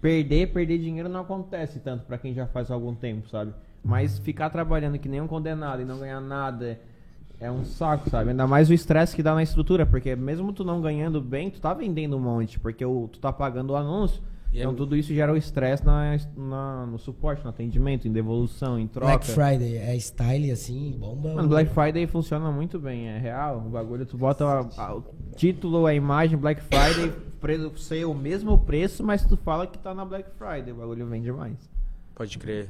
B: perder, perder dinheiro não acontece tanto pra quem já faz algum tempo, sabe? Mas ficar trabalhando que nem um condenado e não ganhar nada é um saco, sabe? Ainda mais o estresse que dá na estrutura, porque mesmo tu não ganhando bem, tu tá vendendo um monte, porque o, tu tá pagando o anúncio.
E: E é
B: então tudo isso gera o estresse na, na- no suporte, no atendimento, em devolução, em troca.
C: Black Friday é style, assim, bomba.
B: Mano, Black Friday funciona muito bem, é real. O bagulho, tu bota a- a- o título, a imagem Black Friday, preço ser o mesmo preço, mas tu fala que tá na Black Friday, o bagulho vende mais.
E: Pode crer.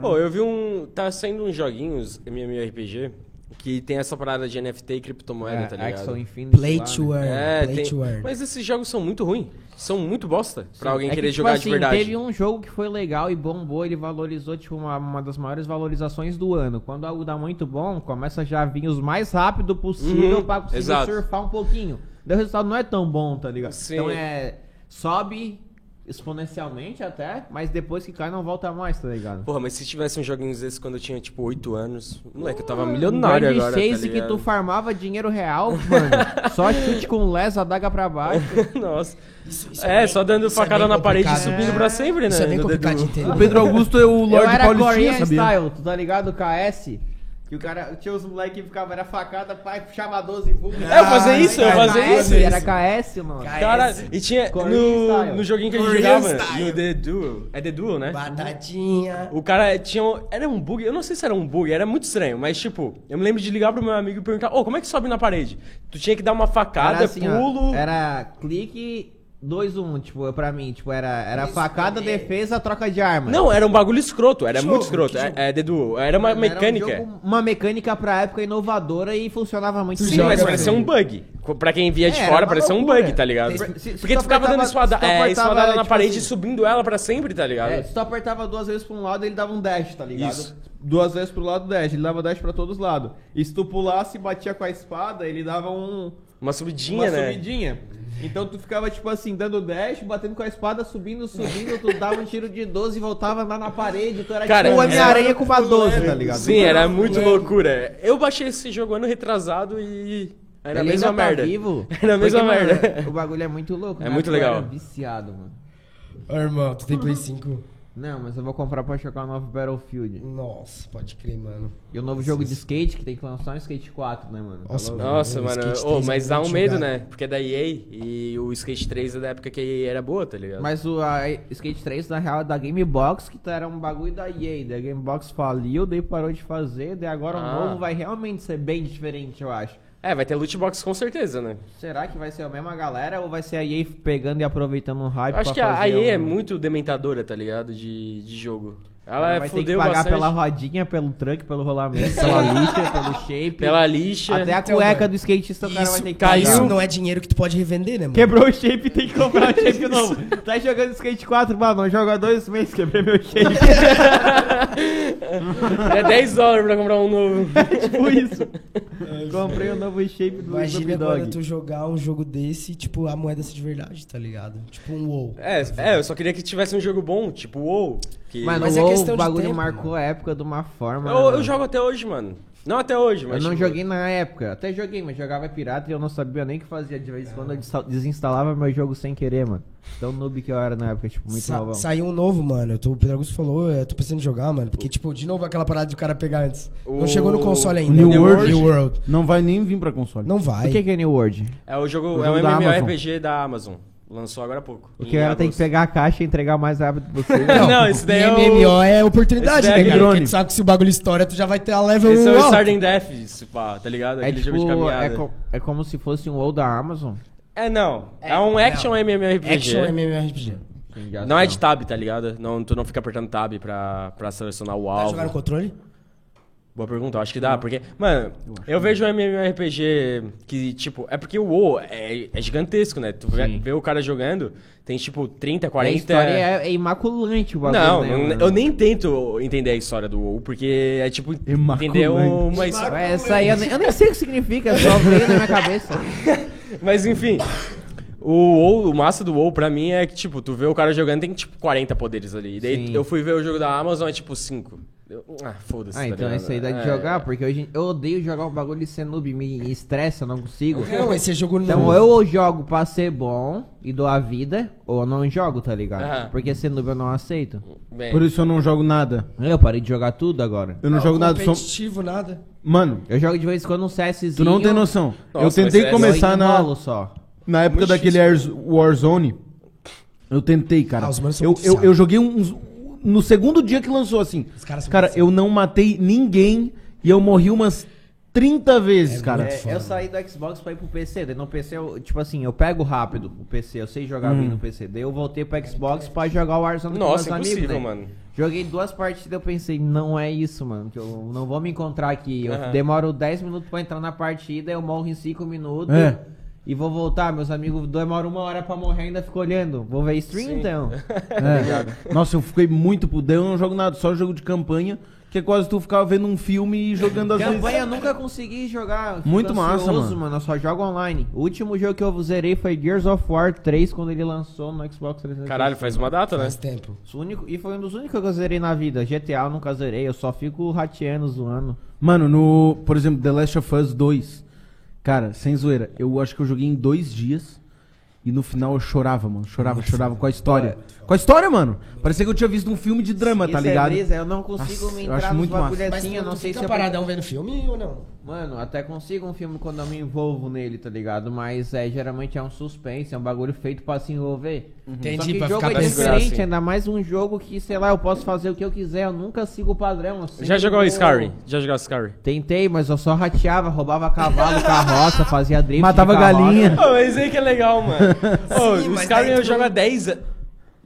E: Pô, eu vi um. Tá saindo uns joguinhos MMORPG que tem essa parada de NFT e criptomoeda, tá ligado?
B: É, Axel Infinity.
C: Play
B: lá, né?
C: to earn,
E: É,
C: play
E: tem...
C: to earn.
E: Mas esses jogos são muito ruins. São muito bosta pra alguém
B: É que,
E: querer
B: tipo
E: jogar
B: assim,
E: de verdade.
B: Teve um jogo que foi legal e bombou, ele valorizou, tipo, uma, uma das maiores valorizações do ano. Quando algo dá muito bom, começa já a vir os mais rápido possível
E: Uhum,
B: pra conseguir
E: exato.
B: surfar um pouquinho. Daí o resultado não é tão bom, tá ligado?
E: Sim.
B: Então é. Sobe, exponencialmente até, mas depois que cai não volta mais, tá ligado?
E: Porra, mas se tivesse uns joguinhos desses quando eu tinha, tipo, 8 anos, moleque, eu tava
B: Um
E: milionário
B: grande
E: agora.
B: chase
E: tá
B: que tu
E: ligado?
B: farmava dinheiro real, mano. só chute com les, a daga pra baixo.
E: Nossa.
C: Isso- isso
E: É,
C: bem-
E: só dando
C: isso é
E: facada
C: bem
E: na parede e
C: complicado.
E: subindo pra sempre, né?
C: Isso é bem
E: No dedo.
C: complicado de entender.
F: O Pedro Augusto é o
B: Eu
F: Lord
B: era
F: Paulistinha,
B: Korean
F: sabia?
B: Style, tu tá ligado? KS. Que o cara, tinha os moleques que ficavam, era facada, pai, puxava 12 e bum.
E: É, eu fazia isso, eu
B: Ah, Era
E: fazia
B: KS,
E: isso.
B: Era KS, mano.
E: Caralho, e tinha
B: Korean
E: no,
B: style.
E: no joguinho que a gente
C: Korean
E: jogava,
C: style.
E: no The Duel, é The Duel, né?
C: Batatinha.
E: O cara tinha. um- Era um bug, eu não sei se era um bug, era muito estranho, mas tipo, eu me lembro de ligar pro meu amigo e perguntar: Ô, como é que sobe na parede? Tu tinha que dar uma facada,
B: Era assim, ó,
E: pulo.
B: era clique 2 1, tipo, pra mim, tipo, era era facada, defesa, troca de arma.
E: Não, era um bagulho escroto, era muito escroto.
C: Que
E: É,
C: jogo?
E: é The Duel, era uma
B: Era um
E: mecânica.
B: jogo- uma mecânica pra época inovadora e funcionava muito
E: Sim,
B: bem.
E: mas
C: joga,
E: parecia
C: velho.
E: um bug. Co- Pra quem via de
B: É, era
E: fora,
B: uma
E: parecia um
B: loucura.
E: bug, tá ligado?
B: Se- se- se
E: Porque
B: tu
E: tu ficava dando
B: apertava-
E: espada,
B: se tu
E: é,
B: apertava,
E: espadada na
B: tipo
E: parede e
B: assim.
E: subindo ela pra sempre, tá ligado?
B: É, se tu apertava duas vezes pra um lado, ele dava um dash, tá ligado?
E: Isso.
B: Duas vezes pro lado, dash. Ele dava dash pra todos os lados. E se tu pulasse e batia com a espada, ele dava um,
E: Uma
B: uma
E: subidinha, né?
B: subidinha. Então tu ficava, tipo assim, dando dash, batendo com a espada, subindo, subindo, tu dava um tiro de 12 e voltava lá na parede. Tu era
E: Cara,
B: tipo o
E: era-
B: Homem-Aranha com uma 12, tá ligado?
E: Sim, era muito loucura. Eu baixei esse jogo ano retrasado e. Era a
B: Ele
E: mesma
B: ainda tá
E: merda.
B: vivo?
E: Era a mesma
B: Porque, mano,
E: merda.
B: o bagulho é muito louco.
E: É
B: né?
E: muito
B: Eu
E: legal.
B: era viciado, mano.
C: Ô, irmão, tu tem Play 5?
B: Não, mas eu vou comprar pra jogar o novo Battlefield.
C: Nossa, pode crer, mano.
B: E o novo jogo de skate, que tem que lançar um skate 4, né, mano?
C: Nossa,
E: Nossa, mano.
C: Skate
E: ô,
C: 3
E: mas
C: é
E: dá um
C: muito
E: medo,
C: jogado.
E: né? Porque é da EA e o Skate 3 é da época que a EA era boa, tá ligado?
B: Mas o a Skate 3, na real, é da Gamebox, que tá- era um bagulho da EA. Daí a Gamebox faliu, daí parou de fazer, daí agora
E: Ah.
B: o novo vai realmente ser bem diferente, eu acho.
E: É, vai ter loot box com certeza, né?
B: Será que vai ser a mesma galera ou vai ser a EA pegando e aproveitando o hype
E: Eu acho
B: pra
E: que a
B: fazer
E: EA é
B: um-
E: muito dementadora, tá ligado? De, de jogo. Ela é
B: Vai ter que
E: fudeu
B: pagar
E: bastante.
B: pela rodinha, pelo truck, pelo rolamento, pela lixa, pelo shape.
E: Pela lixa.
B: Até a
C: Então,
B: cueca
C: mano,
B: do skatista o cara vai
C: Isso-
B: ter que
E: caiu.
B: pagar.
C: Isso não é dinheiro que tu pode revender, né, mano?
B: Quebrou o shape, tem que comprar o shape novo. Tá jogando skate 4, mano, eu jogo há dois meses, quebrei meu shape.
E: É 10 dólares pra comprar um novo.
B: tipo isso.
E: É,
B: Comprei o novo shape do
C: Imagina
B: Snoop
C: agora
B: Dogg.
C: tu jogar um jogo desse, tipo, a moeda ser de verdade, tá ligado? Tipo um WoW.
E: É, é, eu só queria que tivesse um jogo bom, tipo WoW. Que...
B: Mano,
C: Mas é
B: o
C: questão de
B: bagulho
C: tempo,
B: marcou
C: mano.
B: a época de uma forma. né,
E: eu, eu
B: mano?
E: jogo até hoje, mano. Não até hoje,
B: Eu
E: mas.
B: não
E: tipo,
B: joguei na época, até joguei, mas jogava pirata e eu não sabia nem o que fazia. De vez em quando eu desa- desinstalava meu jogo sem querer, mano. Tão noob que eu era na época, tipo, muito
C: Sa-
B: novão.
C: saiu um novo, mano. Eu tô- o Pedro Augusto falou, eu tô pensando em jogar, mano. Porque, tipo, de novo aquela parada de o cara pegar antes.
E: O-
C: Não chegou no console ainda.
F: New
C: né?
F: World.
C: New World.
F: Não vai nem vir pra console.
C: Não
B: O
C: vai.
B: que que é New World?
E: É o jogo,
F: O
E: é
F: jogo
E: o
F: da
E: MMORPG da Amazon. Lançou agora há pouco.
B: O
E: em
B: que era tem que
E: agosto.
B: pegar a caixa e entregar o mais rápido possível.
E: Não, esse daí é o-
C: MMO é oportunidade,
E: Esse daí
C: né,
E: é
C: cara?
E: drone.
C: Porque tu sabe que se o bagulho estoura, tu já vai ter a level um
E: Esse é o
C: alta.
E: Starting Death, se pá, tá ligado?
B: É
E: Aquele
B: tipo,
E: jogo de
B: é,
E: caminhada. É,
B: co- é como se fosse um WoW da Amazon.
E: não. É, um action MMORPG.
C: Action MMORPG.
E: Não é de tab, tá ligado? Não, tu não fica apertando tab pra, pra selecionar o
C: Tá
E: alvo.
C: jogando controle?
E: Boa pergunta, eu acho que dá, porque. Mano, eu, vejo um MMORPG que, tipo, é porque o WoW é, é gigantesco, né? Tu vê, vê o cara jogando, tem tipo 30,
B: A
E: 40.
B: história é, é imaculante o bagulho.
E: Não,
B: né,
E: eu,
B: mano?
E: eu nem tento entender a história do WoW, porque é tipo entender
F: Imaculante.
E: uma história.
B: É, Essa aí eu nem, eu nem sei o que significa, só veio na minha cabeça.
E: Mas enfim. O, WoW, o massa do WoW pra mim é que, tipo, tu vê o cara jogando, tem tipo 40 poderes ali. E daí
B: Sim.
E: eu fui ver o jogo da Amazon, é tipo 5. Ah, foda-se.
B: Ah,
E: tá
B: então
E: ligado?
B: isso aí dá de
E: É.
B: jogar, porque hoje eu odeio jogar um bagulho de ser noob, me estressa, eu não consigo.
C: Não, esse é jogo novo.
B: Então eu ou jogo pra ser bom e dou a vida, ou eu não jogo, tá ligado?
E: Aham.
B: Porque ser noob eu não aceito.
E: Bem,
F: Por isso eu não jogo nada.
B: Eu parei de jogar tudo agora.
F: Eu não, jogo nada. Só...
C: é competitivo, nada.
F: Mano,
B: Eu jogo de vez em quando um CSzinho.
F: tu não tem noção. eu
E: mas
F: tentei
E: é-
F: começar né?
B: eu
F: na,
B: enrolo só.
F: na época
E: Muito
F: daquele Air- Warzone. Eu tentei, cara.
C: Ah, os manos são
F: eu,
C: muito
F: eu, eu
C: viciados.
F: joguei uns. No segundo dia que lançou, assim.
C: Os caras são
F: Cara,
C: muito
F: eu não matei ninguém e eu morri umas 30 vezes, cara.
C: muito
B: É, eu
C: Foda,
B: saí do Xbox pra ir pro PC. Daí no PC, eu, tipo assim, eu pego rápido o PC. Eu sei jogar
C: Hum.
B: bem no PC. Daí eu voltei pro Xbox pra jogar o Warzone
E: Nossa,
B: com meus amigos.
E: impossível,
B: né?
E: mano.
B: Joguei duas partidas eu pensei, não é isso, mano. Que eu não vou me encontrar aqui. Eu
E: Aham.
B: demoro 10 minutos pra entrar na partida, eu morro em 5 minutos.
F: É.
B: E vou voltar, meus amigos demoram uma hora pra morrer ainda fico olhando. Vou ver stream então.
C: Tá
F: É. Nossa, eu fiquei muito puto. Daí eu não jogo nada, só jogo de campanha.
A: que é quase tu ficava vendo um filme e jogando às vezes.
B: Campanha eu nunca consegui jogar. fico
A: Muito massa,
B: ansioso,
A: mano.
B: Eu só jogo online. O último jogo que eu zerei foi Gears of War 3 quando ele lançou no Xbox 360.
E: Caralho, faz uma data, né?
C: Faz tempo.
B: Isso Único, e foi um dos únicos que eu zerei na vida. GTA eu nunca zerei, eu só fico rateando, zoando.
A: Mano, no, por exemplo, The Last of Us 2. Cara, sem zoeira, eu acho que eu joguei em dois dias e no final eu chorava, mano. Chorava, chorava com a história. Com a história, mano. Parecia que eu tinha visto um filme de drama, tá
B: Isso tipo, é
A: ligado?
B: brisa, eu não consigo
A: Nossa,
B: me
A: eu acho
B: entrar nos
A: muito massa.
B: bagulho
C: Mas
B: assim, eu
C: tu
B: não sei
C: fica
B: se eu...
C: paradão vendo filme ou não?
B: Mano, até consigo um filme quando eu me envolvo nele, tá ligado? Mas é, geralmente é um suspense, é um bagulho feito pra se envolver.
A: Uhum.
C: Entendi,
B: Só que
C: pra
B: jogo
C: ficar
B: é
C: pra segurar,
B: diferente,
E: assim.
B: ainda mais um jogo que, sei lá, eu posso fazer o que eu quiser, eu nunca sigo o padrão. assim.
E: Já jogou Skyrim? Já jogou Skyrim?
B: Tentei, mas eu só rateava, roubava cavalo, carroça, fazia drift. de
A: Matava
B: carroça.
A: galinha.
E: Ô, mas aí que é legal, mano. Ô,
C: Sim,
E: o
C: mas
E: Skyrim
C: daí tu
E: eu jogo
C: não-
E: há 10 anos.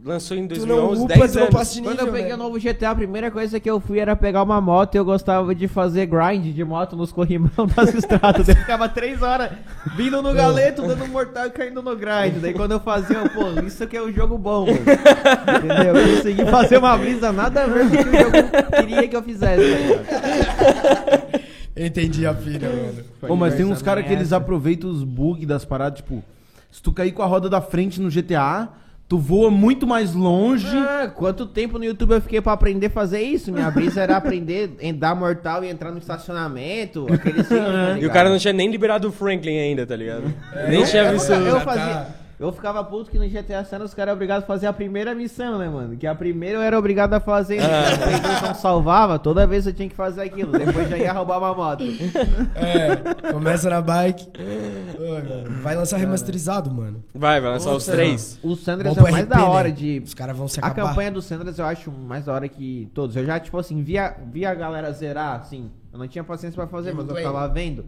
E: Lançou em
C: Tu não
E: 2011,
C: upa,
E: 10
C: tu não passa
E: anos.
C: de nível,
B: Quando eu peguei
C: né?
B: o novo GTA, a primeira coisa que eu fui era pegar uma moto e eu gostava de fazer grind de moto nos corrimão das estradas. Eu ficava três horas vindo no galeto, dando um mortal e caindo no grind. Daí quando eu fazia, eu, pô, isso que é um jogo bom, mano. Entendeu? Eu consegui fazer uma brisa nada a ver com o que o jogo queria que eu fizesse. tá ligado?
C: Entendi a filha, mano.
A: Ô, mas tem uns
B: Conversando
A: caras que eles
B: nessa.
A: aproveitam os bugs das paradas, tipo, se tu cair com a roda da frente no GTA, tu voa muito mais longe.
B: Ah, quanto tempo no YouTube eu fiquei pra aprender a fazer isso? Minha brisa era aprender a dar mortal e entrar no estacionamento, aquele filme, tá
E: E o cara
B: ligado?
E: não tinha nem liberado o Franklin ainda, tá ligado?
C: É.
E: nem tinha visto.
B: Eu,
C: tá.
B: fazia- eu ficava puto que no GTA San os caras eram obrigados a fazer a primeira missão, né, mano? Que a primeira eu era obrigado a fazer.
C: Ah.
B: Né? Então não salvava, toda vez eu tinha que fazer aquilo. Depois já ia roubar uma moto.
C: É, começa na bike. Ai, mano. Vai lançar remasterizado, mano.
E: Vai, vai lançar os três.
B: O Sandras
C: Bom
B: é
C: pro
B: o mais
C: RP,
B: da hora
C: né?
B: de.
C: Os caras vão se
B: A
C: acabar.
B: campanha do Sandras eu acho mais da hora que todos. Eu já, tipo assim, via, via a galera zerar, assim. Eu não tinha paciência pra fazer, mas eu
C: Gameplay.
B: ficava vendo.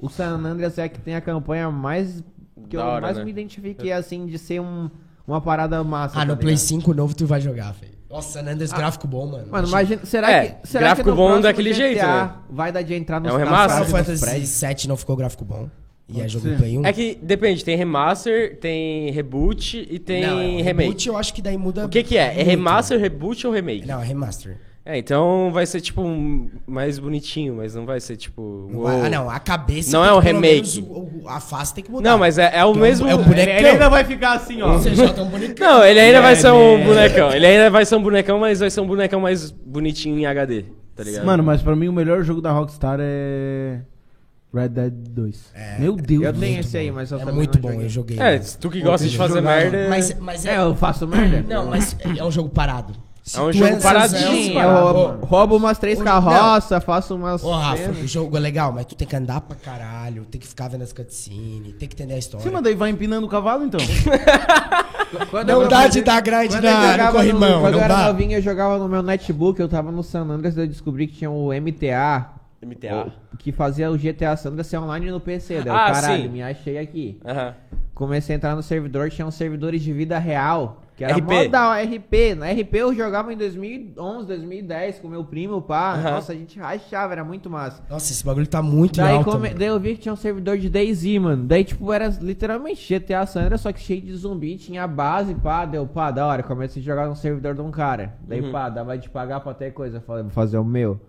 B: O San Andreas é a que tem a campanha mais. Que
E: Da
B: eu
E: hora,
B: mais
E: né?
B: me identifiquei, assim, de ser um, uma parada massa.
C: Ah,
B: tá
C: no Play
B: ligado? Ah.
C: 5 novo tu vai jogar, velho. Nossa, Sanders, gráfico bom, mano.
B: Mano, imagina. Será
E: É,
B: que. Será
E: gráfico
B: que no
E: bom
B: próximo
E: daquele jeito, né?
B: Vai dar de entrar no
E: É um remaster?
C: Final
E: Sabe
C: Fantasy VII não ficou gráfico bom. E é jogo do Play 1.
E: É que depende, tem remaster, tem reboot e tem
C: Não, é um
E: remake.
C: Reboot, eu acho que daí muda.
E: O que que é? É
C: muito.
E: remaster, reboot ou remake?
C: Não, é remaster.
E: É, então vai ser tipo um mais bonitinho, mas não vai ser tipo.
C: Não
E: uou.
C: vai- Ah, não, a cabeça.
E: Não
C: tem
E: é um
C: que, pelo
E: remake.
C: menos, o- o- a face tem que mudar.
E: Não, mas é, é o
C: Porque
E: mesmo.
C: É um bonecão. Ele ainda
B: vai ficar assim, ó.
C: CJ é um bonecão.
E: Não, ele ainda vai ser um bonecão. Ele ainda vai ser um bonecão, mas vai ser um bonecão mais bonitinho em HD, tá ligado?
A: Mano, mas pra mim o melhor jogo da Rockstar é Red Dead 2. Meu Deus
B: É. Eu
A: do
B: tenho
A: céu.
B: esse aí, mas eu
C: É
B: também
C: muito
B: não
C: bom,
B: joguei.
C: eu joguei.
E: É,
C: mano.
E: tu que gosta de fazer merda.
C: Mas, mas é.
B: É, eu faço merda.
C: Não, mas é um jogo parado. Se
E: É um
C: tu
E: jogo
C: sincero-
E: paradinho,
B: Sim,
E: Parado,
B: eu roubo umas três
C: Ô,
B: carroças, faço umas.
C: Ô, Rafa, o jogo é legal, mas tu tem que andar pra caralho, tem que ficar vendo as cutscenes, tem que entender a história.
A: Sim, mas daí vai empinando o cavalo então.
B: Quando eu
C: Não dá
B: jogava-
C: de dar grind
B: quando eu
C: na,
B: jogava
C: no corrimão,
B: Quando
C: não
B: eu era
C: dá.
B: novinho, eu jogava no meu netbook, eu tava no San Andreas, eu descobri que tinha o MTA.
E: MTA.
B: Que fazia o GTA San Andreas ser online no PC. Daí, eu,
E: Ah,
B: caralho,
E: sim.
B: me achei aqui.
E: Aham.
B: Comecei a entrar no servidor, tinha uns servidores de vida real. Que era
E: RP.
B: mó da hora, RP. Na RP eu jogava em 2011, 2010 com meu primo, pá.
E: Aham.
B: Nossa, a gente rachava, era muito massa.
C: Nossa, esse bagulho tá muito em
B: Daí,
C: alta.
B: come-
C: mano.
B: daí eu vi que tinha um servidor de DayZ, mano. Daí, tipo, era literalmente GTA San Andreas, só que cheio de zumbi, tinha base, pá, deu pá, da hora. Comecei a jogar no servidor de um cara. Daí,
C: Uhum.
B: pá, dava de pagar pra ter coisa. Eu Falei, vou fazer o meu.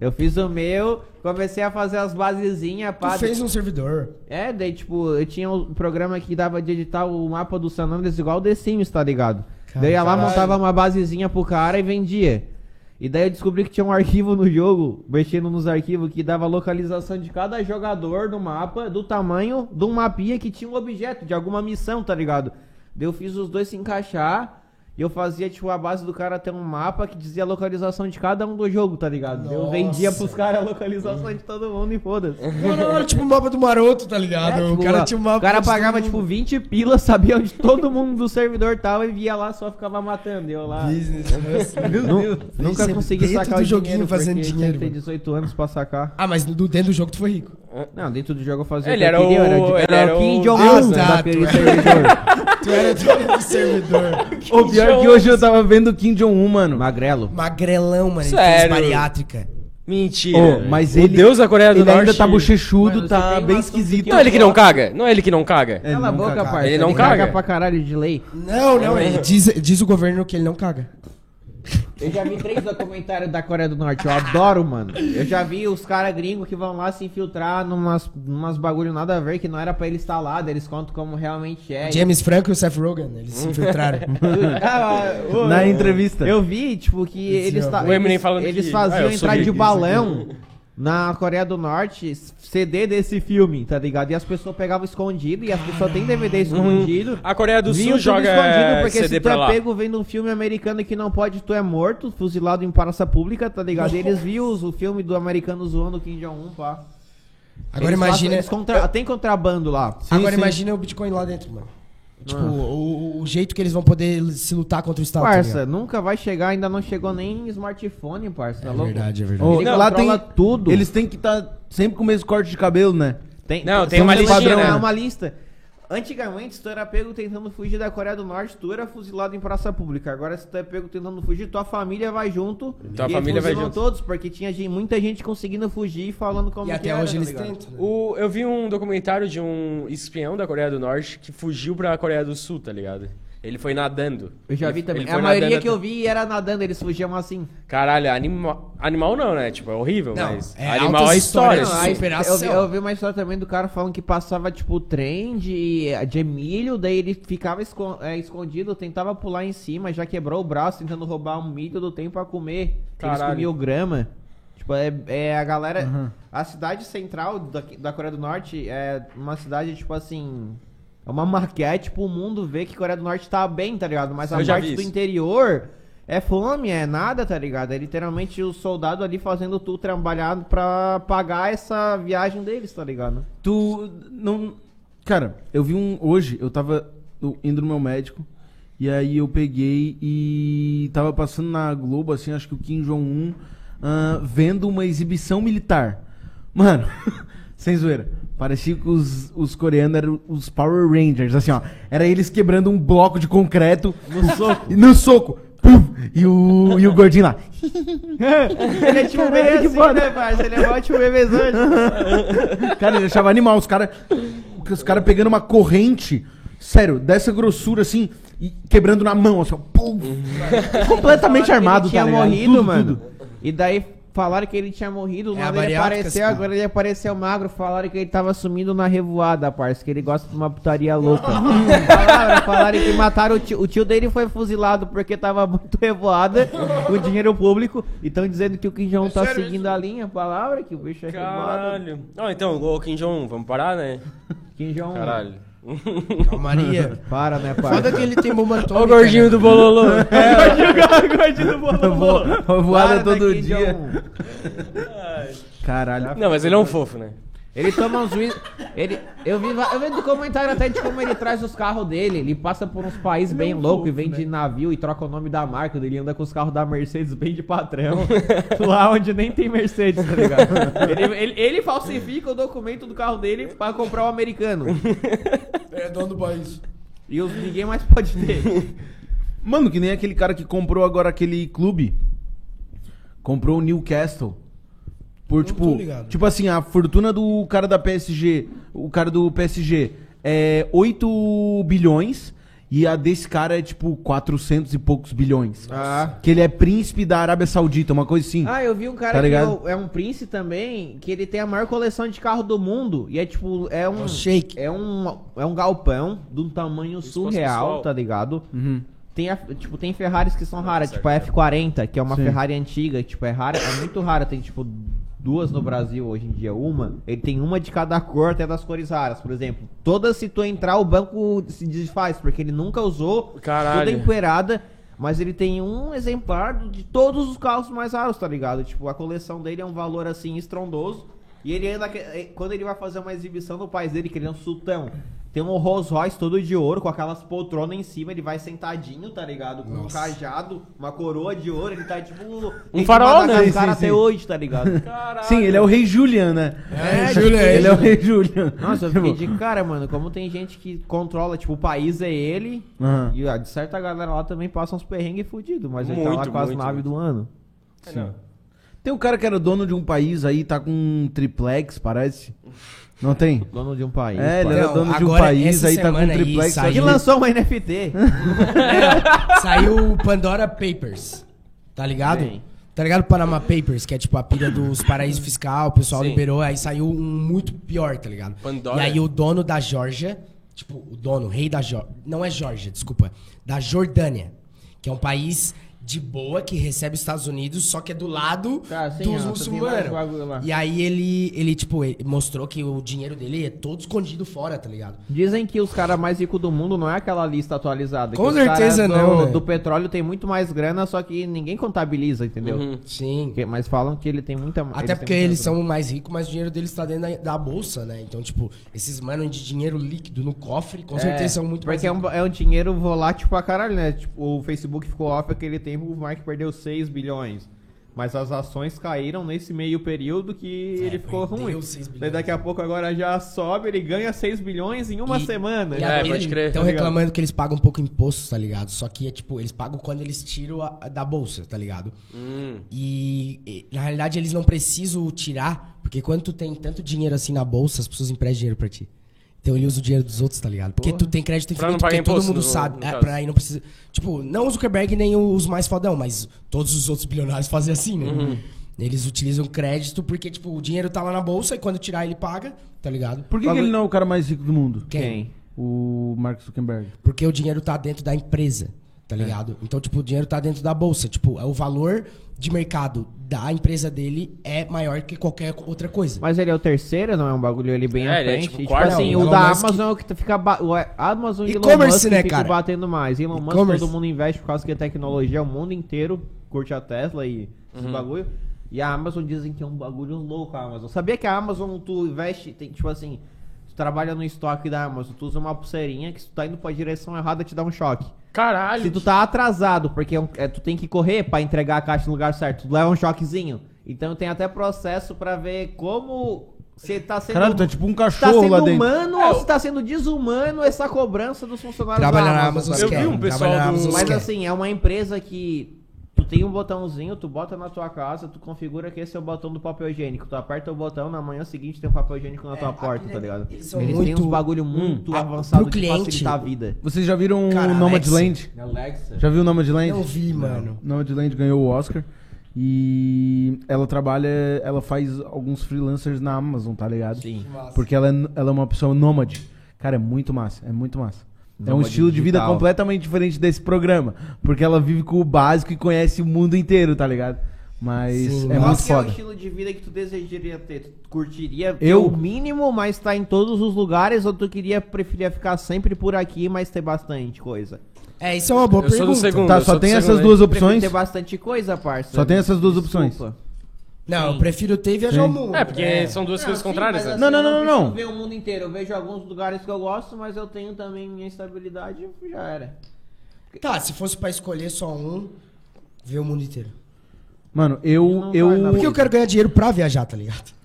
B: Eu fiz o meu, comecei a fazer as basezinhas, pá.
C: Tu fez um servidor.
B: É, daí, tipo, eu tinha um programa que dava de editar o mapa do San Andreas igual o The Sims, tá ligado? daí eu lá
C: Caralho.
B: montava uma basezinha pro cara e vendia. E daí eu descobri que tinha um arquivo no jogo, mexendo nos arquivos, que dava localização de cada jogador no mapa, do tamanho de um mapinha que tinha um objeto, de alguma missão, tá ligado? Daí eu fiz os dois se encaixar. E eu fazia, tipo, a base do cara ter um mapa que dizia a localização de cada um do jogo, tá ligado? Daí Eu vendia
C: Nossa.
B: pros caras a localização de todo mundo e foda-se.
C: Mano, tipo o mapa do maroto, tá ligado?
B: É, tipo,
C: o cara tinha um mapa.
B: o cara
C: de todo
B: pagava,
C: mundo.
B: tipo, 20 pilas, sabia onde todo mundo do servidor tava e via lá, só ficava matando. Eu lá.
C: Business, né?
B: Nu- nunca
C: Sempre
B: consegui
C: dentro
B: sacar
C: do
B: o
C: joguinho
B: dinheiro,
C: fazendo
B: porque
C: dinheiro,
B: Tem que ter
C: mano.
B: 18 anos pra sacar.
C: Ah, mas do dentro do jogo tu foi rico.
B: Não, dentro do jogo eu fazia.
E: Ele
B: o que eu
E: era o-
B: queria, eu de-
E: ele
B: era
E: era
B: o
E: o-
B: Kim
C: Ah,
B: Jong-un
C: tá,
B: daquele
C: tu era-
B: servidor.
C: Tu era dono do servidor.
A: o pior que hoje eu tava vendo o Kim Jong-un, mano.
B: Magrelo.
C: Magrelão, mano. ele
E: Sério?
C: fez bariátrica.
E: Mentira.
A: Ô,
E: velho.
A: mas
E: O
A: ele- é
E: Deus da Coreia do
A: Ele
E: Norte.
A: ainda tá bochechudo,
B: Mano, você
A: tá
B: tem um
A: bem
B: assunto
A: esquisito.
B: que
E: Não é ele que não caga? Não é ele que não caga?
A: Ele
B: Cala a
A: nunca
B: boca,
A: caga.
B: parça.
E: Ele não caga?
B: pra caralho de lei.
C: Não, não, ele diz, diz o governo que ele não caga.
B: Eu já vi três documentários da Coreia do Norte, eu adoro, mano. Eu já vi os caras gringos que vão lá se infiltrar numas, numas bagulho nada a ver, que não era pra eles estar lá, daí eles contam como realmente é.
C: James Franco e o Seth Rogen, eles se infiltraram.
B: Ah, ô,
A: Na entrevista.
B: Eu vi, tipo, que eles, ta-
E: O Eminem
B: eles,
E: falando
B: eles
E: que, ah,
B: faziam
E: eu sou
B: entrar
E: gay,
B: de
E: isso
B: balão na Coreia do Norte, CD desse filme, tá ligado? E as pessoas pegavam escondido, e as pessoas têm DVD escondido.
E: A Coreia do
B: Vinha
E: Sul
B: tudo
E: joga
B: escondido, porque
E: CD
B: se tu
E: pra
B: é
E: lá.
B: pego vendo um filme americano que não pode, tu é morto, fuzilado em praça pública, tá ligado? E eles viam os- o filme do americano zoando o Kim Jong-un, pá.
C: Agora
B: Eles
C: imagina.
B: passam- eles contra- Tem contrabando lá.
C: Agora imagina o Bitcoin lá dentro, mano.
B: Ah.
C: Tipo, o, o jeito que eles vão poder se lutar contra o Estado. tá
B: Parça,
C: ligado?
B: nunca vai chegar, ainda não chegou nem smartphone, parça. Tá
C: É
B: louco?
C: verdade, é
A: Ô,
C: verdade.
B: Ele
A: lá tem
B: controla tudo.
A: Eles têm que estar sempre com o mesmo corte de cabelo, né?
B: Tem,
E: Não, tem
B: são
E: uma
B: os
E: listinha,
B: padrão,
E: né?
B: é uma lista. Antigamente, se tu era pego tentando fugir da Coreia do Norte, tu era fuzilado em praça pública. Agora, se tu é pego tentando fugir, tua família vai junto.
E: Tua
B: e
E: família vai
B: fuzilam
E: junto.
B: todos, porque tinha gente- muita gente conseguindo fugir e falando como
C: E
B: que
C: até
B: era,
C: hoje
B: tá
C: eles
B: ligado?
C: tentam. né?
E: O, eu vi um documentário de um espião da Coreia do Norte que fugiu pra Coreia do Sul, tá ligado? Ele foi nadando.
B: Eu já
E: Ele-
B: vi também.
E: ele
B: A
E: foi
B: maioria
E: nadando
B: que eu vi era nadando, eles fugiam assim.
E: Caralho, anima... animal não, né? Tipo, é horrível,
C: Não,
E: mas.
C: é
E: animal
C: altas
E: é história.
C: histórias.
E: isso.
B: a-
C: superação.
B: Eu, vi- eu vi uma história também do cara falando que passava, tipo, trem de, eh, de milho, daí ele ficava esco- é, escondido, tentava pular em cima, já quebrou o braço tentando roubar um milho do tempo pra comer. que Eles
E: Caralho.
B: comiam grama. Tipo, é, é a galera. A cidade central daqui- da, Coreia do Norte é uma cidade, tipo assim. É uma maquete pro mundo ver que Coreia do Norte tá bem, tá ligado? Mas a
E: Eu já
B: parte
E: vi
B: do
E: isso.
B: interior é fome, é nada, tá ligado? É literalmente o soldado ali fazendo tu trabalhar pra pagar essa viagem deles, tá ligado?
A: Tu não. Cara, eu vi um. Hoje eu tava no- indo no meu médico. E aí eu peguei e tava passando na Globo, assim, acho que o Kim Jong-un, ah, vendo uma exibição militar. Mano, sem zoeira. Parecia que os, os coreanos eram os Power Rangers, assim, ó. Era eles quebrando um bloco de concreto. No soco. No soco. Pum, e, o, e o gordinho lá.
B: Ele é tipo um bebê assim, né, parça? Ele é um ótimo bebezão.
A: Cara, ele achava animal. Os caras os cara pegando uma corrente, sério, dessa grossura assim, e quebrando na mão, assim, ó. pum. completamente armado,
B: ele tinha
A: tá ligado?
B: morrido,
A: Tudo,
B: mano.
A: tudo.
B: E daí falaram que ele tinha morrido,
C: É
B: nada,
C: a
B: ele
C: bariátrica,
B: apareceu,
C: assim.
B: agora ele apareceu magro, falaram que ele tava sumindo na revoada, parça, que ele gosta de uma putaria louca. falaram, falaram que mataram o tio, o tio dele foi fuzilado porque tava muito revoada com dinheiro público, e estão dizendo que o Kim
C: É
B: Jong tá seguindo a linha, palavra, que o bicho é revoado.
E: Caralho. Ó, então, ô Kim Jong, vamos parar, né?
B: Kim Jong,
E: Caralho.
C: Maria.
B: para, né,
C: né? Foda
B: parça?
C: que ele tem bomba atômica. né?
E: Ó o gordinho do bololô.
A: É,
B: Para, né,
A: Voada todo
B: Kim
A: dia.
B: Jong-un.
A: Caralho.
E: Não, mas ele é um fofo, né?
B: Ele toma uns whisky. Ele, eu, vi, va- eu vi do comentário até de como ele traz os carros dele. Ele passa por uns países bem loucos e vende navio e troca o nome da marca. Ele anda com os carros da Mercedes bem de patrão. lá onde nem tem Mercedes, tá ligado? ele, ele- ele falsifica o documento do carro dele pra comprar o americano.
C: É dono do país.
B: E os, ninguém mais pode ter.
A: Mano, que nem aquele cara que comprou agora aquele clube. Comprou o Newcastle. Por, tipo,
C: ligado.
A: tipo assim, a fortuna do cara da PSG, o cara do PSG é 8 bilhões e a desse cara é tipo 400 e poucos bilhões.
B: Ah.
A: Que ele é príncipe da Arábia Saudita, uma coisa assim.
B: Ah, eu vi um cara
A: Tá
B: que é,
A: ligado?
B: o- é um príncipe também, que ele tem a maior coleção de carro do mundo. E é tipo, é um.
C: Um shake.
B: É um, é um galpão de um tamanho surreal,
E: pessoal.
B: tá ligado?
A: Uhum.
B: Tem, a- tipo, tem Ferraris que são raras, tipo a F40, que é uma
A: Sim.
B: Ferrari antiga, que, tipo, é rara, é muito rara, tem tipo duas no Brasil hoje em dia, uma, ele tem uma de cada cor, até das cores raras, por exemplo. Todas se tu entrar, o banco se desfaz, porque ele nunca usou, é
E: Caralho.
B: toda empoeirada, mas ele tem um exemplar de todos os carros mais raros, tá ligado? Tipo, a coleção dele é um valor assim estrondoso. E ele ainda. que- eh, Quando ele vai fazer uma exibição no país dele, que ele é um sultão. Tem um Rolls Royce todo de ouro, com aquelas poltronas em cima, ele vai sentadinho, tá ligado? Com um
C: Nossa.
B: cajado, uma coroa de ouro, ele tá tipo.
E: Um farol, né?
B: O
A: Sim,
B: cara
A: sim, sim.
B: até hoje, tá ligado?
A: Sim, ele é o rei Julian, né?
C: É, Júlio, é
A: Ele
C: ele.
A: é o rei Julian.
B: Nossa, eu fiquei de cara, mano, como tem gente que controla, tipo, o país é ele.
A: Aham.
B: E ó, de certa galera lá também passa uns perrengues fudidos, mas ele tá
E: Muito,
B: lá com as
E: muito,
B: naves
E: muito.
B: do ano.
A: É, Tem um cara que era dono de um país aí, tá com um triplex, parece. Não tem?
B: Dono de um país.
A: É, ele
B: pai.
A: era
C: Não,
A: dono de um
C: agora,
A: país,
C: essa
A: aí tá com um
C: semana aí
A: triplex.
C: saiu-
B: E lançou uma NFT.
C: Saiu o Pandora Papers. Tá ligado? Tá ligado o Panama Papers, que é tipo a pilha dos paraíso fiscal, o pessoal
E: Sim.
C: liberou, aí saiu um muito pior, tá ligado?
E: Pandora.
C: E
B: é.
C: aí o dono da Georgia, tipo, o dono, o rei da Georgia, não é Georgia, desculpa, da Jordânia, que é um país de boa que recebe os Estados Unidos, só que é do lado
B: Tá, sim, ó,
C: dos
B: tem vários bagulho lá.
C: muçulmanos. E aí ele, ele tipo, ele mostrou que o dinheiro dele é todo escondido fora, tá ligado?
B: Dizem que os caras mais ricos do mundo não é aquela lista atualizada.
C: Com
B: que os caras
C: certeza
B: do,
C: não, né?
B: Do petróleo tem muito mais grana, só que ninguém contabiliza, entendeu?
C: Sim.
B: Porque- Mas falam que ele tem muita
C: Uhum. Até
B: têm
C: porque
B: muita
C: eles
B: grana.
C: são mais ricos, mas o dinheiro deles tá dentro da, da bolsa, né? Então, tipo, esses manos de dinheiro líquido no cofre, com certeza são muito mais
B: Porque é um,
C: ricos.
B: é um dinheiro volátil pra caralho, né? Tipo, o Facebook ficou off aquele tempo, o Mark perdeu 6 bilhões. Mas as ações caíram nesse meio período que
C: É,
B: ele ficou
C: perdeu
B: ruim.
C: 6 bilhões.
B: Daí daqui a pouco agora já sobe, ele ganha 6 bilhões em uma
C: E-
B: semana.
C: E
E: É,
C: agora
E: pode crer,
C: Estão
B: tá ligado?
C: reclamando que eles pagam pouco imposto, tá ligado? Só que é tipo, eles pagam quando eles tiram a- da bolsa, tá ligado? E, e, na realidade eles não precisam tirar, porque quando tu tem tanto dinheiro assim na bolsa, as pessoas emprestam dinheiro pra ti. Então ele usa o dinheiro dos outros, tá ligado? Porque tu tem crédito
E: Pra não
C: infinito,
E: pagar
C: porque todo
E: imposto,
C: mundo
E: no-
C: sabe.
E: no
C: é,
E: caso.
C: pra aí não precisa. Tipo, não o Zuckerberg nem os mais fodão, mas todos os outros bilionários fazem assim, né?
E: Uhum.
C: Eles utilizam crédito porque, tipo, o dinheiro tá lá na bolsa e quando tirar ele paga, tá ligado?
A: Por que, que ele não é o cara mais rico do mundo?
C: Quem?
A: O Mark Zuckerberg.
C: Porque o dinheiro tá dentro da empresa, tá ligado? Então, tipo, o dinheiro tá dentro da bolsa. Tipo, é o valor de mercado da empresa dele é maior que qualquer outra coisa.
B: Mas ele é o terceiro, não é um bagulho ele bem
E: É,
B: à frente.
E: ele é
B: E,
E: tipo
B: tipo,
E: quarto.
B: assim,
C: Não,
B: o
C: Elon
B: da
C: Musk-
B: Amazon é o que fica ba- o Amazon e Elon
C: E-commerce,
B: Musk
C: né,
B: fica
C: cara?
B: batendo mais. Elon Musk
C: E-commerce.
B: todo mundo investe por causa que a tecnologia é o mundo inteiro curte a Tesla e esses
E: Uhum.
B: bagulho. E a Amazon dizem que é um bagulho louco a Amazon. Sabia que a Amazon tu investe, tem, tipo assim, tu trabalha no estoque da Amazon, tu usa uma pulseirinha que se tu tá indo pra direção errada te dá um choque.
E: Caralho.
B: Se tu tá atrasado, porque é um- é, tu tem que correr pra entregar a caixa no lugar certo, tu leva um choquezinho. Então tem até processo pra ver como você tá sendo,
A: Caralho, tá tipo um
B: se tá
A: cachorro lá
B: sendo
A: dentro.
B: humano
C: É,
B: ou se tá sendo desumano essa cobrança dos funcionários
C: Trabalhar na
B: da
C: Amazon
B: sabe?
E: Eu vi um pessoal
C: trabalhar na
E: do-
C: Amazon
B: Mas
C: quer.
B: assim, é uma empresa que tu tem um botãozinho, tu bota na tua casa, tu configura que esse é o botão do papel higiênico, tu aperta o botão, na manhã seguinte tem um papel higiênico
C: É,
B: na tua porta, tá ligado?
C: eles
B: Eles
C: são
B: têm
C: muito-
B: uns bagulho muito
C: Ah,
B: avançado
C: pro
B: de
C: cliente.
B: facilitar a vida.
A: Vocês já viram
C: Cara,
A: o Nomadland?
B: Alexa.
A: Já viu o Nomadland?
C: Não vi, mano.
A: Nomadland ganhou o Oscar. E ela trabalha, ela faz alguns freelancers na Amazon, tá ligado?
B: Sim.
A: Porque ela é, ela é uma pessoa nômade. Cara, é muito massa, é muito massa. é um
B: Nômade
A: estilo de vida
B: digital.
A: completamente diferente desse programa. Porque ela vive com o básico e conhece o mundo inteiro, tá ligado? Mas
C: Sim.
A: é
B: Qual
A: muito
B: que é o
A: foda.
B: estilo de vida que tu desejaria ter? Tu curtiria ter
A: Eu?
B: o mínimo, mas tá em todos os lugares, ou tu queria preferia ficar sempre por aqui, mas ter bastante coisa?
C: É, isso é uma boa
E: Eu sou do
C: pergunta.
E: segundo.
A: Tá,
E: eu sou
A: só
E: do
A: tem
E: segundo né?
A: essas
E: aí.
A: duas
B: Prefiro
A: opções.
B: ter bastante coisa, parça.
A: Só tem essas duas opções.
B: Desculpa.
C: Não, eu prefiro ter e viajar o mundo.
E: É, porque são duas coisas contrárias, né?
A: Não, não, não, não, não.
B: assim, Eu vejo o mundo inteiro, eu vejo alguns lugares que eu gosto, mas eu tenho também minha estabilidade e já era.
C: Tá, se fosse pra escolher só um, ver o mundo inteiro.
A: Mano, eu.
B: Não vai,
A: eu
B: não.
C: Porque eu quero ganhar dinheiro pra viajar, tá ligado?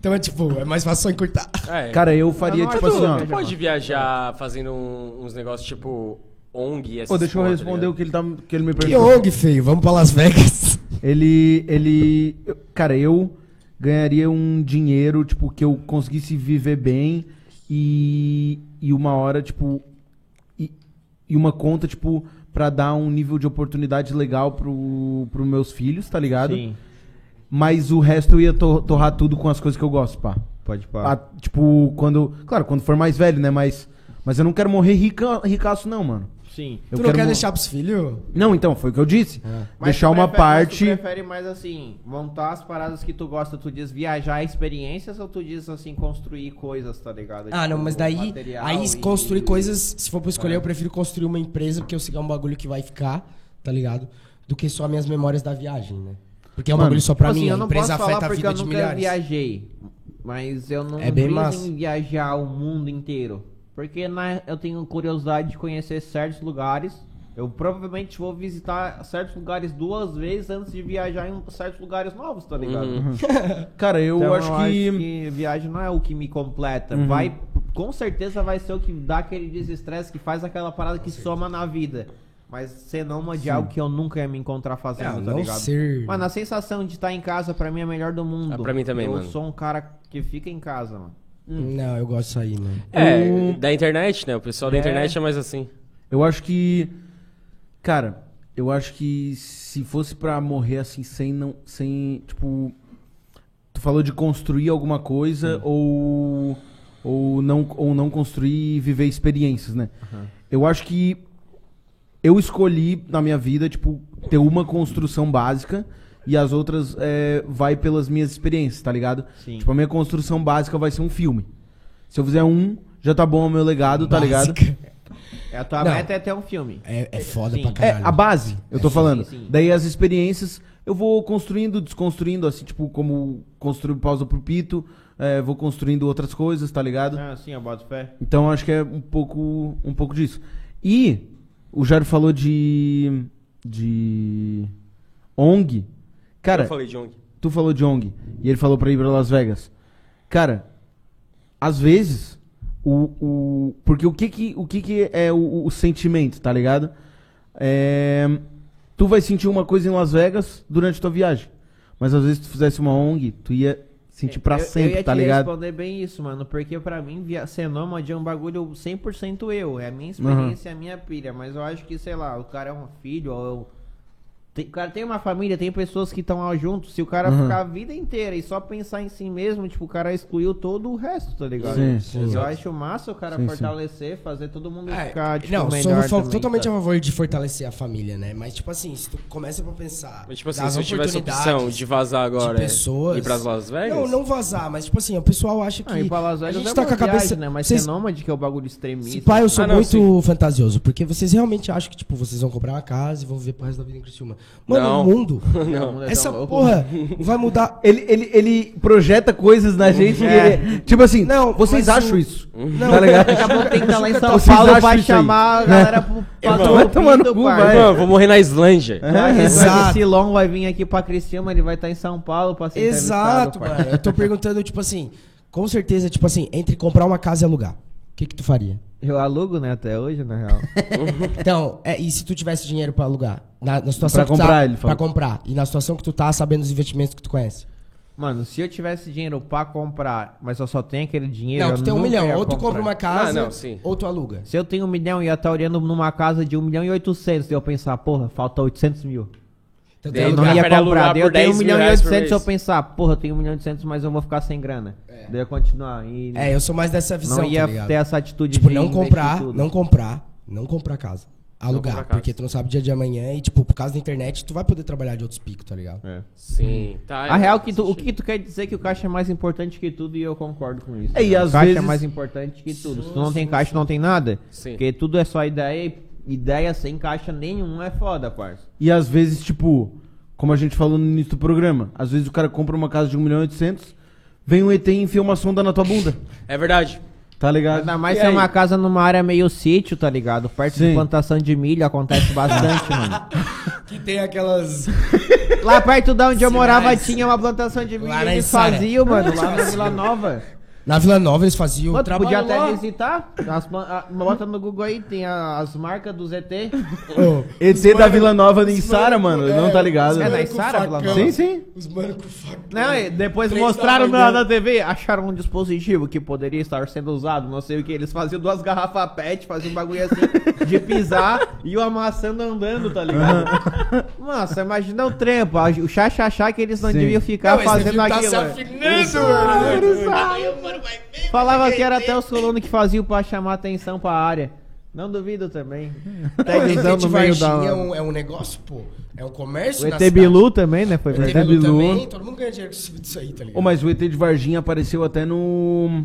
C: Então é tipo, é mais fácil só encurtar.
E: É.
A: Cara, eu faria
B: Não, não,
A: tipo
B: eu
A: assim,
B: tô-
A: ó.
B: eu
E: Tu pode viajar fazendo um- uns negócios tipo ONG e essas
A: Pô, deixa eu
E: porra, tá
A: responder o
E: ligado?
A: que ele, tá, que ele me
C: Que
A: perguntou.
C: ONG, feio, vamos pra Las Vegas.
A: Ele. Ele. eu- Cara, eu ganharia um dinheiro, tipo, que eu conseguisse viver bem e. E uma hora, tipo. E, e uma conta, tipo, pra dar um nível de oportunidade legal pro, pro meus filhos, tá ligado? Sim. Mas o resto eu ia tor- torrar tudo com as coisas que eu gosto, pá.
B: Pode
A: Ah, tipo, quando. Claro, quando for mais velho, né? Mas. Mas eu não quero morrer rica, ricaço, não, mano.
B: Sim.
A: Eu
C: tu não quer
A: mo-
C: deixar pros filhos?
A: Não, então, foi o que eu disse.
B: Mas
A: Deixar
B: tu
A: uma
B: prefere- mas
A: parte.
B: Tu prefere mais assim, montar as paradas que tu gosta, tu diz viajar experiências ou tu diz assim, construir coisas, tá ligado?
C: Ah, não,
B: Tipo,
C: mas daí,
B: material
C: aí
B: e-
C: construir coisas, se for pra eu escolher,
E: É.
C: eu prefiro construir uma empresa, porque eu sei que é um bagulho que vai ficar, tá ligado? Do que só minhas memórias da viagem, né? Porque é um
A: Mano,
C: bagulho só
B: Tipo
C: pra
B: assim,
C: mim,
B: eu
C: a
B: não
C: empresa
B: posso falar
C: afeta a
B: porque
C: vida
B: eu
C: de
B: nunca
C: milhares.
B: viajei, mas eu não
C: É bem
B: briso
C: massa.
B: em viajar o mundo inteiro, porque na- eu tenho curiosidade de conhecer certos lugares. Eu provavelmente vou visitar certos lugares duas vezes antes de viajar em certos lugares novos, tá ligado?
C: Uhum.
A: Cara, eu
B: Então,
A: acho que.
B: viagem não é o que me completa.
E: Uhum.
B: Vai, com certeza vai ser o que dá aquele desestresse que faz aquela parada que soma na vida. Mas senão de algo que eu nunca ia me encontrar
C: É,
B: fazendo, tá
C: não
B: ligado?
C: ser-
B: Mano, a sensação de estar em casa pra mim é a melhor do mundo.
E: Ah, pra mim também,
B: eu
E: mano.
B: Eu sou um cara que fica em casa, mano.
C: Hum. Não, eu gosto disso aí, mano.
E: É,
B: Hum.
E: da internet, né? O pessoal da internet é mais assim.
A: Eu acho que. Cara, Eu acho que se fosse pra morrer assim, sem não. Sem. Tipo. Tu falou de construir alguma coisa ou. Ou não, ou não construir e viver experiências, né? Eu acho que eu escolhi na minha vida, tipo, ter uma construção básica e as outras é, vai pelas minhas experiências, tá ligado?
B: Sim.
A: Tipo, a minha construção básica vai ser um filme. Se eu fizer um, já tá bom o meu legado, tá ligado?
B: A tua
C: Não.
B: meta é ter um filme.
C: É, é foda
B: Sim.
C: pra
A: É,
C: caralho.
A: a base, eu tô falando.
B: sim.
A: Daí as experiências, eu vou construindo, desconstruindo, assim, tipo, como construir pausa pro pito, é, vou construindo outras coisas, tá ligado?
B: Ah, sim, eu boto fé.
A: Então acho que é um pouco, um pouco disso. E o Jairo falou de. de. ONG. Cara,
E: Eu falei de ONG.
A: tu falou de ONG e ele falou pra ir pra Las Vegas. Cara, às vezes, o. o porque o que que, o que, que é o, o sentimento, tá ligado? É, tu vai sentir uma coisa em Las Vegas durante tua viagem. Mas às vezes, se tu fizesse uma ONG, tu ia sentir pra
B: É, Eu- eu
A: sempre,
B: ia
A: tá
B: te
A: ligado?
B: responder bem isso, mano, porque pra mim via ser nômade é um bagulho 100% eu, é a minha experiência, é a minha pilha, mas eu acho que, sei lá, o cara é um filho, ou eu... tem- o cara tem uma família, tem pessoas que estão lá junto, se o cara ficar a vida inteira e só pensar em si mesmo, tipo, o cara excluiu todo o resto, tá ligado?
A: Sim, sim.
B: Eu acho massa o cara fortalecer, fazer todo mundo
C: É,
B: ficar, tipo,
C: não, sou
B: melhor
C: fo-
B: também, tá.
C: totalmente
B: sabe?
C: a favor de fortalecer a família, né? Mas, tipo assim, se tu começa pra pensar.
E: Mas, tipo assim,
C: das
E: se eu tivesse a opção
C: oportunidades
E: de vazar agora
C: de pessoas.
E: e ir pras Las Vegas...
C: Não, não vazar, mas, tipo assim, o pessoal acha que.
B: Ah, e pra Las Vegas
C: a gente
B: é
C: tá
B: uma
C: com a cabeça.
B: viagem, né? Mas
C: Vocês-
B: ser nômade que é o bagulho extremista.
C: se pá, eu sou
E: Ah, não,
C: muito
E: sim.
C: fantasioso, porque vocês realmente acham que, tipo, vocês vão comprar uma casa e vão viver pro resto da vida em Criciúma. Mano,
E: Não.
C: o mundo.
E: não.
B: Não é tão
C: Essa
B: louco.
C: porra vai mudar.
A: Ele, ele, ele projeta coisas na gente. e ele- tipo assim,
C: Não,
A: vocês
C: mas
A: acham
C: o-
A: isso?
C: Não,
A: Tá ligado?
B: Daqui a pouco tem que estar lá em São
A: Vocês
B: Paulo,
A: acham
B: vai
C: é
A: isso aí?
C: né?
B: chamar a galera pro
A: Irmão, vai tomar no cu, vai.
E: Mano, eu vou morrer na Islândia.
B: Vai,
C: É, Exato.
B: Exato. Silon vai vir aqui pra Criciúma, ele vai estar em São Paulo pra ser
C: Exato,
B: entrevistado, parça.
C: mano. Eu tô perguntando, tipo assim, com certeza, tipo assim, entre comprar uma casa e alugar, o que que tu faria?
B: Eu alugo, né, até hoje, na real.
C: Então, é, e se tu tivesse dinheiro pra alugar? Na, na
A: Pra
C: situação que tu
A: comprar,
C: tá,
A: ele falou.
C: Pra comprar. E na situação que tu tá, sabendo os investimentos que tu conhece.
B: Mano, se eu tivesse dinheiro pra comprar, mas eu só tenho aquele dinheiro.
C: não,
B: eu
C: tu tem um
B: nunca
C: milhão.
B: ia
C: Ou tu
B: comprar.
C: compra uma casa,
E: Ah, não, sim.
C: ou tu aluga.
B: Se eu tenho um milhão e eu tá olhando numa casa de um milhão e oitocentos, eu pensar, porra, falta 800 mil.
C: Então,
E: Daí
B: Eu
C: tem
B: não
E: lugar
B: ia
E: pra ele alugar
B: comprar. Daí
E: por
B: eu tenho
E: 10
B: um
E: mil
B: milhão e
E: reais por
B: 800, eu
E: mês.
B: pensar, porra, eu tenho um milhão e 800, mas eu vou ficar sem grana. Daí eu continuar. E
C: É, eu sou mais dessa visão,
B: não
C: tá
B: ia
C: ligado?
B: ter essa atitude
C: Tipo,
B: de
C: não
B: investir
C: comprar,
B: tudo.
C: não comprar, não comprar casa. Alugar,
E: comprar casa.
C: porque tu não sabe o dia de amanhã e, tipo, por causa da internet, tu vai poder trabalhar de outros picos, tá ligado?
E: Sim. Tá,
B: A
E: é,
B: real que tu, o
E: sentido.
B: que tu quer dizer é que o caixa é mais importante que tudo e eu concordo com isso.
A: É, e
B: cara.
A: às
B: o caixa é
A: vezes-
B: mais importante que tudo. Se tu não tem caixa, não tem nada.
E: Sim.
B: Porque tudo é só ideia e ideia sem caixa nenhum é foda, parça.
A: E às vezes, tipo, como a gente falou no início do programa, às vezes o cara compra uma casa de 1 milhão e 800, vem um ET e enfia uma sonda na tua bunda.
E: É verdade.
A: Tá ligado?
B: Ainda mais
A: E
B: se é
A: aí?
B: uma casa numa área meio sítio, tá ligado? Perto
A: Sim.
B: de plantação de milho acontece bastante, mano.
C: Que tem aquelas.
B: Lá perto da onde eu
C: Sinais.
B: morava tinha uma plantação de milho
C: Lá na
B: eles
C: Içara.
B: faziam, mano, lá na Vila Nova.
C: Na Vila Nova eles faziam.
B: Mano, tu
C: trabalho
B: podia até
C: lá.
B: visitar. As plan- a- bota no Google aí, tem a- as marcas do ZT.
C: Ô,
A: ET da Vila Nova de Sara, mano, não tá ligado?
B: É da
C: com
B: Sara, Vila
C: facão.
B: Nova.
A: Sim, sim.
C: Os mano com facão.
B: Não, Né, e depois
C: Três né?
B: mostraram
C: da
B: na,
C: manhã.
B: na TV, acharam um dispositivo que poderia estar sendo usado, não sei o que. Eles faziam duas garrafas pet, faziam um bagulho assim de pisar e o amassando andando, tá ligado? Nossa, imagina o trampo, a- o chá-chá-chá que eles não
A: Sim.
B: deviam ficar
C: Não, esse
B: fazendo
C: filme tá
B: aquilo.
C: se afinando, mano. né,
B: Falava que era até os colonos que faziam pra chamar atenção pra área. Não duvido também.
C: Não,
B: Tá
C: ET de
B: no meio da...
C: Varginha é um, é um negócio, pô. É um comércio.
B: O
C: na
B: ET
C: cidade.
B: Bilu também, né? Foi
C: O ET
B: verdade.
C: Bilu
A: é Bilu.
C: também. Todo mundo ganha dinheiro com isso aí, tá ligado?
A: Ô, mas o ET de Varginha apareceu até no.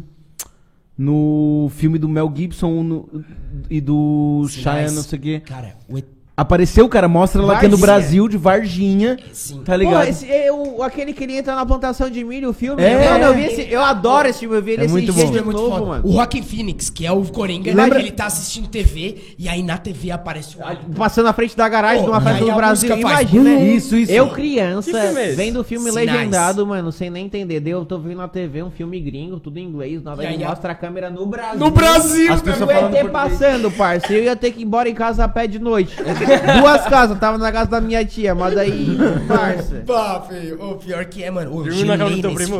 A: No filme do Mel Gibson no- e do Shia,
C: Sinais.
A: não sei o quê.
C: Cara, o ET.
A: Apareceu, cara, mostra lá que é no
C: Varginha.
A: Brasil, de Varginha.
C: Sim.
A: Tá
B: Pô,
A: ligado?
B: esse, é o- aquele que ele entra na plantação de milho, o filme.
A: É.
B: Mano, eu vi esse. Eu adoro esse filme, eu vi ele
A: É
B: esse
A: muito
B: dia
A: bom.
B: de
C: É muito
B: novo,
C: foda.
B: mano.
C: O Rock Phoenix, que é o Coringa,
A: Lembra-
C: ele tá assistindo TV e aí na TV aparece o alien.
B: Passando na frente da garagem
C: Pô,
B: de uma festa
C: aí
B: do
C: a
B: Brasil.
C: música faz
B: Imagina.
A: bum. Isso, isso.
B: Eu,
E: Que
B: criança,
E: filme é esse?
B: vendo o filme
C: Sinais.
B: legendado, mano, sem nem entender. Daí Eu tô vendo na TV um filme gringo, tudo em inglês. Na
C: E
B: verdade,
C: aí a-
B: mostra a câmera no Brasil.
C: No Brasil, né,
A: As pessoas
B: O
A: falando
B: ET
A: português.
B: passando, parceiro. Eu ia ter que ir embora em casa a pé de noite. Duas casas, tava na casa da minha tia, mas daí, parça.
C: Pá, filho. O pior que é, mano. O
E: Dormiu na casa do teu primo?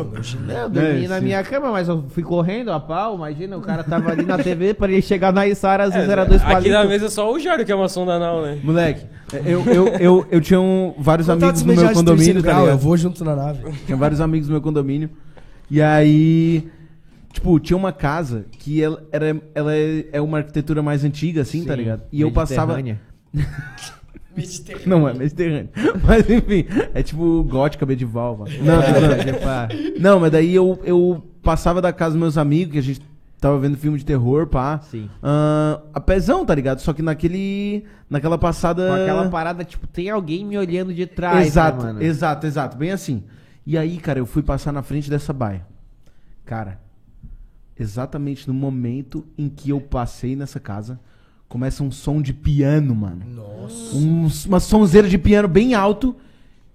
B: Eu dormi
A: É,
B: na
A: sim.
B: minha cama, mas eu fui correndo a pau, imagina, o cara tava ali na TV pra ele chegar na Isara, às
A: É,
B: vezes era dois
E: Aqui na
B: palitos.
E: mesa só o Jário que é uma sonda anal, né?
A: Moleque, eu, eu, eu, eu tinha um- vários
C: Tá
A: amigos no meu condomínio, tá
C: Eu
A: ligado?
C: vou junto na nave.
A: Tinha vários amigos no meu condomínio. E aí, tipo, tinha uma casa que ela, era, ela é, é uma arquitetura mais antiga, assim, tá ligado? E eu passava.
B: Mediterrânea.
A: Não é mediterrâneo. Mas enfim, é tipo gótica medieval, mano. Não,
B: É, pá.
A: não, mas daí eu, eu passava da casa dos meus amigos, que a gente tava vendo filme de terror, pá.
B: Sim.
A: Ah, a pezão, tá ligado? Só que naquele. Naquela passada.
B: Com aquela parada, tipo, tem alguém me olhando de trás,
A: Ah. exato,
B: né, mano?
A: exato, exato. Bem assim. E aí, cara, eu fui passar na frente dessa baia. Cara, exatamente no momento em que eu passei nessa casa, começa um som de piano, mano. Nossa. uma sonzeira de piano bem alto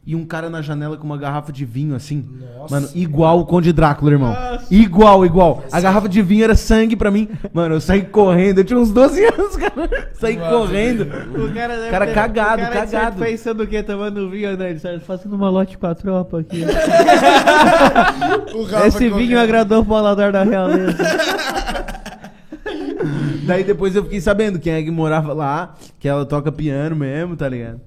A: e um cara na janela com uma garrafa de vinho, assim.
C: Nossa.
A: Mano, igual o Conde Drácula, irmão. Igual, igual. A garrafa de vinho era sangue pra mim. Mano, eu saí correndo. Eu tinha uns 12 anos, cara. Saí correndo.
B: O cara, deve
A: Cara
B: ter-
A: cagado,
B: o cara deve ter
A: cagado.
B: pensando o quê? Tomando vinho, né? Ele sabe, fazendo uma lote com a tropa aqui.
C: O
B: Esse vinho
A: é
B: agradou o paladar da realeza.
A: Daí depois eu fiquei sabendo quem é que morava lá, que ela toca piano mesmo, tá ligado?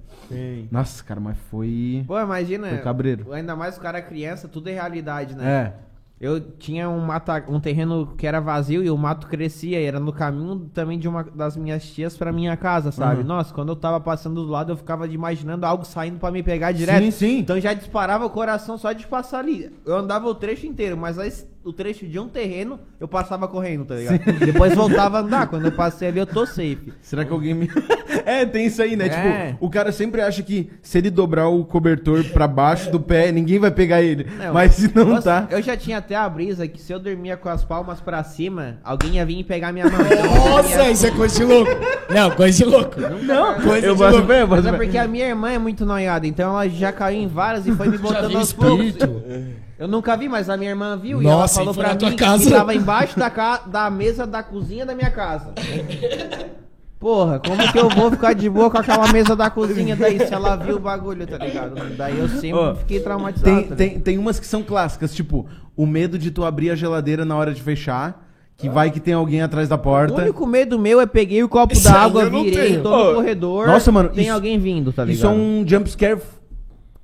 A: Nossa, cara, mas foi.
B: Pô, imagina.
A: Foi cabreiro.
B: Ainda mais o cara criança, tudo é realidade, né?
A: É.
B: Eu tinha um, mata, um terreno que era vazio e o mato crescia. E era no caminho também de uma das minhas tias pra minha casa, sabe?
A: Uhum.
B: Nossa, quando eu tava passando do lado, eu ficava imaginando algo saindo pra me pegar direto.
A: Sim, sim.
B: Então já disparava o coração só de passar ali. Eu andava o trecho inteiro, mas aí o trecho de um terreno eu passava correndo, tá ligado? Depois voltava a andar. Quando eu passei ali, eu tô safe.
A: Será que alguém me. é, tem isso aí, né?
B: É.
A: Tipo, o cara sempre acha que se ele dobrar o cobertor pra baixo do pé, ninguém vai pegar ele. Mas se não
B: Nossa,
A: tá.
B: Eu já tinha até a brisa que se eu dormia com as palmas pra cima, alguém ia vir e pegar minha mão. Então,
C: Nossa, isso é coisa de louco. Não, coisa de louco. Não, coisa
A: Eu
C: de
A: boto
C: louco.
A: bem, eu boto
B: Mas é
A: bem.
B: porque a minha irmã é muito noiada, então ela já caiu em várias e foi me
C: Já
B: botando
C: vi
B: aos poucos.
C: espírito.
B: Eu nunca vi, mas a minha irmã viu e ela
C: Nossa,
B: falou
C: e foi
B: pra
C: na tua
B: mim
C: casa.
B: que tava embaixo da, ca- da mesa da cozinha da minha casa. Porra, como que eu vou ficar de boa com aquela mesa da cozinha daí se ela viu o bagulho, tá ligado? Daí eu sempre
A: Ô,
B: fiquei traumatizado.
A: Tem,
B: tá
A: tem, tem umas que são clássicas, tipo, o medo de tu abrir a geladeira na hora de fechar, que vai que tem alguém atrás da
B: O
A: porta.
B: único medo meu é peguei o copo
C: Isso
B: d'água,
C: aí eu não
B: virei,
C: tenho.
B: tô no
A: Ô,
B: corredor.
A: nossa, mano,
B: Tem
A: isso-
B: alguém vindo, tá ligado?
A: Isso é um jumpscare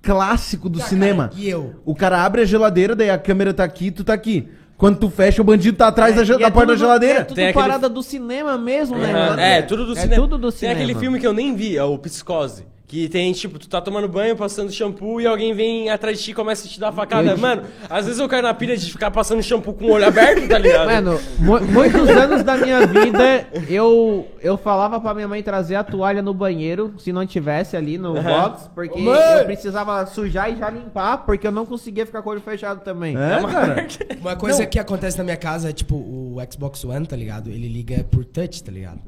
A: clássico do cinema.
C: E eu?
A: O cara abre a geladeira, daí a câmera tá aqui, tu tá aqui. Quando tu fecha, o bandido tá atrás da, ge-
B: E
A: da
B: é
A: porta da
B: tudo-
A: geladeira.
B: É tudo
E: Tem aquele-
B: parada do cinema mesmo, né? mano?
E: É, tudo do
B: é
E: cinema.
B: tudo do cinema.
E: Tem aquele filme que eu nem vi, é o Psicose. Que tem, tipo, tu tá tomando banho, passando shampoo e alguém vem atrás de ti e começa a te dar facada. Mano, às vezes eu caio na pilha de ficar passando shampoo com o olho aberto, tá ligado?
B: Mano, mu- muitos anos da minha vida, eu, eu falava pra minha mãe trazer a toalha no banheiro, se não tivesse ali no box, porque eu precisava sujar e já limpar, porque eu não conseguia ficar com o olho fechado também.
A: É, cara.
C: Uma coisa que acontece na minha casa é, tipo, o Xbox One, tá ligado? Ele liga por touch, tá ligado?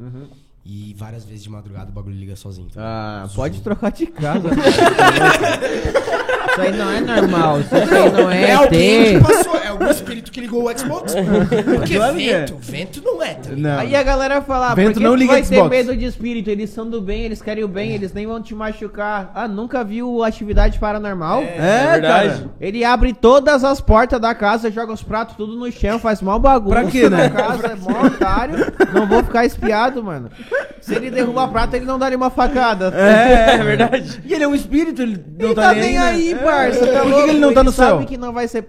C: E várias vezes de madrugada o bagulho liga sozinho. Tá ligado?
B: Uhum. Ah, pode trocar de casa. isso aí não é normal, isso aí não é,
C: alguém
B: ter.
C: que passou, é algum espírito que ligou o Xbox. pô. Porque
A: Claro que é.
C: vento, vento não é, tá ligado?
A: Não.
B: Aí a galera fala,
A: Vento
B: por que
A: não
B: tu
A: liga
B: vai ter
A: Xbox.
B: medo de espírito? Eles são do bem, eles querem o bem, eles nem vão te machucar. Ah, nunca viu atividade paranormal?
A: É,
E: verdade.
A: cara.
B: Ele abre todas as portas da casa, joga os pratos tudo no chão, faz mal bagulho.
A: Pra quê, né?
B: Na casa, é mó otário. Não vou ficar espiado, mano. Se ele derruba a prata, ele não dá uma facada.
A: É,
E: É verdade.
A: E ele é um espírito, ele não
B: Ele tá nem aí,
A: né?
B: parça.
A: É.
B: Tá
A: Por que
B: louco?
A: que ele não tá no
B: sabe
A: céu?
B: que não vai ser...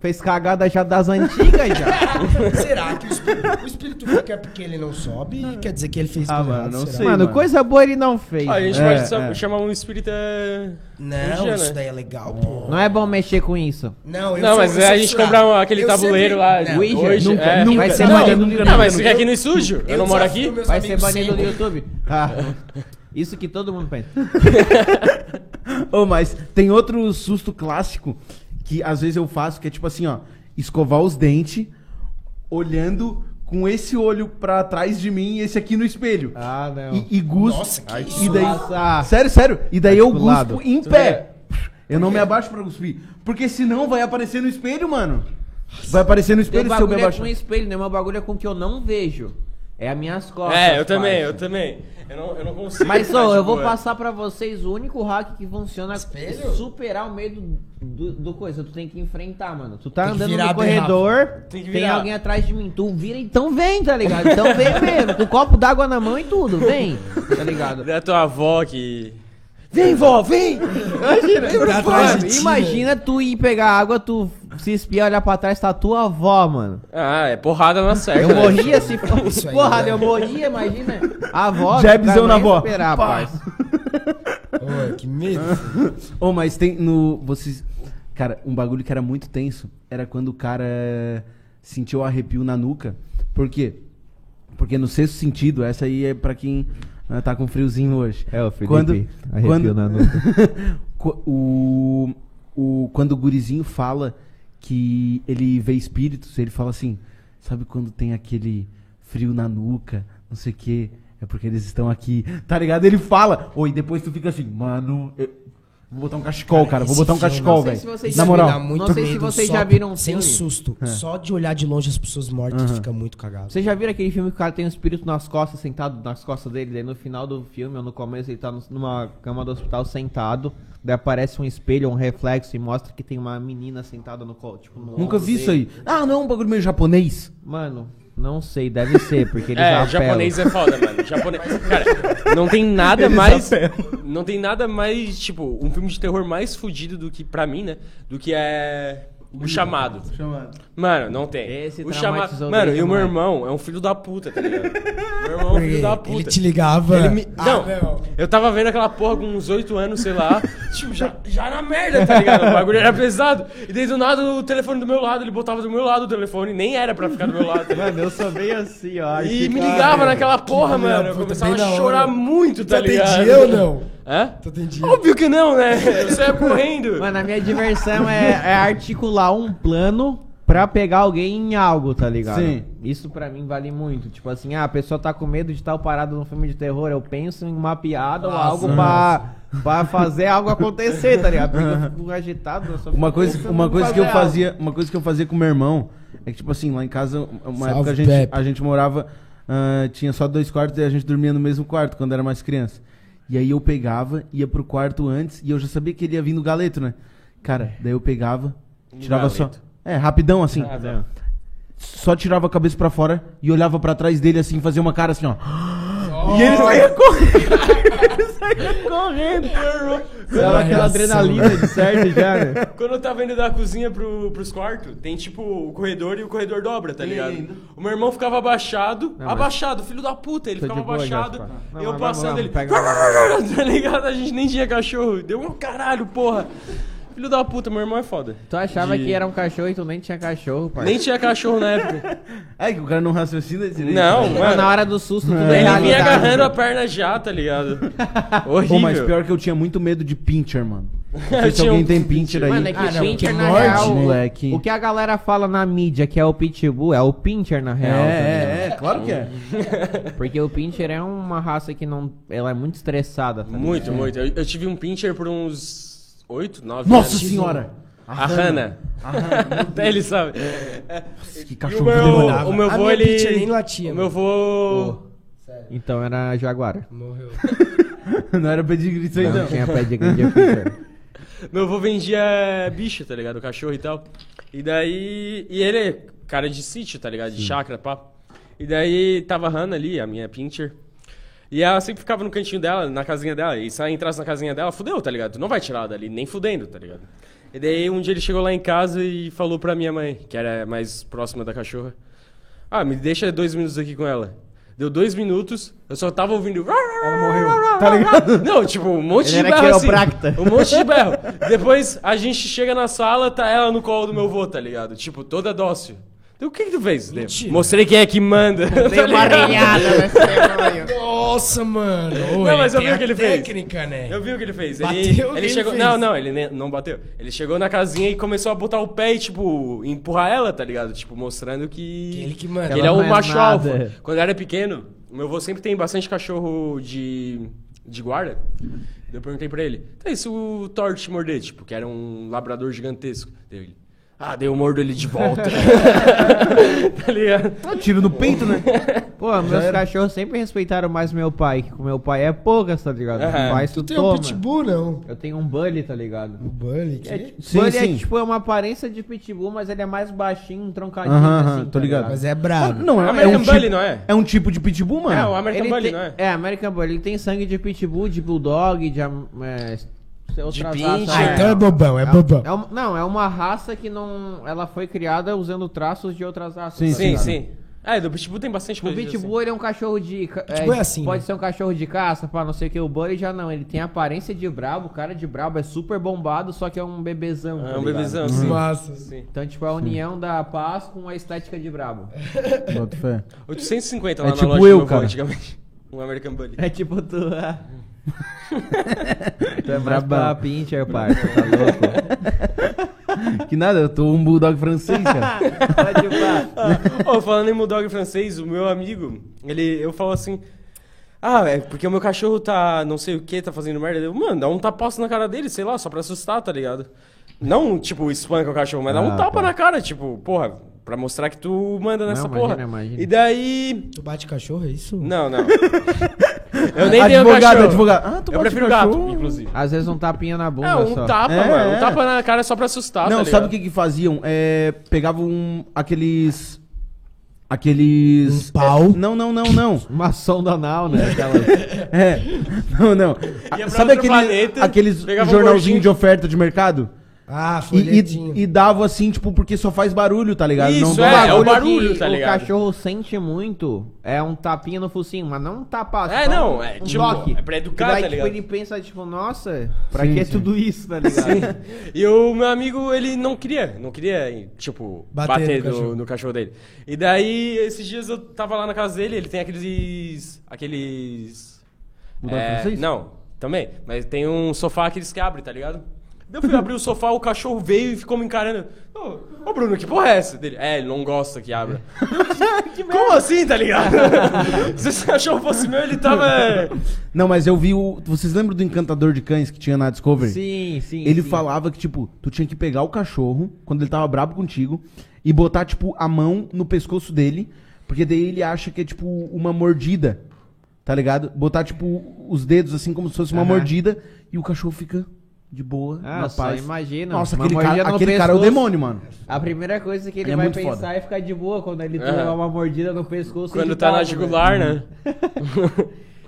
B: Fez cagada já das antigas, já.
C: Será que o espírito, o espírito fica porque ele não sobe? Quer dizer que ele fez
A: Ah,
C: coisa
A: mano,
C: errada,
A: não
C: será?
A: sei.
B: mano,
A: mano.
B: coisa boa ele não fez.
E: Ó, a gente
A: É,
E: pode sa-
A: é.
E: chamar um espírito. é,
C: Não,
E: um dia,
C: isso
E: né?
C: daí é legal, pô.
B: Não é bom mexer com isso.
C: Não, eu
E: Não,
C: sou-
E: mas
C: eu
E: é
C: sou
E: a gente
C: fissurado.
E: comprar um- aquele
C: Eu
E: tabuleiro lá.
C: Não.
B: Ouija,
E: hoje,
B: nunca,
E: é.
B: nunca. Vai ser
E: não,
B: banido do
E: Não,
B: YouTube.
E: mas fica aqui no sujo. Eu, não moro aqui.
C: desafio meus
B: Vai ser
C: amigos
B: banido do
C: sempre.
B: YouTube. Ah, isso que todo mundo pensa.
A: Ô, mas tem outro susto clássico que às vezes eu faço, que é tipo assim, ó, escovar os dentes, olhando com esse olho pra trás de mim e esse aqui no espelho.
B: Ah, não.
A: E, e guspo.
C: Nossa, que
A: e
C: isso.
A: daí, ah,
B: Nossa. Tá
A: Sério, sério. E daí eu
B: Articulado.
A: guspo em pé. Eu não me abaixo pra cuspir. Porque senão vai aparecer no espelho, mano. Vai aparecer no
B: Meu
A: espelho se eu me
B: bagulho é
A: abaixar.
B: com espelho, né? Meu bagulho é com o que eu não vejo. É as minhas costas.
E: É, eu também,
B: parça.
E: eu também. Eu não, eu não consigo.
B: Mas,
E: ficar
B: ô,
E: de
B: eu vou
E: boa.
B: passar pra vocês o único hack que funciona
C: Espelho?
B: superar o medo do, do coisa. Tu tem que enfrentar, mano. Tu tá
C: Tem que
B: andando
C: virar
B: no
C: a derrapa.
B: corredor,
E: Tem
B: tem,
E: que virar.
B: alguém atrás de mim. Tu vira, então vem, tá ligado? Então vem mesmo, com o copo d'água na mão e tudo, vem, tá ligado?
E: Da É tua avó que.
B: Vem, vó, vem! Imagina,
C: Tá atrás de
B: mano,
C: ti,
B: imagina tu ir pegar água, tu se espiar, olhar pra trás, tá tua avó, mano.
E: Ah, é porrada na certa.
B: Eu
E: né?
B: morria se fosse.
C: Isso aí,
B: Porra,
C: né?
B: eu morria, imagina. A avó.
A: Jabzão
B: cara,
A: na
B: não ia
A: avó.
B: Esperar, parça.
C: Ô, que medo.
A: Ô, mas tem no. Vocês. Cara, um bagulho que era muito tenso era quando o cara sentiu o arrepio na nuca. Por quê? Porque no sexto sentido, essa aí é pra quem ah, tá com friozinho hoje.
B: É, o Felipe
A: Quando-
B: arrepio
A: quando-
B: na nuca.
A: Co- o, o, quando o gurizinho fala que ele vê espíritos, ele fala assim, sabe quando tem aquele frio na nuca, não sei o quê, é porque eles estão aqui, tá ligado? Ele fala, oi, depois tu fica assim, mano, eu vou botar um cachecol, cara, vou
C: Esse
A: botar um
C: filme,
A: cachecol,
B: não sei
A: velho.
B: se vocês
A: Na
B: já
A: moral,
B: viram, Não sei se vocês já viram um
C: Sem
B: filme.
C: susto. Só de olhar de longe as pessoas mortas, tu fica muito cagado.
B: Vocês já viram aquele filme que o cara tem um espírito nas costas, sentado nas costas dele? Daí no final do filme, ou no começo, ele tá no- numa cama do hospital sentado. Daí aparece um espelho, um reflexo e mostra que tem uma menina sentada no colo. Tipo, no
A: nunca
B: ombro
A: vi isso
B: dele.
A: aí. Ah, não, é um bagulho meio japonês.
B: Mano, não sei, deve ser, porque eles
E: É,
B: apelam.
E: japonês é foda, mano. Japonês. Cara, não tem nada mais. Não tem nada mais, tipo, um filme de terror mais fudido do que, pra mim, né? Do que é. O chamado. Mano, não tem.
B: Esse
E: o
B: traumatizou
E: chamado. Mano,
B: desde
E: e o meu
B: moleque.
E: irmão é um filho da puta, tá ligado? meu irmão é um
C: Porque
E: filho da puta.
C: Ele te ligava.
E: Ele me-
C: Ah,
E: não, Tá
C: meu.
E: eu tava vendo aquela porra com uns 8 anos, sei lá. tipo, já, já na merda, tá ligado? O bagulho era pesado. E desde do nada o telefone do meu lado, ele botava do meu lado o telefone, nem era pra ficar do meu lado. tá ligado?
B: Mano, eu sou bem assim, ó.
E: E me ligava naquela porra,
C: filho da
E: mano. Eu
C: puta,
E: começava a
C: bem na hora.
E: chorar muito,
C: Tu
E: tá ligado?
C: atendia ou não?
E: Hã?
C: Tu atendia.
E: Óbvio que não, né? Eu saia correndo.
B: Mano, a minha diversão é, é articular um plano pra pegar alguém em algo, tá ligado?
A: Sim.
B: Isso pra mim vale muito. Tipo assim, ah, a pessoa tá com medo de tal parada num filme de terror, eu penso em uma piada ou
C: Nossa,
B: algo pra, pra fazer algo acontecer, tá ligado? Porque eu fico agitado. Eu só fico
A: Uma coisa,
B: pensando
A: uma
B: em
A: coisa que eu
B: fazer algo.
A: fazia, uma coisa que eu fazia com meu irmão é que tipo assim, lá em casa, uma
C: Salve,
A: época a gente,
C: Pepe.
A: a gente morava, ah, tinha só dois quartos e a gente dormia no mesmo quarto quando era mais criança. E aí eu pegava, ia pro quarto antes e eu já sabia que ele ia vir no galeto, né? Cara, daí eu pegava, tirava só,
E: galeto.
A: é, rapidão assim.
E: Nada.
A: Só tirava a cabeça pra fora e olhava pra trás dele assim, fazia uma cara assim, ó. E ele saía correndo.
B: Dava aquela
C: reação,
B: adrenalina de certo já, né?
E: Quando eu tava indo da cozinha pro, pros quartos, tem tipo o corredor e o corredor dobra, tá ligado? O meu irmão ficava abaixado, abaixado, filho da puta, ele
B: Tô de
E: ficava
B: boa já,
E: abaixado,
B: cara. Não,
E: eu
B: mas vamos
E: passando
B: lá,
E: ele.
B: pega
E: Tá ligado? A gente nem tinha cachorro. Deu um caralho, porra. Filho da puta, meu irmão é foda.
B: Tu achava
E: De-
B: que era um cachorro e tu nem tinha cachorro, pai.
E: Nem tinha cachorro na época.
A: É que o cara não raciocina né? direito.
E: Não, mano.
B: Na hora do susto, tudo é
E: Ele vinha
B: realidade.
E: agarrando a perna já, tá ligado? Horrível.
A: Pô, mas pior que eu tinha muito medo de pincher, mano. Não sei se
E: Tinha
A: alguém
E: um
A: tem pincher aí.
B: Mano, é que
C: Ah,
B: o
C: não,
B: Pinter,
C: que
B: na
C: morde,
B: real,
A: né? moleque.
B: o que a galera fala na mídia que é o Pitbull é o Pinter, na real. tá ligado?
A: É, é, é, claro que é.
B: Porque o Pinter é uma raça que não... Ela é muito estressada. tá ligado?
E: Muito, muito. Eu, eu tive um pincher por uns 8, 9
A: Nossa senhora!
E: A Hannah. Até ele sabe.
A: Que
E: E o
A: cachorro
E: meu,
A: demorava.
E: o meu
C: A
E: vô,
C: minha
E: ele.
C: pincher nem latia,
E: o
C: mano.
E: meu vô.
B: Então era Jaguar. Então
C: Morreu.
A: Não era pedigree isso aí,
B: Não
A: não.
B: tinha pé de grande Pinter.
E: Meu avô vendia bicho, tá ligado? Cachorro e tal. E daí. E ele é cara de sítio, tá ligado? De chácara, pá. E daí tava a Hannah ali, a minha pincher. E ela sempre ficava no cantinho dela, na casinha dela. E se ela entrasse na casinha dela, fudeu, tá ligado? Tu não vai tirar ela dali, nem fudendo, tá ligado? E daí um dia ele chegou lá em casa e falou pra minha mãe, que era mais próxima da cachorra: Ah, me deixa dois minutos aqui com ela. Deu dois minutos, eu só tava ouvindo. Ela morreu. Tá ligado? Não, tipo, um monte
B: Ele
E: de
B: era
E: berro assim.
B: quiropracta.
E: Um monte de berro. Depois a gente chega na sala, tá ela no colo do meu vô, tá ligado? Tipo, toda dócil. Então, o que que tu fez?
C: Mentira.
E: Mostrei quem é que manda. tá
B: Deu uma
E: ligado?
B: arranhada nesse tamanho.
C: Nossa, mano. Ô,
E: Não,
C: ele
E: mas eu
C: tem
E: vi o
C: a
E: que ele fez.
C: técnica, né?
E: Eu vi o que ele fez. ele
C: Bateu, o que
E: ele
C: ele
E: chegou.
C: fez?
E: Não, não, ele nem- não bateu. Ele chegou na casinha e começou a botar o pé e, tipo, empurrar ela, tá ligado? Tipo, mostrando que.
C: Que ele que manda.
E: ele é
B: Ela
E: o
B: não é
E: macho
B: nada.
E: alfa. Quando eu era pequeno, o meu avô sempre tem bastante cachorro de. de guarda. Eu perguntei pra ele, tá, e se o Thor te morder? Tipo, que era um labrador gigantesco. Deu ele. Ah, dei o mordo ele de volta. tá ligado?
A: Ah, tiro no peito, né?
B: Pô, meus cachorros sempre respeitaram mais meu pai, que com meu pai é poucas, tá ligado? Com
E: Aham.
B: o pai, tu,
C: Tu tem
B: toma.
C: um pitbull, não?
B: Eu tenho um bully, tá ligado?
C: O Bully, que...
A: Sim,
B: bully
A: sim.
B: é tipo é uma aparência de pitbull, mas ele é mais baixinho, troncadinho,
A: Aham,
B: assim,
A: aham,
B: tá
A: tô ligado.
C: Mas é brabo.
A: Não, é, é
E: American
A: um
E: Bully,
A: tipo,
E: Ah, não é?
A: é um tipo de pitbull, mano.
E: É, o American
B: Ele
E: Bully,
B: tem-
E: não é?
B: É, American Bully. Ele tem sangue de pitbull, de bulldog, de... am- É, né? de
E: pincher.
C: Ah, então é bobão,
E: um-
C: é bobão.
B: É uma- não, é uma raça que não. Ela foi criada usando traços de outras raças.
A: Sim,
B: tá
E: Sim,
B: ligado?
E: sim. Ah, e do Pitbull tem bastante
B: O
E: coisa. assim.
B: Pitbull ele é um cachorro de. ca-
C: Pitbull é assim,
B: Pode
C: né?
B: ser um cachorro de caça, pra não sei o que. O Bully já não. Ele tem a aparência de brabo, cara de brabo, é super bombado, só que é um bebezão.
E: assim.
B: tá
E: É um
B: ligado?
E: bebezão, sim.
C: Massa.
E: sim.
B: Então, tipo, a união da paz com a estética de brabo.
A: Bota fé.
E: 850
A: É
E: lá
A: tipo
E: na loja
A: eu,
E: do meu avô,
A: cara.
E: antigamente. Um American Bully.
B: É tipo tu. ah. tu é mais
A: Brabão.
B: pra pincher, parça, tá louco?
A: Que nada, eu tô um bulldog francês, cara.
B: Pode pá.
E: Ô, falando em Bulldog francês, o meu amigo, ele, eu falo assim. Ah, é porque o meu cachorro tá não sei o que, tá fazendo merda. Eu, mano, dá um tapaço na cara dele, sei lá, só pra assustar, tá ligado? Não, tipo, espanca o cachorro, mas dá
A: Ah,
E: um tapa
A: tá.
E: na cara, tipo, porra, pra mostrar que tu manda nessa
B: imagina,
E: porra.
B: imagina.
E: E daí.
C: Tu bate cachorro, é isso?
E: Não, não. Eu nem tenho
A: advogado,
E: cachorro.
A: advogado. Ah, tu
E: Eu
A: bate
E: prefiro
A: cachorro?
E: gato, inclusive.
B: Às vezes um tapinha na bunda
E: É, um
B: só.
E: tapa,
A: É,
E: mano.
A: é.
E: Um tapa na cara só pra assustar,
A: Não,
E: tá
A: sabe
E: ligado?
A: o que que faziam? É, pegavam aqueles... Aqueles...
C: Um pau.
A: Não, não, não, não.
B: Uma sonda anal, né? Aquela...
A: É. Não, não. A-
E: é pra
A: sabe
E: outro
A: aquele,
E: planeta,
A: aqueles
E: pegava um
A: jornalzinho
E: gordinho.
A: de oferta de mercado?
C: Ah,
A: E, e,
C: folhetinho.
A: e dava assim, tipo, porque só faz barulho, tá ligado?
E: Isso,
A: dá
E: é,
A: barulho.
E: é o barulho,
B: que
E: tá
B: O
E: ligado?
B: cachorro sente muito é um tapinha no focinho, mas não um tapa.
E: É,
B: só
E: não,
B: um-
E: é,
B: um
E: tipo,
B: toque.
E: é pra educar,
B: E daí,
E: tá
B: tipo,
E: ligado?
B: ele pensa, tipo, nossa, pra
A: Sim,
B: que é
A: sim.
B: tudo isso, tá ligado?
E: E o meu amigo, ele não queria, não queria, tipo,
C: Bater
E: bater,
C: no
E: no,
C: cachorro.
E: no cachorro dele. E daí, esses dias eu tava lá na casa dele, ele tem aqueles. aqueles.
A: Bulldog
E: é,
A: francês?
E: não, também. Mas tem um sofá aqueles que abre, tá ligado? Daí Eu fui abrir o sofá, o cachorro veio e ficou me encarando. Ô, ô, Bruno, que porra é essa? Dele, é, ele não gosta que abra. Como assim, tá ligado? Se esse cachorro fosse meu, ele tava. é,
A: Não, mas eu vi o... Vocês lembram do Encantador de Cães que tinha na Discovery?
B: Sim, sim.
A: Ele
B: sim.
A: falava que, tipo, tu tinha que pegar o cachorro, quando ele tava brabo contigo, e botar, tipo, a mão no pescoço dele, porque daí ele acha que é, tipo, uma mordida, tá ligado? Botar, tipo, os dedos, assim, como se fosse uma
B: Aham.
A: mordida, e o cachorro fica de boa,
B: Ah,
A: na
B: só
A: paz.
B: imagina,
A: Nossa,
B: uma
A: aquele,
B: mordida
A: cara,
B: no
A: aquele cara é o
B: pescoço.
A: demônio, mano.
B: A primeira coisa que ele,
A: Ele é
B: vai
A: muito
B: pensar
A: foda.
B: é ficar de boa quando ele
E: É.
B: tomar uma mordida no pescoço. e
E: Quando
B: de
E: tá na
B: palmo,
E: jugular, né?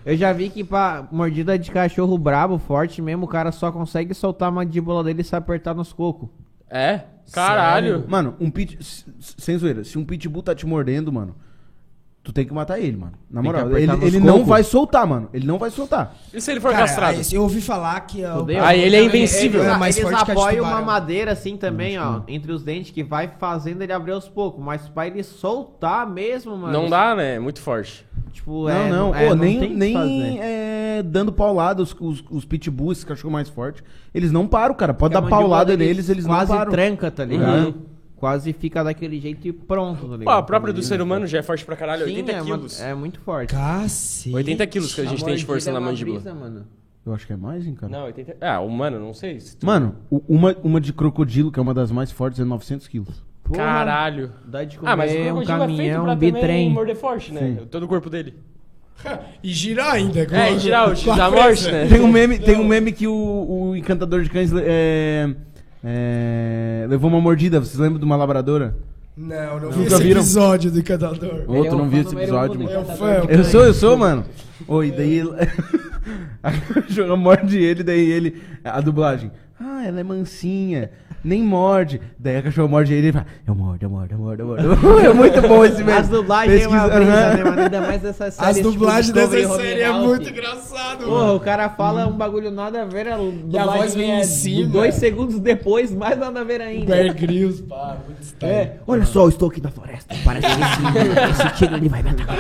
B: Eu já vi que pra mordida de cachorro brabo, forte mesmo, o cara só consegue soltar a mandíbula dele e se apertar nos cocos.
E: É? Caralho.
A: Mano, um pit... s- s- Sem zoeira, se um pitbull tá te mordendo, mano, tu tem que matar ele, mano. Na
B: Tem que
A: moral,
B: apertar
A: ele,
B: nos
A: ele não
B: cocos.
A: vai soltar, mano. Ele não vai soltar.
E: E se ele for
C: Cara,
E: castrado?
C: aí, eu ouvi falar que... ó,
B: Fudeu.
E: Ah, ele é invencível.
B: Eles,
C: É mais
B: eles
C: forte que a de
B: apoiam
C: tubarão.
B: uma madeira assim também, ó, entre os dentes, que vai fazendo ele abrir aos poucos. Mas pra ele soltar mesmo, mano.
E: Não dá, né? É muito forte.
B: Tipo,
A: Não,
B: é,
A: não,
B: é,
A: Ô,
B: não tem
A: nem,
B: o que
A: nem
B: fazer.
A: é, dando paulada, os, os, os pitbulls, esse cachorro mais forte, eles não param, cara. Pode
B: Porque a
A: dar
B: mandíbula
A: paulada
B: deles
A: neles, eles não
B: um quase
A: param.
B: tranca, tá ligado?
E: Uhum.
B: Quase fica daquele jeito e pronto, tá
E: Pô,
B: ligado?
E: a própria do ser humano já é forte pra caralho,
B: Sim,
E: 80
B: é, uma-
E: quilos.
B: é muito forte.
E: 80 é
C: Cacete.
E: quilos que a gente tem
B: mordida
E: de força
B: é
E: na
B: uma
E: mandíbula.
B: brisa, mano.
A: Eu acho que é mais, hein, cara?
E: Não, 80. Ah, humano, não sei. se tu-
A: Mano, o- uma, uma de crocodilo, que é uma das mais fortes, é 900 quilos.
B: Porra,
E: Caralho.
B: Dá de comer
E: Ah, mas o
B: um
E: crocodilo é feito
B: caminhão,
E: pra
B: um
E: também
B: bitrem.
E: morder forte, né? Todo o corpo dele.
C: E girar ainda. com
E: É,
C: a-
E: em geral, o X
C: com a
E: da
C: força.
E: morte, né?
A: Tem um meme, tem um meme que o, o encantador de cães é, é, levou uma mordida. Vocês lembram de uma labradora?
C: Não, não vi
A: Nunca
C: esse
A: viram?
C: episódio do Encantador.
A: Outro,
B: Ele é o
A: não vi
B: fã
A: esse
B: número
A: episódio,
B: um do
A: mano.
C: É o
B: Encantador
C: fã,
B: de
C: é o
B: Cães.
A: Eu sou, eu sou, mano. Oi, daí ele... a cachorra morde ele, daí ele... A dublagem. Ah, ela é mansinha, nem morde. Daí a cachorra morde ele e fala, eu mordo, eu mordo, eu mordo, eu mordo. É muito bom esse mesmo.
B: As dublagens é uma
A: Pesquisa,
B: brisa,
A: aham.
B: né, mano? Ainda mais dessas séries.
C: As dublagens
B: tipo, Discovery,
C: dessa
B: Home
C: série é
B: Health.
C: muito engraçado,
B: Porra,
C: mano.
B: o cara fala um bagulho nada a ver, a dublagem
C: voz vem
B: é
C: em cima.
B: Dois segundos depois, mais nada a ver ainda.
C: Bear Grylls, pá, muito style.
B: É, olha só, eu estou aqui na floresta. Parece que esse, esse tiro ele vai me atacar.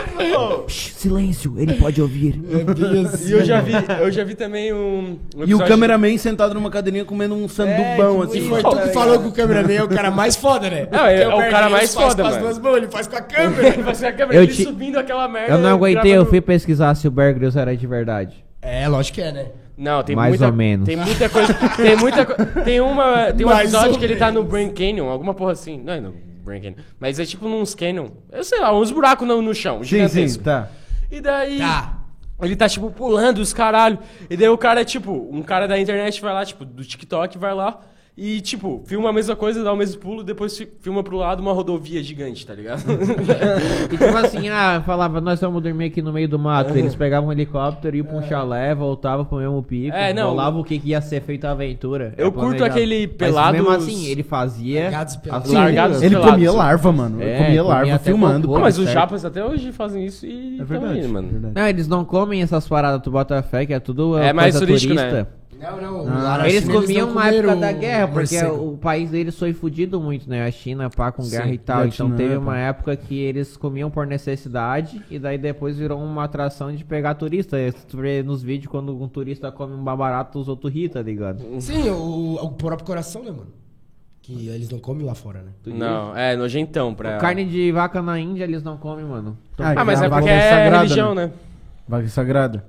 B: Shh, silêncio, ele pode ouvir.
C: É bem assim.
E: E eu já vi, eu já vi também um. um
A: E o
E: episódio-
A: cameraman sentado numa cadeirinha comendo um sandubão,
B: tipo
A: assim.
C: Foi tu que falou que o cameraman é o cara mais foda, né?
E: Não, é-
C: Porque
E: é o
C: Bear
E: cara
C: Grylls
E: mais
C: faz
E: foda,
C: com as
E: mano.
C: duas mãos, ele faz com a câmera.
E: Vai ser a câmera
B: Eu
E: dele
B: te-
E: subindo aquela merda.
B: Eu não aguentei, eu
E: gravando-
B: fui pesquisar se o Bear Grylls era de verdade.
C: é, lógico que é, né?
E: Não, tem
B: Mais
E: muita,
B: ou menos.
E: Tem muita coisa. tem muita co- Tem uma. Tem um
G: Mais ou
E: episódio que ele tá no Brain Canyon, alguma porra assim. Não é no Brain Canyon. Mas é tipo num Canyon. Eu sei lá, uns buracos no, no chão.
F: Sim, sim,
E: gigantesco.
F: tá.
E: E daí.
C: Tá.
E: Ele tá, tipo, pulando os caralho. E daí o cara, tipo, um cara da internet vai lá, tipo, do TikTok vai lá. E, tipo, filma a mesma coisa, dá o mesmo pulo, depois fi- filma pro lado uma rodovia gigante, tá ligado?
B: E tipo assim, ah, falava, nós vamos dormir aqui no meio do mato. Eles pegavam um helicóptero, iam pra um chalé, voltavam pro mesmo pico,
E: É, não.
B: falava o que, que ia ser feito a aventura.
E: Eu
B: Era
E: curto
B: planejado.
E: aquele
B: Mas
E: Pelados-
B: mesmo assim, ele fazia... assim.
C: Largados e Pelados.
B: as
E: Largados
B: loucuras.
F: Ele
E: Pelados,
F: comia
E: sim.
F: larva, mano.
B: É,
F: Ele comia
B: comia
F: larva
B: até
F: filmando.
B: cocô.
E: Pô, mas os
B: certo.
E: japas até hoje fazem isso e
F: É
E: tão
F: verdade,
E: indo, mano.
F: verdade.
B: Não, eles não comem essas paradas, tu bota fé, que é tudo
E: É
B: é
E: mais
B: coisa
E: turístico,
B: turista.
E: né?
C: Não, não. os árabes
B: Ah, Eles
C: chineses
B: comiam
C: não
B: na época
C: comeram um
B: da guerra, porque
C: morcego.
B: o país deles foi fudido muito, né? A China, pá, com guerra e tal.
F: Vietnã,
B: Então teve
F: pá.
B: uma época que eles comiam por necessidade e daí depois virou uma atração de pegar turista. É, Tu vê nos vídeos quando um turista come um barato, os outros ri, tá ligado?
C: Sim, o, o próprio coração, né, mano? Que eles não comem lá fora, né?
E: Não, é nojentão pra.
B: Carne de vaca na Índia eles não comem, mano.
F: Ah,
E: Ah, mas
F: que
E: é
F: vaca
E: porque é
F: sagrada,
E: religião, né?
F: Vaca sagrada.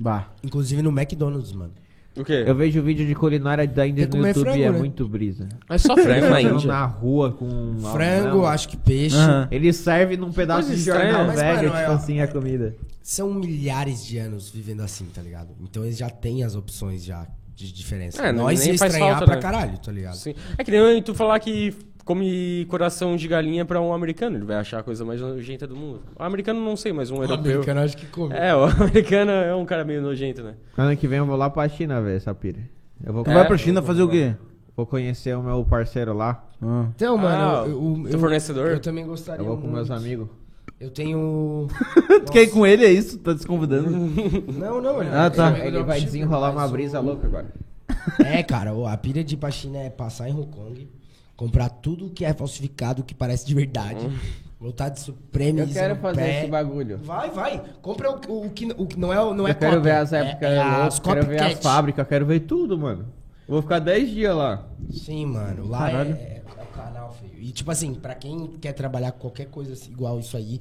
F: Bah.
C: Inclusive no McDonald's, mano.
E: O quê?
B: Eu vejo vídeo de culinária da Índia
C: Quer
B: no
C: comer
B: YouTube
C: frango,
B: e é
C: né?
B: muito brisa.
E: É só frango na
B: Eles andam
E: Índia.
B: Na rua com... um
C: Frango,
B: Não.
C: acho que peixe.
F: Aham.
B: Ele serve num pedaço
E: Coisa
B: de
E: estranha,
B: jornal
C: mas,
B: velho,
C: mano,
B: tipo
C: é-
B: assim, a comida.
C: São milhares de anos vivendo assim, tá ligado? Então eles já têm as opções já de diferença.
E: É, não-
C: Nós
E: nem
C: ia
E: faz
C: estranhar
E: falta,
C: pra
E: né?
C: caralho, tá ligado?
E: Sim. É que nem tu falar que come coração de galinha pra um americano. Ele vai achar a coisa mais nojenta do mundo. O americano não sei, mas um
C: O
E: europeu.
C: americano acho que come.
E: É, o americano é um cara meio nojento, né?
B: Ano que vem eu vou lá pra China ver essa pira. Eu
A: É?
B: vou,
F: Tu
E: É.
F: vai pra China fazer o quê?
B: vou conhecer o meu parceiro lá.
F: Ah.
C: Então,
E: Ah,
C: mano, eu, eu,
E: teu
C: eu-
E: fornecedor?
C: Eu também gostaria.
B: Eu vou com
C: muito.
B: meus amigos.
C: Eu tenho.
F: Tu quer ir com ele, é isso? Tá desconvidando.
C: Não, não, ele,
F: Ah, tá.
C: ele é amigo
B: Ele
C: do
B: vai
C: China,
B: desenrolar
C: mas
B: uma brisa
C: o-
B: louca agora.
C: É, cara, o- a pilha de ir pra China é passar em Hong Kong, comprar tudo que é falsificado, que parece de verdade, voltar de Supremo
B: Hum. Eu quero fazer esse bagulho.
C: Vai, vai. Compra o, o que, o que não é, o- não é
B: eu quero
C: cópia,
B: ver as
C: é-
B: épocas
C: é
B: loucas, quero ver as
C: copycat.
B: fábricas, quero ver tudo, mano. Eu Vou ficar 10 dias lá.
C: Sim, mano. Lá é, é, é o canal, filho. E tipo assim, pra quem quer trabalhar com qualquer coisa assim, igual isso aí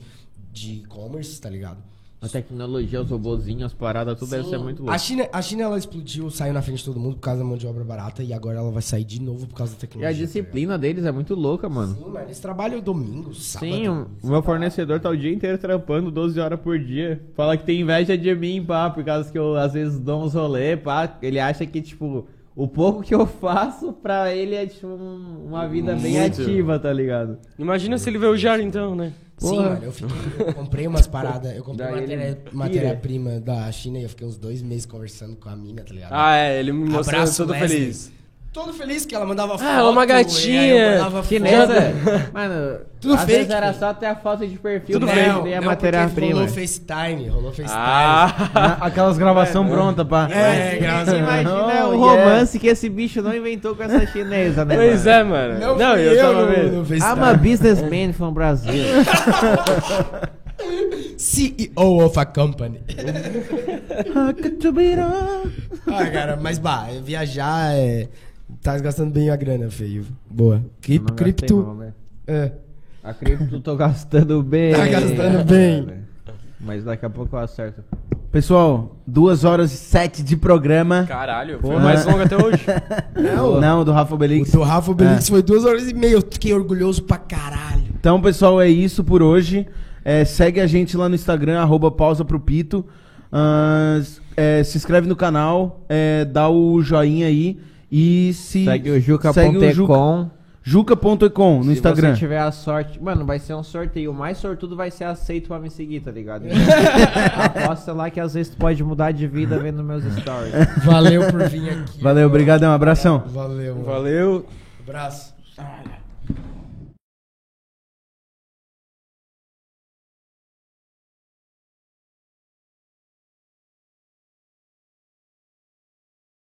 C: de e-commerce, tá ligado?
B: A tecnologia, os robozinhos, as paradas, tudo deve
C: Sim.
B: ser muito louco.
C: A China, a China ela explodiu, saiu na frente de todo mundo por causa da mão de obra barata e agora ela vai sair de novo por causa da
B: E
C: tecnologia.
B: a
C: tá
B: disciplina deles é muito louca, mano.
C: ligado? Sim, mano, eles trabalham domingo, sábado.
B: Sim, o o meu fornecedor tá o dia inteiro trampando 12 horas por dia. Fala que tem inveja de mim, pá, por causa que eu às vezes dou uns rolê, pá. Ele acha que, tipo, o pouco que eu faço pra ele é, tipo, um- uma vida bem
E: Muito.
B: ativa, tá ligado?
E: Imagina se ele vê o Jaro então, né?
C: Sim,
B: Porra.
C: mano, eu fiquei. Eu comprei umas paradas, eu comprei
B: Daí ele
C: matéria-
B: pira.
C: matéria-prima da China e eu fiquei uns dois meses conversando com a mina, tá ligado?
E: Ah, é, ele me mostrou
C: Abraço,
E: todo
C: Wesley.
E: feliz.
C: Todo feliz que ela mandava
B: Ah,
C: foto.
E: ela é uma
C: e aí eu
E: gatinha.
C: mandava foto.
B: mano,
C: Tudo
B: às vezes
C: fake,
B: era
C: filho.
B: só até a foto de perfil,
C: Tudo
B: né?
C: bem.
B: E
C: Não,
B: a
C: porque Rolou
B: matéria-prima.
C: FaceTime, rolou FaceTime.
E: Ah,
F: Aquelas gravações prontas, pá.
C: É, graças a Deus.
B: Imagina
F: Oh,
B: o
F: yeah.
B: romance que esse bicho não inventou com essa chinesa, né?
E: pois
B: mano?
E: é, mano.
C: Não,
E: Não,
C: fui
E: eu
C: eu
E: tava
C: no, no
E: vendo.
C: FaceTime.
B: I'm a businessman from Brazil.
C: CEO of a company. ah, cara, mas bah, viajar é. Tá gastando bem a grana, feio. Boa. Cri-
B: Não gastei, não,
C: cripto.
B: né? É.
C: É.
B: A cripto tô gastando bem.
C: Tá gastando
B: É,
C: bem.
B: Mas daqui a pouco eu acerto.
F: Pessoal, duas horas e sete de programa.
E: Caralho, foi a mais longa até hoje.
F: Não, não do Rafa
C: O
F: Belix.
C: do Rafa
B: É.
C: Obelix foi duas horas e meia. Eu fiquei orgulhoso pra caralho.
F: Então, pessoal, é isso por hoje. É, segue a gente lá no Instagram, arroba pausa pro Pito. Ah, s- é, se inscreve no canal, é, dá o joinha aí. E se.
B: Segue o
F: segue o Juca-
B: Juca.com.
F: Juca.ecom no
B: Se
F: Instagram.
B: você tiver a sorte. Mano, vai ser um sorteio. O mais sortudo vai ser aceito pra me seguir, tá ligado? Aposta lá que às vezes tu pode mudar de vida vendo meus stories.
C: Valeu por vir aqui.
F: Valeu, obrigado, um abração.
C: Valeu. mano.
E: Valeu.
C: Abraço.